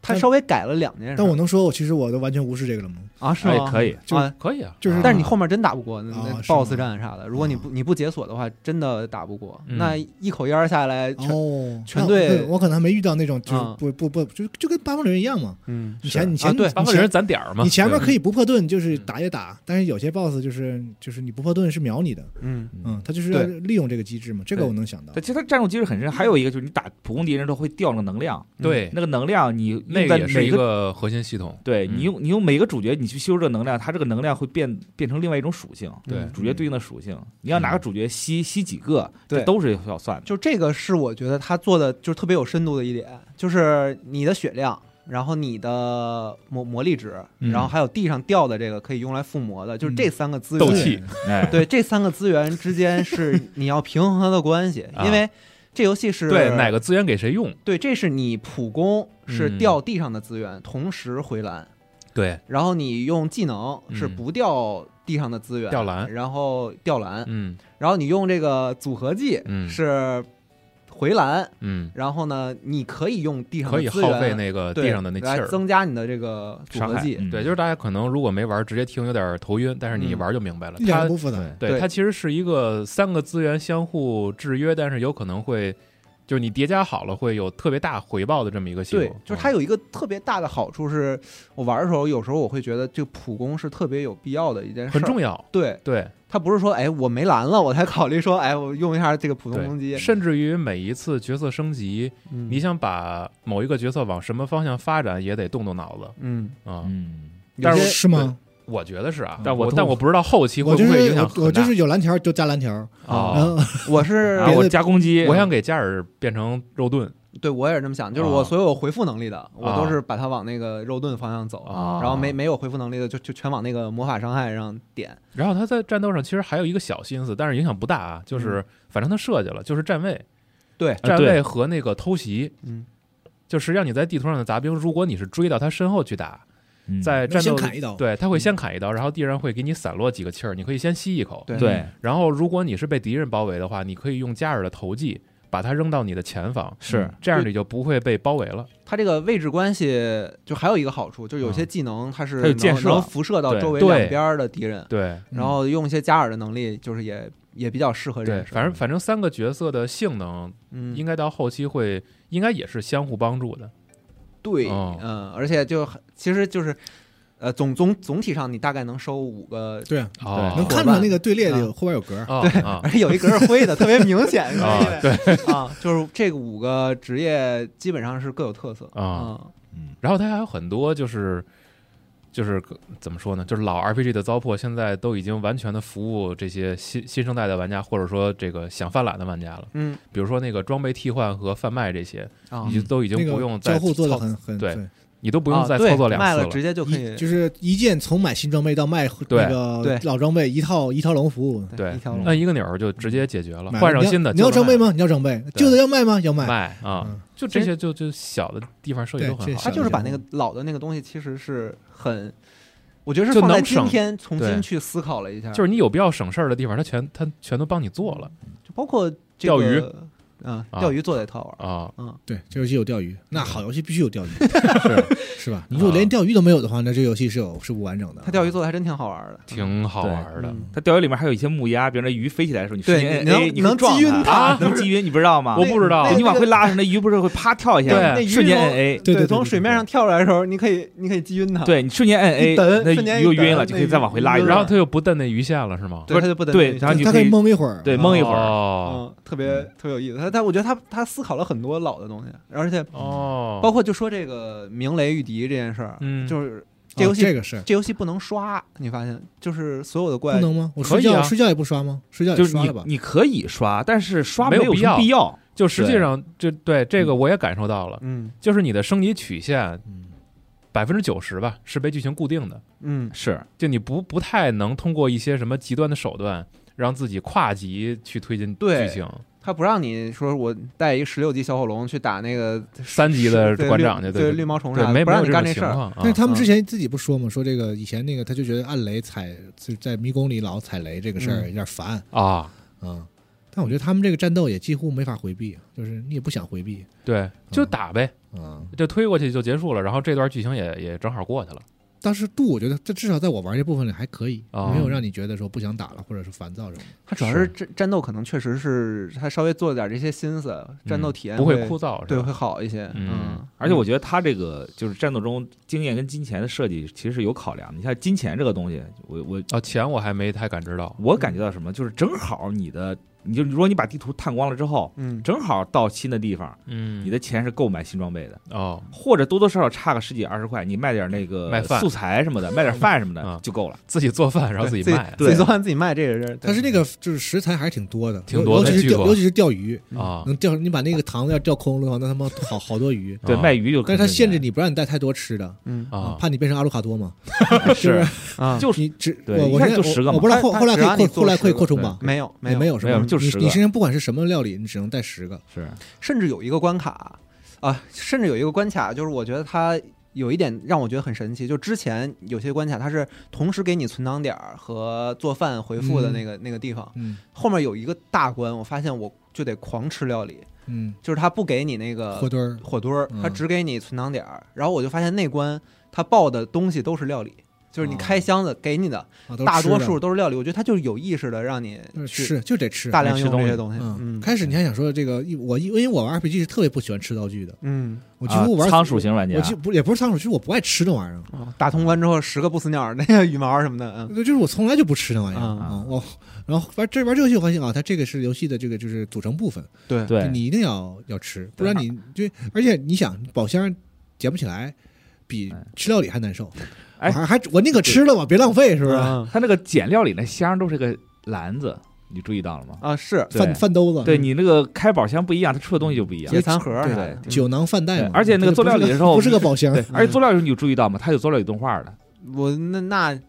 Speaker 1: 他
Speaker 3: 但
Speaker 1: 稍微改了两件事，
Speaker 3: 但我能说我其实我都完全无视这个了吗？
Speaker 1: 啊是
Speaker 4: 哎
Speaker 1: 吗？
Speaker 4: 可以，
Speaker 3: 就
Speaker 1: 啊，
Speaker 2: 可以啊，
Speaker 3: 就是
Speaker 1: 但是你后面真打不过那
Speaker 3: 啊
Speaker 1: 那
Speaker 3: 是吗
Speaker 1: BOSS 战啥的，如果你不你不解锁的话，真的打不过。
Speaker 2: 嗯
Speaker 1: 那一口烟儿下来，全
Speaker 3: 哦，
Speaker 1: 全
Speaker 3: 那
Speaker 1: 队
Speaker 3: 对我可能还没遇到那种就是
Speaker 1: 啊
Speaker 3: 不不不就就跟八方旅人一样嘛。
Speaker 1: 嗯
Speaker 3: 你
Speaker 2: 是
Speaker 3: 前你前
Speaker 1: 啊对
Speaker 3: 你
Speaker 2: 八方
Speaker 3: 前
Speaker 2: 旅人攒点儿嘛，
Speaker 3: 你前面可
Speaker 2: 以
Speaker 3: 以不破盾，就是
Speaker 2: 嗯
Speaker 3: 打也打，但是有些 BOSS 就是就是你不破盾是秒你的，
Speaker 1: 嗯
Speaker 3: 嗯，他就是要
Speaker 1: 对
Speaker 3: 利用这个机制嘛，这个
Speaker 2: 对
Speaker 3: 我能想到
Speaker 4: 对，。其实它战术机制很深，还有一个就是你打普攻敌人之后会掉那个能量，
Speaker 2: 对，
Speaker 4: 那个能量你
Speaker 2: 那
Speaker 4: 用
Speaker 2: 个
Speaker 4: 在
Speaker 2: 也是
Speaker 4: 每
Speaker 2: 一个核心系统，
Speaker 4: 对
Speaker 2: 嗯
Speaker 4: 你用你用每个主角，你去修这个能量，它这个能量会变变成另外一种属性，
Speaker 2: 对
Speaker 4: 嗯
Speaker 2: 嗯
Speaker 4: 主角对应的属性。你要哪个主角吸吸几个，这
Speaker 1: 嗯对
Speaker 4: 都是要算的。
Speaker 1: 就这个是我觉得他做的就是特别有深度的一点，就是你的血量，然后你的魔魔力值，
Speaker 2: 嗯
Speaker 1: 然后还有地上掉的这个可以用来附魔的，
Speaker 3: 嗯
Speaker 1: 就是这三个资源。
Speaker 2: 斗气
Speaker 4: 哎，
Speaker 1: 对这三个资源之间是你要平衡它的关系，
Speaker 2: 啊
Speaker 1: 因为这游戏是
Speaker 2: 对哪个资源给谁用，
Speaker 1: 对这是你普攻是
Speaker 2: 嗯
Speaker 1: 掉地上的资源，同时回蓝，
Speaker 2: 对，
Speaker 1: 然后你用技能是
Speaker 2: 嗯
Speaker 1: 不掉地上的资源，
Speaker 2: 吊篮
Speaker 1: 然后吊篮，
Speaker 2: 嗯
Speaker 1: 然后你用这个组合技
Speaker 2: 嗯
Speaker 1: 是回蓝，
Speaker 2: 嗯，
Speaker 1: 然后呢，你可以用地上的
Speaker 2: 可以
Speaker 1: 资
Speaker 2: 耗
Speaker 1: 源
Speaker 2: 费那个地
Speaker 1: 对
Speaker 2: 上的那气
Speaker 1: 来
Speaker 2: 儿。
Speaker 1: 增加你的这个组
Speaker 2: 伤
Speaker 1: 合
Speaker 2: 害
Speaker 1: 技。
Speaker 4: 嗯
Speaker 2: 对，就是大家可能如果没玩儿，直接听有点儿头晕，但是你一
Speaker 1: 嗯
Speaker 2: 玩儿就明白了。
Speaker 3: 一点
Speaker 2: 它
Speaker 3: 都不复杂，
Speaker 2: 对
Speaker 1: 对
Speaker 2: 它其实是一个三个资源相互制约，但是有可能会就是你叠加好了会有特别大回报的这么一个系
Speaker 1: 对
Speaker 2: 统。，
Speaker 1: 就是它有一个特别大的好处是，我玩的时候有时候我会觉得这个普攻是特别有必要的一件
Speaker 2: 嗯
Speaker 1: 事，
Speaker 2: 很重要。
Speaker 1: 对，
Speaker 2: 对，
Speaker 1: 它不是说哎我没蓝了我才考虑说哎我用一下这个普通攻击
Speaker 2: 对，。甚至于每一次角色升级，
Speaker 1: 嗯
Speaker 2: 你想把某一个角色往什么方向发展，也得动动脑子
Speaker 1: 嗯，
Speaker 2: 啊。
Speaker 4: 嗯，
Speaker 1: 有
Speaker 2: 但
Speaker 1: 些
Speaker 2: 是
Speaker 3: 是吗？
Speaker 2: 我觉得是啊，
Speaker 4: 但我
Speaker 2: 我但我不知道后期会
Speaker 3: 我
Speaker 2: 不
Speaker 3: 就是
Speaker 2: 会影响
Speaker 3: 我我
Speaker 2: 很大
Speaker 3: 就是有蓝条就加蓝条，
Speaker 2: 啊。
Speaker 3: 然后
Speaker 1: 我 是
Speaker 4: 然后我加攻击，
Speaker 2: 我想给加尔变成肉盾
Speaker 1: 对我也是这么想，就是
Speaker 2: 啊
Speaker 1: 我所有回复能力的，我
Speaker 2: 啊
Speaker 1: 都是把它往那个肉盾方向走，
Speaker 2: 啊，
Speaker 1: 然后没没有回复能力的就就全往那个魔法伤害上点。
Speaker 2: 然后他在战斗上其实还有一个小心思，但是影响不大啊，就是反正他设计了，就是站位，
Speaker 1: 对，
Speaker 4: 啊
Speaker 2: 站
Speaker 4: 对
Speaker 2: 位和那个偷袭，
Speaker 1: 嗯，
Speaker 2: 就实际上你在地图上的杂兵，如果你是追到他身后去打，
Speaker 4: 嗯
Speaker 2: 在
Speaker 3: 那
Speaker 2: 哎战
Speaker 3: 先
Speaker 2: 斗
Speaker 3: 砍一刀，
Speaker 2: 对他会先砍一刀，然后敌人会给你散落几个气儿，你可以先吸一口。
Speaker 1: 对
Speaker 4: 对
Speaker 2: 然后如果你是被敌人包围的话，你可以用加尔的投技把他扔到你的前方，嗯
Speaker 4: 是
Speaker 2: 这样你就不会被包围了。
Speaker 1: 它这个位置关系就还有一个好处，就
Speaker 2: 嗯
Speaker 1: 有些技能它是
Speaker 4: 它有
Speaker 1: 能
Speaker 4: 建设
Speaker 1: 能辐射到
Speaker 4: 对
Speaker 1: 周围
Speaker 2: 对
Speaker 1: 两边儿的敌人，
Speaker 2: 对
Speaker 3: 嗯
Speaker 1: 然后用一些加尔的能力，就是也也比较适合
Speaker 2: 对，
Speaker 1: 人设。
Speaker 2: 反正反正三个角色的性能
Speaker 1: 嗯，
Speaker 2: 应该到后期会应该也是相互帮助的。
Speaker 1: 对，
Speaker 2: 哦
Speaker 1: 嗯，而且就很其实就是，呃，总总总体上你大概能收五个，
Speaker 3: 对啊，
Speaker 2: 哦
Speaker 3: 能看出来那个队列里有后边有格，
Speaker 2: 啊啊
Speaker 1: 而且 有一格是灰的，特别明显，是吧
Speaker 2: 啊！对
Speaker 1: 啊，就是这个五个职业基本上是各有特色
Speaker 2: 啊，
Speaker 1: 嗯
Speaker 2: 然后它还有很多就是就是怎么说呢？就是老 RPG 的糟粕，现在都已经完全的服务这些新新生代的玩家，或者说这个想犯懒的玩家了。
Speaker 1: 嗯
Speaker 2: 比如说那个装备替换和贩卖这些，
Speaker 1: 啊
Speaker 2: 你就都已经
Speaker 3: 嗯那
Speaker 2: 不用
Speaker 3: 个
Speaker 2: 再
Speaker 3: 交互做的
Speaker 2: 操，
Speaker 3: 很很
Speaker 2: 对你都不用再
Speaker 1: 啊对
Speaker 2: 操作两
Speaker 1: 卖
Speaker 2: 次
Speaker 1: 了直接就可以
Speaker 3: 一就是一键从买新装备到卖
Speaker 2: 对
Speaker 3: 那个
Speaker 1: 对
Speaker 3: 老装备一套一套龙服务，
Speaker 2: 对嗯
Speaker 1: 一条，龙
Speaker 2: 按一个钮儿就直接解决了，
Speaker 3: 买
Speaker 2: 换上
Speaker 3: 你要
Speaker 2: 新的。
Speaker 3: 你要
Speaker 2: 旧
Speaker 3: 装
Speaker 2: 的
Speaker 3: 备吗？你要装备，旧的要卖吗？要卖
Speaker 2: 卖？。卖啊
Speaker 3: 嗯，
Speaker 2: 就这些就就小的地方设计都很
Speaker 3: 对这
Speaker 2: 好
Speaker 1: 他
Speaker 3: 小。
Speaker 1: 就是把那个老的那个东西，其实是很，我觉得是
Speaker 2: 就
Speaker 1: 放在
Speaker 2: 能
Speaker 1: 今
Speaker 2: 省
Speaker 1: 天重
Speaker 2: 对
Speaker 1: 新去思考了一下，
Speaker 2: 就是你有必要省事儿的地方，它全它全都帮你做了
Speaker 1: 就包括这
Speaker 2: 钓
Speaker 1: 个
Speaker 2: 鱼，
Speaker 1: 嗯，
Speaker 2: 啊
Speaker 1: 钓鱼做的也特好玩儿。
Speaker 2: 啊。
Speaker 3: 对，这游戏有钓鱼，那好游戏必须 有钓鱼，是是吧？你如
Speaker 2: 啊
Speaker 3: 果连钓鱼都没有的话，那这游戏是有是不完整的。
Speaker 1: 他钓鱼做的还真挺好玩儿的，
Speaker 2: 挺好玩的，
Speaker 1: 嗯
Speaker 4: 它钓鱼里面还有一些木鸭，比如那鱼飞起来的时候，你瞬
Speaker 1: 对
Speaker 4: 间
Speaker 1: 你能
Speaker 4: 哎你
Speaker 1: 能
Speaker 4: 会撞
Speaker 1: 击晕它
Speaker 4: 啊，
Speaker 1: 就
Speaker 4: 能
Speaker 1: 是
Speaker 4: 击晕，你不知道吗？
Speaker 2: 我不知道
Speaker 1: 那
Speaker 4: 对
Speaker 1: 个
Speaker 4: 你往回拉的时候，那鱼不是会啪跳一下，
Speaker 2: 对
Speaker 1: 那鱼
Speaker 4: 瞬间
Speaker 1: 从
Speaker 4: 摁 A，
Speaker 3: 对对对
Speaker 1: 从
Speaker 3: 对
Speaker 1: 水面
Speaker 3: 对
Speaker 1: 上跳出来的时候，你可以你可以击晕它，
Speaker 4: 对你瞬间摁 A，
Speaker 1: 一蹬
Speaker 4: 那
Speaker 1: 瞬间
Speaker 4: 鱼
Speaker 1: 一
Speaker 4: 又晕
Speaker 1: 蹬
Speaker 4: 了，就可以
Speaker 1: 那
Speaker 4: 再往回拉
Speaker 1: 鱼
Speaker 4: 一
Speaker 1: 就
Speaker 4: 段
Speaker 1: 对
Speaker 2: 然后它又不蹬那鱼线了，是吗？
Speaker 1: 对，它就不得
Speaker 4: 对
Speaker 1: 那
Speaker 4: 然后
Speaker 1: 个
Speaker 4: 你
Speaker 3: 他
Speaker 4: 可
Speaker 3: 可
Speaker 4: 以
Speaker 3: 以蒙一会儿，啊
Speaker 4: 对，蒙一会儿，
Speaker 2: 哦
Speaker 1: 嗯，特别特别有意思。他他我觉得他他思考了很多老的东西，而且
Speaker 2: 哦，
Speaker 1: 包括就说这个鸣雷御敌这件事儿，
Speaker 2: 嗯
Speaker 1: 就是
Speaker 3: 啊
Speaker 1: 这游戏
Speaker 3: 这个是
Speaker 1: 这游戏不能刷，你发现就是所有的
Speaker 3: 不
Speaker 1: 怪
Speaker 3: 能吗？我
Speaker 2: 可以
Speaker 3: 睡觉
Speaker 2: 啊
Speaker 3: 睡觉也不刷吗？睡觉
Speaker 4: 就
Speaker 3: 也
Speaker 4: 是
Speaker 3: 刷
Speaker 4: 你
Speaker 3: 了吧？
Speaker 4: 你可以刷，但是刷
Speaker 2: 没有
Speaker 4: 有
Speaker 2: 必
Speaker 4: 什么
Speaker 2: 要
Speaker 4: 必要。
Speaker 2: 就实际上这对这个
Speaker 4: 嗯
Speaker 2: 我也感受到了，
Speaker 1: 嗯
Speaker 2: 就是你的升级曲线
Speaker 3: 嗯
Speaker 2: 百分之九十吧是被剧情固定的，
Speaker 1: 嗯
Speaker 4: 是，
Speaker 2: 就你不不太能通过一些什么极端的手段让自己跨级去推进
Speaker 1: 对
Speaker 2: 剧情。
Speaker 1: 他不让你说我带一个十六级小火龙去打那个
Speaker 2: 三级的
Speaker 1: 对
Speaker 2: 馆
Speaker 1: 绿
Speaker 2: 长去
Speaker 1: 对
Speaker 2: 对
Speaker 1: 绿毛虫
Speaker 2: 对
Speaker 1: 啥，
Speaker 2: 没
Speaker 1: 不
Speaker 2: 没
Speaker 1: 让
Speaker 2: 有
Speaker 1: 你
Speaker 2: 这
Speaker 1: 干
Speaker 2: 种
Speaker 1: 这
Speaker 2: 情
Speaker 1: 事儿。
Speaker 2: 况啊
Speaker 3: 但是他们
Speaker 1: 啊
Speaker 3: 之前自己不说嘛，说这个以前那个他就觉得按雷踩就在迷宫里老踩雷这个事儿有点烦
Speaker 2: 啊。
Speaker 3: 啊。但我觉得他们这个战斗也几乎没法回避，就是你也不想回避
Speaker 2: 对，就打呗，
Speaker 3: 啊。
Speaker 2: 就推过去就结束了，然后这段剧情也也正好过去了。
Speaker 3: 但是度我觉得这至少在我玩这部分里还可以，
Speaker 2: 哦
Speaker 3: 没有让你觉得说不想打了或者是烦躁什么的。
Speaker 1: 它主要
Speaker 2: 是
Speaker 1: 是战战斗可能确实是他稍微做了点这些心思，战斗体验
Speaker 2: 嗯不
Speaker 1: 会
Speaker 2: 枯燥，
Speaker 1: 对
Speaker 2: 是吧
Speaker 1: 会好一些。
Speaker 2: 嗯
Speaker 1: 嗯，
Speaker 4: 而且我觉得他这个就是战斗中经验跟金钱的设计其实是有考量的。你像金钱这个东西，我我
Speaker 2: 啊，钱我还没太感知到，
Speaker 4: 我感觉到什么，就是正好你的，你就如果你把地图探光了之后，
Speaker 1: 嗯，
Speaker 4: 正好到新的地方，
Speaker 2: 嗯，
Speaker 4: 你的钱是购买新装备的，
Speaker 2: 哦，
Speaker 4: 或者多多少少差个十几二十块，你卖点那个
Speaker 2: 卖饭
Speaker 4: 素材什么的，卖点饭什么
Speaker 2: 啊
Speaker 4: 的就够了。
Speaker 2: 自己做饭然后自己卖
Speaker 1: 自己做饭自己卖，这个是。
Speaker 3: 但是那个就是食材还是挺多的，
Speaker 2: 挺多的
Speaker 3: 尤其是
Speaker 2: 巨
Speaker 3: 钓，
Speaker 2: 多
Speaker 3: 尤其是钓鱼，
Speaker 1: 嗯
Speaker 2: 啊，
Speaker 3: 能钓你把那个塘要钓空了的话，那他妈好好多鱼。
Speaker 4: 对，
Speaker 2: 啊
Speaker 4: 卖鱼就
Speaker 3: 但是它限制
Speaker 4: 你
Speaker 3: 你不让你带太多吃的，
Speaker 1: 嗯
Speaker 2: 啊，
Speaker 3: 怕你变成阿鲁卡多嘛。
Speaker 4: 是
Speaker 1: 啊，
Speaker 4: 就 是
Speaker 3: 你只
Speaker 4: 对
Speaker 3: 我
Speaker 4: 一
Speaker 3: 我
Speaker 4: 开
Speaker 3: 现
Speaker 4: 始
Speaker 3: 在
Speaker 4: 就十个
Speaker 3: 我我
Speaker 4: 嘛
Speaker 3: 不知道
Speaker 1: 它
Speaker 3: 后
Speaker 1: 它
Speaker 3: 后来
Speaker 1: 只
Speaker 3: 可以
Speaker 1: 让你
Speaker 3: 扩后来
Speaker 1: 做
Speaker 3: 可以
Speaker 1: 十
Speaker 3: 扩充
Speaker 4: 个
Speaker 3: 吧？
Speaker 1: 没有
Speaker 3: 也
Speaker 1: 没
Speaker 3: 没有什
Speaker 4: 没
Speaker 3: 么，
Speaker 4: 有就
Speaker 3: 你
Speaker 4: 十
Speaker 3: 你
Speaker 4: 个
Speaker 3: 身上不管是什么料理，你只能带十个。
Speaker 4: 是
Speaker 1: 甚至有一个关卡啊，甚至有一个关卡，就是我觉得它有一点让我觉得很神奇，就之前有些关卡它是同时给你存档点儿和做饭回复的那个、那个地方，
Speaker 3: 嗯
Speaker 1: 后面有一个大关，我发现我就得狂吃料理，
Speaker 3: 嗯，
Speaker 1: 就是它不给你那个
Speaker 3: 火堆儿
Speaker 1: 火堆儿，
Speaker 3: 嗯
Speaker 1: 它只给你存档点儿，然后我就发现那关它报的东西都是料理。就是你
Speaker 3: 哦
Speaker 1: 开箱子给你的，
Speaker 3: 啊，都是
Speaker 1: 大
Speaker 3: 吃
Speaker 1: 多
Speaker 3: 的
Speaker 1: 数都是料理。我觉得它就是有意识的让你
Speaker 3: 嗯
Speaker 1: 去
Speaker 3: 是就得吃
Speaker 1: 大量
Speaker 4: 吃
Speaker 1: 用
Speaker 4: 东
Speaker 1: 这
Speaker 4: 西
Speaker 1: 些东西。
Speaker 3: 嗯，
Speaker 1: 嗯
Speaker 3: 开始你还想说这个，一我因因为我玩 RPG 是特别不喜欢吃道具的，
Speaker 1: 嗯，
Speaker 3: 我几乎玩
Speaker 4: 啊仓鼠型玩家
Speaker 3: 我就不也不是仓鼠，就是我不爱吃那玩意儿。
Speaker 1: 哦打通关之后十个不死鸟那个羽毛什么的，嗯，
Speaker 3: 对，就是我从来就不吃那玩意儿
Speaker 1: 嗯
Speaker 3: 啊。我然后玩这玩这游戏，我发现啊，它这个是游戏的这个就是组成部分，
Speaker 1: 对，
Speaker 4: 对
Speaker 3: 就你一定要要吃，不然你就而且你想宝箱捡不起来，比
Speaker 4: 哎
Speaker 3: 吃料理还难受。
Speaker 4: 哎
Speaker 3: 我还还我宁可吃了吧，别浪费，是
Speaker 1: 是
Speaker 3: 不是？
Speaker 1: 啊
Speaker 4: 它那个捡料理那箱都是个篮子，你注意到了吗？
Speaker 1: 啊是
Speaker 4: 对
Speaker 3: 饭饭嗯兜子，
Speaker 4: 对你那个开宝箱不一样，它出的东西就不一样
Speaker 1: 结。餐盒嗯啥
Speaker 3: 对
Speaker 1: 的，
Speaker 3: 酒囊饭袋
Speaker 4: 对
Speaker 3: 嘛。
Speaker 4: 而且那个
Speaker 3: 这
Speaker 4: 做料理
Speaker 3: 不是
Speaker 4: 的时候
Speaker 3: 不是个宝箱，
Speaker 4: 对，而且做料理你有注意到吗？它有做料理动画的。
Speaker 1: 我那那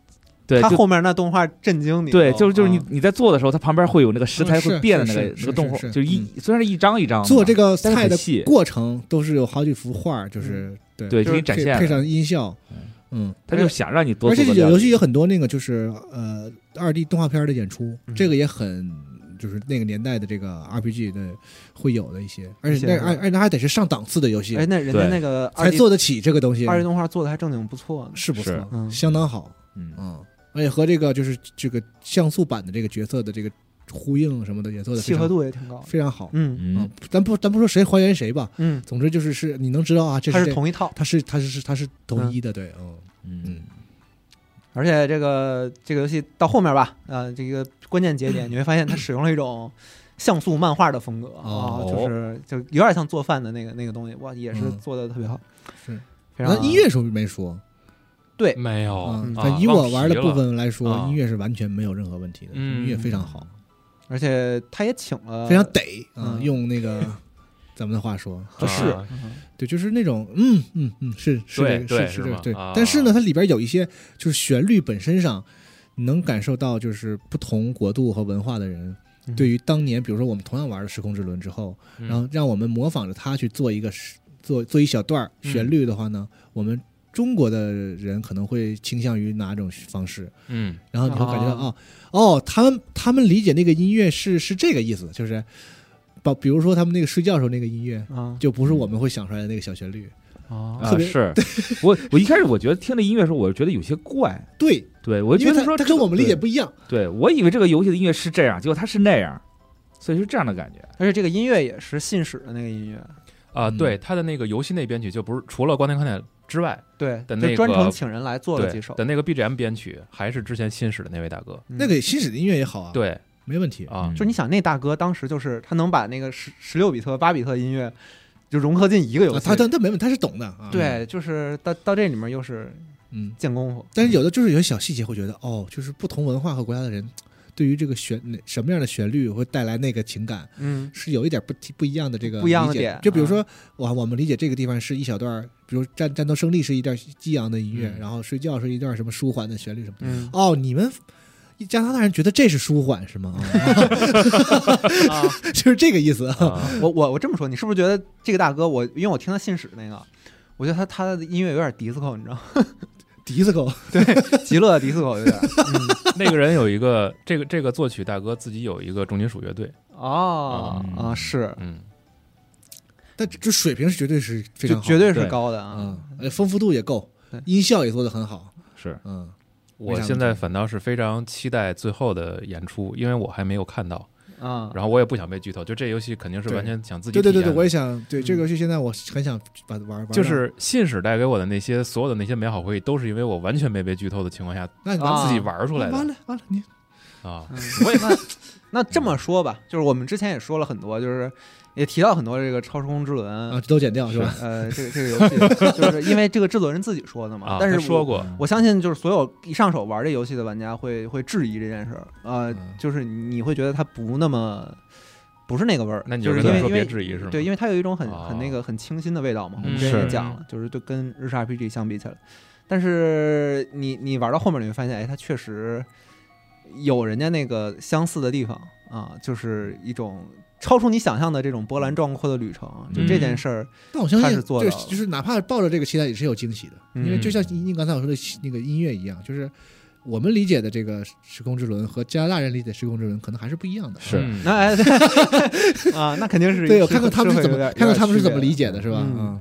Speaker 4: 对，
Speaker 1: 他
Speaker 4: 就
Speaker 1: 后面那动画震惊你都，
Speaker 4: 对，就是就是你
Speaker 1: 啊
Speaker 4: 你在做的时候，它旁边会有那个食材
Speaker 3: 嗯
Speaker 4: 会
Speaker 3: 是
Speaker 4: 变的那
Speaker 3: 是
Speaker 4: 个
Speaker 3: 是
Speaker 4: 那个动画
Speaker 3: 是，是嗯
Speaker 4: 就是一虽然是一张一张的
Speaker 3: 做这个菜
Speaker 4: 但是
Speaker 3: 的
Speaker 4: 很细嗯
Speaker 3: 过程都是有好几幅画，就是对
Speaker 4: 对，
Speaker 1: 就
Speaker 4: 给
Speaker 1: 是
Speaker 4: 你展
Speaker 3: 配
Speaker 4: 现
Speaker 3: 配
Speaker 4: 的，
Speaker 3: 上音效
Speaker 4: 嗯，
Speaker 3: 嗯，
Speaker 4: 他就想让你多
Speaker 3: 而
Speaker 4: 做
Speaker 3: 且有
Speaker 4: 个料
Speaker 3: 游
Speaker 4: 理。
Speaker 3: 戏有很多那个就是呃二 D 动画片的演出，
Speaker 1: 嗯
Speaker 3: 这个也很就是那个年代的这个 RPG 的会有的一些，而
Speaker 1: 一
Speaker 3: 且
Speaker 1: 些是
Speaker 3: 那
Speaker 1: 吧
Speaker 3: 而而且那还得是上档次的游戏
Speaker 1: 哎，那人家
Speaker 4: 对
Speaker 1: 那个
Speaker 3: 才
Speaker 1: 二 D
Speaker 3: 做得起这个东西，
Speaker 1: 二 D 动画做的还正经不错呢，
Speaker 3: 是不
Speaker 4: 是
Speaker 3: 错，
Speaker 1: 嗯
Speaker 3: 相当好，
Speaker 4: 嗯，
Speaker 3: 嗯，而且和这个就是这个像素版的这个角色的这个呼应什么的也做的
Speaker 1: 契合度也挺高的，
Speaker 3: 非常好，
Speaker 1: 嗯
Speaker 4: 嗯，
Speaker 3: 咱不咱不说谁还原谁吧，
Speaker 1: 嗯，
Speaker 3: 总之就是是你能知道啊，这
Speaker 1: 它
Speaker 3: 是
Speaker 1: 是
Speaker 3: 这
Speaker 1: 同一套，
Speaker 3: 它是它是它是同一的，对，嗯
Speaker 4: 嗯
Speaker 3: 嗯，
Speaker 1: 而且这个这个游戏到后面吧，呃，这个关键节点你会发现它使用了一种。像素漫画的风格啊，
Speaker 3: 哦
Speaker 1: 就是就有点像做饭的那个那个东西，哇，也是
Speaker 3: 嗯
Speaker 1: 做的特别好，
Speaker 3: 是
Speaker 1: 非常
Speaker 3: 那
Speaker 1: 好。
Speaker 3: 音乐是不是没说？
Speaker 2: 没有
Speaker 3: 嗯，，
Speaker 2: 啊
Speaker 3: 反以我玩的
Speaker 2: 忘
Speaker 3: 部，
Speaker 2: 提了
Speaker 3: 分来说，
Speaker 2: 啊
Speaker 3: 音乐是完全没有任何问题的，
Speaker 2: 嗯
Speaker 3: 音乐非常好，
Speaker 1: 而且他也请了
Speaker 3: 非常得啊、
Speaker 1: 嗯
Speaker 3: 用 那个咱们的话说，
Speaker 1: 合适
Speaker 2: 啊，
Speaker 3: 对，就是那种嗯嗯嗯，是是
Speaker 2: 对
Speaker 3: 这个
Speaker 2: 对
Speaker 3: 是
Speaker 2: 是
Speaker 3: 是这个
Speaker 2: 吗
Speaker 3: 对
Speaker 2: 啊，
Speaker 3: 但是呢，它里边有一些就是旋律本身上，你能感受到就是不同国度和文化的人。
Speaker 1: 嗯
Speaker 3: 对于当年，比如说我们同样玩了《时空之轮》之后，
Speaker 2: 嗯
Speaker 3: 然后让我们模仿着它去做一个是做做一小段儿
Speaker 2: 嗯
Speaker 3: 旋律的话呢，我们中国的人可能会倾向于哪种方式？
Speaker 2: 嗯，
Speaker 3: 然后你会感觉到
Speaker 1: 啊
Speaker 3: 哦哦，他们他们理解那个音乐是是这个意思，就是把比如说他们那个睡觉时候那个音乐，
Speaker 1: 啊
Speaker 3: 就不是我们会想出来的那个小旋律。
Speaker 1: 啊，
Speaker 4: 啊
Speaker 3: 特别
Speaker 4: 是，我我一开始我觉得听这音乐的时候，我觉得有些怪，
Speaker 3: 对，
Speaker 4: 对我
Speaker 3: 因
Speaker 4: 觉
Speaker 3: 为
Speaker 4: 得
Speaker 3: 它
Speaker 4: 说
Speaker 3: 它跟我们理解
Speaker 4: 对，嗯
Speaker 3: 不一样。
Speaker 4: 对我以为这个游戏的音乐是这样，结果它是那样，所以是这样的感觉。
Speaker 1: 而且这个音乐也是信使的那个音乐，
Speaker 2: 啊，
Speaker 3: 嗯
Speaker 2: 对，他的那个游戏那编曲就不是除了光天光点之外，
Speaker 1: 对，
Speaker 2: 的
Speaker 1: 就
Speaker 2: 那个
Speaker 1: 专程请人来做了
Speaker 2: 对
Speaker 1: 几首，
Speaker 2: 的那个 BGM 编曲还是之前新使的那位大哥，
Speaker 1: 嗯
Speaker 3: 那个新使的音乐也好啊，，
Speaker 2: 对
Speaker 3: 没问题。
Speaker 2: 啊
Speaker 4: 嗯，
Speaker 1: 就你想那大哥当时就是他能把那个十十六比特、八比特音乐就融合进一个游
Speaker 3: 啊
Speaker 1: 戏，
Speaker 3: 他他他没问，他是懂的啊。，
Speaker 1: 对，就是到到这里面又是
Speaker 3: 嗯，
Speaker 1: 见功夫，
Speaker 3: 但是有的就是有些小细节会觉得哦，就是不同文化和国家的人。对于这个旋哪什么样的旋律会带来那个情感，
Speaker 1: 嗯
Speaker 3: 是有一点不不一样的这个
Speaker 1: 不一样的
Speaker 3: 理解
Speaker 1: 点
Speaker 3: 就比如
Speaker 1: 啊
Speaker 3: 说，我我们理解这个地方是一小段儿，比如战战斗胜利是一段激昂的音乐，
Speaker 2: 嗯
Speaker 3: 然后睡觉是一段什么舒缓的旋律什么 的。
Speaker 1: 嗯
Speaker 3: 哦，你们加拿大人觉得这是舒缓是吗？
Speaker 1: 啊，
Speaker 3: 啊 就是这个意思。
Speaker 2: 啊
Speaker 1: 我我我这么说，你是不是觉得这个大哥我因为我听他信使那个，我觉得他他的音乐有点迪斯科，你知道吗？
Speaker 3: 迪斯科，
Speaker 1: 极乐迪斯科有点儿
Speaker 2: 那个人有一个这个这个作曲大哥自己有一个重金属乐队，
Speaker 1: 哦
Speaker 2: 嗯
Speaker 1: 啊是，
Speaker 2: 嗯，
Speaker 3: 但这这水平是绝对是非
Speaker 1: 就
Speaker 3: 常好的，
Speaker 1: 绝对是
Speaker 4: 对
Speaker 1: 高的啊
Speaker 3: 嗯，，呃丰富度也够
Speaker 1: 对，
Speaker 3: 音效也做得很好，
Speaker 4: 是
Speaker 3: 嗯，
Speaker 2: 我现在反倒是非常期待最后的演出，因为我还没有看到，
Speaker 1: 啊
Speaker 2: 然后我也不想被剧透，就这游戏肯定是
Speaker 3: 对
Speaker 2: 完全想自己
Speaker 3: 对对对
Speaker 2: 体
Speaker 3: 对，
Speaker 2: 验的
Speaker 3: 我也想，对
Speaker 1: 嗯
Speaker 3: 这个游戏现在我很想把玩玩，
Speaker 2: 就是信使带给我的那些所有的那些美好回忆，都是因为我完全没被剧透的情况下
Speaker 3: 那你
Speaker 1: 啊
Speaker 2: 自己玩出来
Speaker 3: 完
Speaker 2: 的
Speaker 3: 了完了，你
Speaker 2: 啊。
Speaker 1: 嗯我也那那这么说吧，就是我们之前也说了很多，就是也提到很多这个超时空之轮
Speaker 3: 啊，这都剪掉是吧？
Speaker 1: 呃，这个这个游戏，就是因为这个制作人自己说的嘛。
Speaker 2: 啊，
Speaker 1: 但是
Speaker 2: 他
Speaker 1: 我
Speaker 2: 说，过，
Speaker 3: 嗯
Speaker 1: 我相信就是所有一上手玩这游戏的玩家会会质疑这件事儿，呃，
Speaker 3: 嗯
Speaker 1: 就是你会觉得它不那么不是那个味儿，
Speaker 2: 那你
Speaker 1: 就是是
Speaker 2: 跟
Speaker 1: 因
Speaker 2: 他
Speaker 1: 为
Speaker 2: 说
Speaker 1: 因
Speaker 2: 别
Speaker 1: 为
Speaker 2: 质疑是吗？
Speaker 1: 对，因为它有一种很很那
Speaker 2: 哦
Speaker 1: 个很清新的味道嘛，我
Speaker 2: 嗯
Speaker 1: 们之前也
Speaker 2: 是
Speaker 1: 讲了，就是就跟日式 RPG 相比起来，但是你你玩到后面你会发现，哎，它确实有人家那个相似的地方啊，就是一种。超出你想象的这种波澜壮阔的旅程，就这件
Speaker 2: 嗯
Speaker 1: 事儿，
Speaker 3: 但我相
Speaker 1: 他
Speaker 3: 信
Speaker 1: 是做
Speaker 3: 就
Speaker 1: 到了
Speaker 3: 就是哪怕抱着这个期待也是有惊喜的，因为
Speaker 1: 嗯
Speaker 3: 就像您您刚才我说的那个音乐一样，就是我们理解的这个时空之轮和加拿大人理解时空之轮可能还是不一样的。
Speaker 4: 是
Speaker 2: 嗯
Speaker 1: 那哎对啊，那肯定是
Speaker 3: 对，我
Speaker 1: 是
Speaker 3: 看看他们
Speaker 1: 会
Speaker 3: 是怎
Speaker 1: 有
Speaker 3: 么
Speaker 1: 点
Speaker 3: 看看他们是怎么理
Speaker 1: 解。
Speaker 3: 解的，是吧？
Speaker 1: 嗯
Speaker 3: 嗯，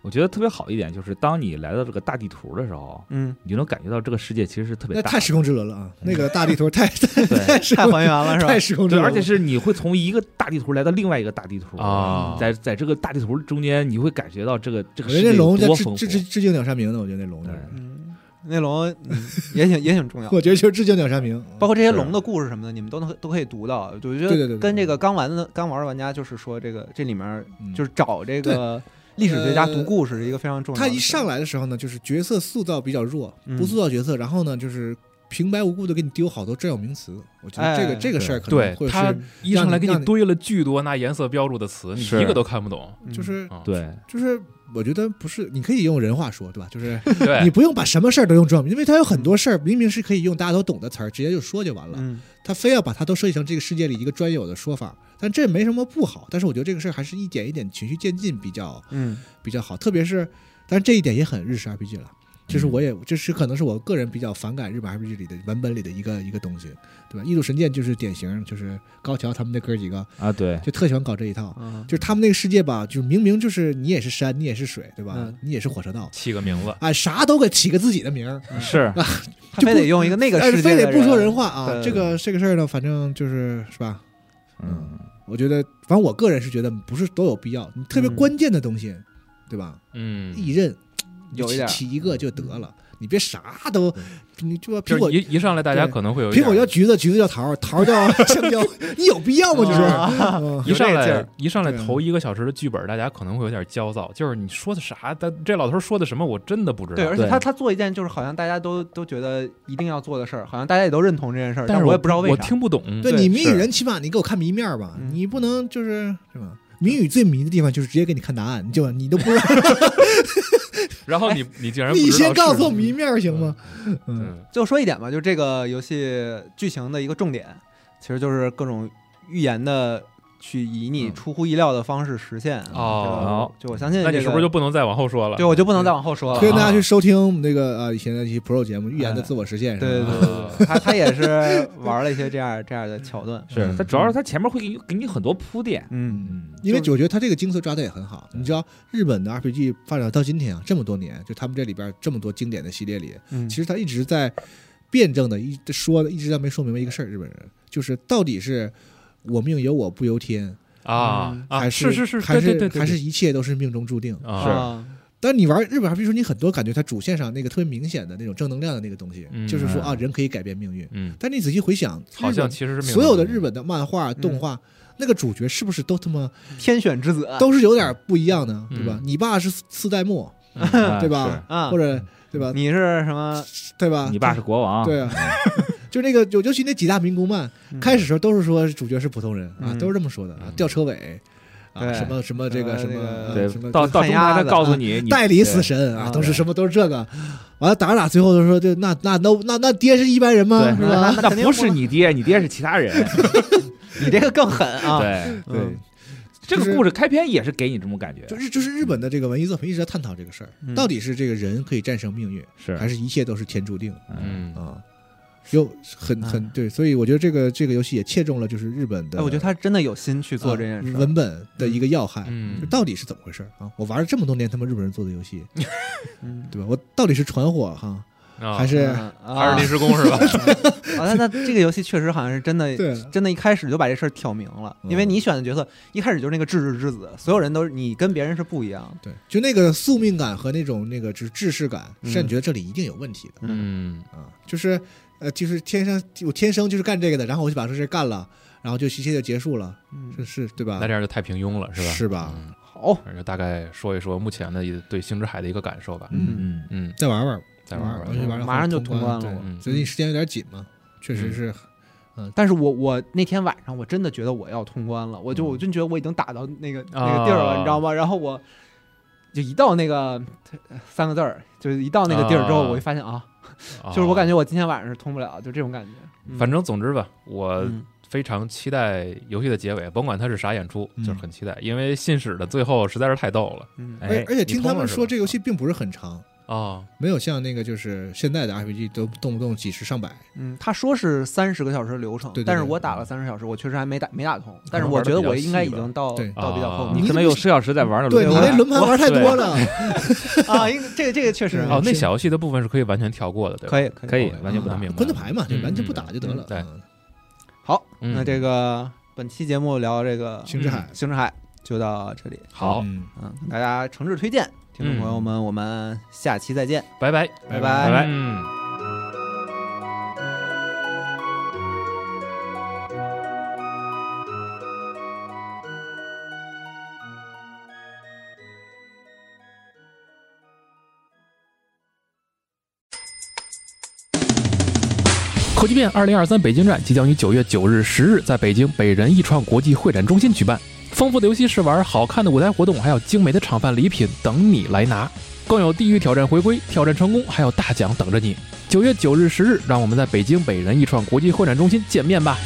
Speaker 4: 我觉得特别好一点就是，当你来到这个大地图的时候，
Speaker 1: 嗯，
Speaker 4: 你就能感觉到这个世界其实是特别
Speaker 3: 那
Speaker 4: 大嗯
Speaker 3: 太时空之轮了啊！那个大地图 太太
Speaker 4: 对
Speaker 3: 时
Speaker 1: 太
Speaker 3: 空
Speaker 1: 还原了是吧
Speaker 3: 太？时空之
Speaker 4: 对，
Speaker 3: 轮了，
Speaker 4: 而且是你会从一个大地图来到另外一个大地图
Speaker 2: 啊
Speaker 4: 在在这个大地图中间，你会感觉到这个这个世
Speaker 3: 人
Speaker 4: 界
Speaker 3: 家龙
Speaker 4: 有
Speaker 3: 在
Speaker 4: 多
Speaker 3: 致
Speaker 4: 丰富
Speaker 3: 致。致致敬鸟山明的，我觉得那龙就是，
Speaker 4: 对
Speaker 1: 嗯，那龙嗯也挺也挺重要
Speaker 3: 我觉得就是致敬鸟山明，
Speaker 1: 包括这些
Speaker 2: 是
Speaker 1: 龙的故事什么的，你们都能都可以读到。我觉
Speaker 3: 对对
Speaker 1: 得
Speaker 3: 对
Speaker 1: 跟这个刚玩的刚玩的玩家，就是说这个这里面
Speaker 3: 嗯呃
Speaker 1: 就是找这个历史学家读故事是一个非常重要的
Speaker 3: 他
Speaker 1: 事。
Speaker 3: 一上来的时候呢，就是角色塑造比较弱，
Speaker 1: 嗯
Speaker 3: 不塑造角色，然后呢就是平白无故的给你丢好多专有名词，我觉得这个、
Speaker 1: 哎
Speaker 3: 这个事儿可
Speaker 2: 对
Speaker 3: 能会
Speaker 2: 他
Speaker 3: 是
Speaker 2: 一上来给
Speaker 3: 让
Speaker 2: 你
Speaker 3: 你
Speaker 2: 堆了巨多那颜色标注的词，你
Speaker 4: 是
Speaker 2: 一个都看不懂。
Speaker 1: 嗯
Speaker 3: 就是
Speaker 2: 啊
Speaker 4: 对，
Speaker 3: 就是我觉得不是，你可以用人话说，对吧？就是你
Speaker 2: 对，
Speaker 3: 不用把什么事儿都用专有名，因为他有很多事儿明明是可以用大家都懂的词儿直接就说就完了，
Speaker 1: 嗯
Speaker 3: 他非要把它都设计成这个世界里一个专有的说法，但这没什么不好。但是我觉得这个事儿还是一点一点循序渐进比较
Speaker 1: 嗯
Speaker 3: 比较好，特别是，但是这一点也很日式 RPG 了。
Speaker 1: 嗯
Speaker 3: 这是我也，这是可能是我个人比较反感日本 RPG 里的文本里的一个一个东西，对吧？《异度神剑》就是典型，就是高桥他们那哥几个
Speaker 4: 啊，对，
Speaker 3: 就特喜欢搞这一套，
Speaker 1: 嗯
Speaker 3: 就是他们那个世界吧，就是明明就是你也是山，你也是水，对吧？
Speaker 1: 嗯
Speaker 3: 你也是火车道，
Speaker 2: 起个名字，
Speaker 3: 哎，啥都给起个自己的名儿，
Speaker 4: 是
Speaker 1: 他非得用一个那个
Speaker 3: 但
Speaker 1: 世
Speaker 3: 是
Speaker 1: 界
Speaker 3: 非
Speaker 1: 的
Speaker 3: 得不说人
Speaker 1: 人
Speaker 3: 话啊。
Speaker 1: 对
Speaker 3: 这个这个事儿呢，反正就是是吧？
Speaker 4: 嗯，
Speaker 3: 我觉得，反正我个人是觉得不是都有必要，你特别
Speaker 1: 嗯
Speaker 3: 关键的东西，对吧？
Speaker 2: 嗯，
Speaker 3: 一任
Speaker 1: 有一点儿嗯
Speaker 3: 起一个就得了，你别啥都，你就
Speaker 2: 就
Speaker 3: 苹果
Speaker 2: 是一一上来大家可能会有一
Speaker 3: 苹果叫
Speaker 2: 点
Speaker 3: 橘子，橘子叫桃儿，桃儿 叫香蕉，你有必要吗？就是
Speaker 1: 啊
Speaker 3: 嗯
Speaker 2: 一上
Speaker 1: 有这劲
Speaker 2: 来
Speaker 1: 儿
Speaker 2: 一上来
Speaker 3: 对
Speaker 2: 头一个小时的剧本，大家可能会有点焦躁，就是你说的啥？但这老头说的什么？我真的不知
Speaker 1: 对，
Speaker 2: 道
Speaker 1: 而。且他他做一件就是好像大家都都觉得一定要做的事儿，好像大家也都认同这件事儿，但
Speaker 2: 是
Speaker 1: 我
Speaker 2: 我
Speaker 1: 也不知道为
Speaker 2: 我
Speaker 1: 啥。
Speaker 2: 听不懂。
Speaker 3: 对
Speaker 1: 对
Speaker 3: 你谜语
Speaker 4: 是
Speaker 3: 人，起码你给我看谜面儿吧，
Speaker 1: 嗯
Speaker 3: 你不能就是是吧？谜语最迷的地方就是直接给你看答案，你就你都不知道，
Speaker 2: 然后你你竟然不知
Speaker 3: 哎你
Speaker 2: 道
Speaker 3: 先
Speaker 2: 是
Speaker 3: 告诉我谜面儿行吗？嗯，
Speaker 2: 嗯
Speaker 1: 最后说一点吧，就这个游戏剧情的一个重点，其实就是各种预言的去以你
Speaker 3: 嗯
Speaker 1: 出乎意料的方式实现。啊
Speaker 2: 哦
Speaker 1: 这个就我相信、这
Speaker 2: 那
Speaker 1: 个，
Speaker 2: 你是不是就不能再往后说了？
Speaker 1: 对我就不能再往后说了？
Speaker 3: 推荐大
Speaker 1: 啊
Speaker 3: 家去收听那个呃以前的一期 Pro 节目《预言的
Speaker 1: 哎
Speaker 3: 自我实
Speaker 2: 嗯
Speaker 3: 现》，
Speaker 1: 对对
Speaker 3: 是吧嗯
Speaker 1: 对对对，他他也是玩了一些这样这样的桥段。
Speaker 3: 嗯
Speaker 4: 是，它主要是它前面会给你给你很多铺垫，
Speaker 1: 嗯
Speaker 4: 嗯，
Speaker 3: 因为
Speaker 1: 就
Speaker 3: 我觉得他这个精髓抓的也很好。你知道日本的 RPG 发展到今天啊，这么多年，就他们这里边这么多经典的系列里，
Speaker 1: 嗯，
Speaker 3: 其实他一直在辩证的一直说的，一直在没说明白一个事儿，日本人就是到底是。我命由我不由天，
Speaker 2: 啊
Speaker 1: 嗯
Speaker 2: 啊，
Speaker 3: 还
Speaker 2: 是是
Speaker 3: 还
Speaker 2: 对
Speaker 3: 是
Speaker 2: 对对，对
Speaker 3: 还是一切都是命中注定。
Speaker 2: 啊，
Speaker 1: 啊
Speaker 3: 但你玩日本 RPG 时候，你很多感觉它主线上那个特别明显的那种正能量的那个东西，
Speaker 2: 嗯
Speaker 3: 就是说啊，人可以改变命运。
Speaker 2: 嗯，
Speaker 3: 但你仔细回想，
Speaker 2: 好
Speaker 3: 日本
Speaker 2: 像其实是没
Speaker 3: 所有的
Speaker 2: 那么嗯
Speaker 3: 日本的漫画、动画，那个主角是不是都他妈
Speaker 1: 天选之子
Speaker 3: 都是有点不一样的，
Speaker 2: 嗯
Speaker 3: 对吧？你爸是四代目，
Speaker 4: 哎
Speaker 3: 对吧？
Speaker 1: 啊
Speaker 3: 或，
Speaker 2: 嗯
Speaker 3: 者对吧？
Speaker 1: 你是什么？
Speaker 3: 对
Speaker 4: 是
Speaker 3: 吧？
Speaker 4: 你爸是国王，
Speaker 3: 对啊， 就那个尤尤其那几大民工漫，
Speaker 1: 嗯
Speaker 3: 开始时候都是说主角是普通人啊
Speaker 1: 嗯，
Speaker 3: 都是这么说的啊
Speaker 2: 嗯，
Speaker 3: 吊车尾啊，
Speaker 1: 对
Speaker 3: 什么什么这个什
Speaker 1: 什么
Speaker 3: 么
Speaker 1: 那
Speaker 3: 呃什
Speaker 4: 对，
Speaker 3: 么
Speaker 4: 到
Speaker 3: 就
Speaker 4: 到
Speaker 1: 旱
Speaker 4: 中
Speaker 1: 鸭
Speaker 4: 盘他
Speaker 1: 子
Speaker 4: 告诉
Speaker 1: 啊
Speaker 4: 你你
Speaker 3: 代理
Speaker 4: 对
Speaker 3: 死神啊，
Speaker 1: 啊
Speaker 3: 都是什么都是这个，完了打着打着最后就说就那那那那那爹是一般人吗？
Speaker 4: 对
Speaker 3: 是吧？
Speaker 1: 那
Speaker 4: 那
Speaker 1: 肯定
Speaker 4: 不
Speaker 1: 不
Speaker 4: 是
Speaker 1: 能嗯
Speaker 4: 你爹，你爹是其他人，
Speaker 1: 你这个更狠啊！
Speaker 4: 对，
Speaker 1: 嗯
Speaker 3: 对，
Speaker 4: 这
Speaker 3: 就
Speaker 4: 个
Speaker 3: 是
Speaker 4: 故事开篇也是给你这种感觉，
Speaker 3: 就日就是日本的这个文艺作品一直在探讨这个事儿，
Speaker 1: 嗯
Speaker 3: 到底是这个人可以战胜命运，
Speaker 4: 是
Speaker 3: 还是一切都是天注定
Speaker 4: 嗯
Speaker 2: 嗯，
Speaker 3: 啊？又很很
Speaker 1: 啊
Speaker 3: 对，所以我觉得这个这个游戏也切中了就是日本的，
Speaker 1: 哎，我觉得他真的有心去做这件事
Speaker 3: 啊
Speaker 1: 儿。
Speaker 3: 文本的一个要害，
Speaker 2: 嗯
Speaker 3: 就到底是怎么回事儿啊？我玩了这么多年他们日本人做的游戏，
Speaker 1: 嗯，
Speaker 3: 对吧？我到底是传火哈，
Speaker 2: 啊
Speaker 3: 还是
Speaker 1: 嗯
Speaker 2: 还是
Speaker 1: 啊
Speaker 2: 临，时工是吧？
Speaker 1: 啊，那那这个游戏确实好像是真的
Speaker 3: 对
Speaker 1: 真的一开始就把这事儿挑明了，因为
Speaker 3: 嗯
Speaker 1: 你选的角色一开始就是那个至日之子，所有人都是你跟别人是不一样的。
Speaker 3: 对，就那个宿命感和那种那个就是制式感，
Speaker 1: 嗯
Speaker 3: 是让你觉得这里一定有问题的
Speaker 2: 嗯
Speaker 3: 啊，就是呃，就是天生我天生就是干这个的，然后我就把这事儿干了，然后就一切就结束了，
Speaker 1: 嗯
Speaker 3: 是是，对吧
Speaker 2: 那？这样就太平庸了，是吧？
Speaker 3: 啊是吧
Speaker 2: 嗯？
Speaker 1: 好，
Speaker 2: 反正就大概说一说目前的一对星之海的一个感受吧。
Speaker 4: 嗯
Speaker 2: 嗯，
Speaker 3: 再玩玩吧，
Speaker 2: 再玩
Speaker 3: 玩去
Speaker 2: 玩。
Speaker 3: 玩了，
Speaker 1: 马上就通关
Speaker 3: 对
Speaker 1: 了
Speaker 2: 嗯
Speaker 3: 最近时间有点紧嘛，确实
Speaker 2: 嗯
Speaker 3: 是，
Speaker 1: 但是我我那天晚上我真的觉得我要通关了，我就
Speaker 3: 嗯
Speaker 1: 我真觉得我已经打到那个那个地儿了，
Speaker 2: 啊
Speaker 1: 你知道吗？然后我就一到那个呃三个字儿，就是一到那个地儿之后，
Speaker 2: 啊
Speaker 1: 我就发现啊，就是我感
Speaker 2: 觉，
Speaker 1: 觉我今天晚上是通不了，就这种感觉。嗯
Speaker 2: 啊反正总呃之吧，我
Speaker 1: 嗯
Speaker 2: 非常期待游戏的结尾，甭管它是啥演出，
Speaker 3: 嗯
Speaker 2: 就是很期待，因为信使的最后实在是太逗了
Speaker 1: 嗯
Speaker 4: 哎
Speaker 3: 而而且
Speaker 2: 你
Speaker 3: 听
Speaker 2: 通
Speaker 3: 他
Speaker 2: 了
Speaker 3: 们
Speaker 2: 是
Speaker 3: 说
Speaker 2: 吧
Speaker 3: 这游戏并不是很长，
Speaker 2: 啊。
Speaker 3: 没有像那个就是现在的 RPG 都动不动几十上百，
Speaker 1: 嗯，他说是三十个小时的流程，
Speaker 3: 对对对
Speaker 1: 但是我打了三十小时，我确实还没打没打通，但是
Speaker 2: 能
Speaker 1: 我
Speaker 2: 玩得
Speaker 1: 觉得
Speaker 2: 比较
Speaker 1: 我应该
Speaker 2: 细
Speaker 1: 已
Speaker 2: 吧
Speaker 1: 经到
Speaker 3: 对
Speaker 1: 到比较
Speaker 2: 啊
Speaker 1: 后
Speaker 4: 嗯，
Speaker 1: 面
Speaker 4: 你可能有十小时在玩了，
Speaker 3: 对
Speaker 1: 对
Speaker 3: 你
Speaker 1: 我
Speaker 3: 那 轮盘玩太
Speaker 4: 对
Speaker 3: 多了，
Speaker 1: 啊，因为这个这个确实
Speaker 3: 对
Speaker 2: 哦，那
Speaker 3: 是
Speaker 2: 小游戏的部分是可以完全跳过的，对吧？
Speaker 1: 可以可以
Speaker 4: 可以
Speaker 2: 哦
Speaker 4: 完全不打
Speaker 2: 明白
Speaker 3: 关着啊牌嘛，就
Speaker 2: 嗯
Speaker 3: 完全不
Speaker 2: 嗯
Speaker 3: 打就得了
Speaker 2: 嗯。对
Speaker 3: 嗯
Speaker 1: 好，
Speaker 2: 嗯
Speaker 1: 那这个本期节目聊这个
Speaker 3: 星之海，
Speaker 1: 星之海就到这里。
Speaker 2: 好，
Speaker 3: 嗯
Speaker 1: 嗯，大家诚挚推荐，听众朋友们，我们下期再见，
Speaker 2: 拜拜，
Speaker 1: 拜
Speaker 3: 拜
Speaker 4: 拜拜
Speaker 2: 嗯。科技变二零二三北京站即将于九月九日、十日在北京北人艺创国际会展中心举办，丰富的游戏试玩、好看的舞台活动，还有精美的厂饭礼品等你来拿，更有地狱挑战回归、挑战成功，还有大奖等着你。九月九日、十日，让我们在北京北人艺创国际会展中心见面吧。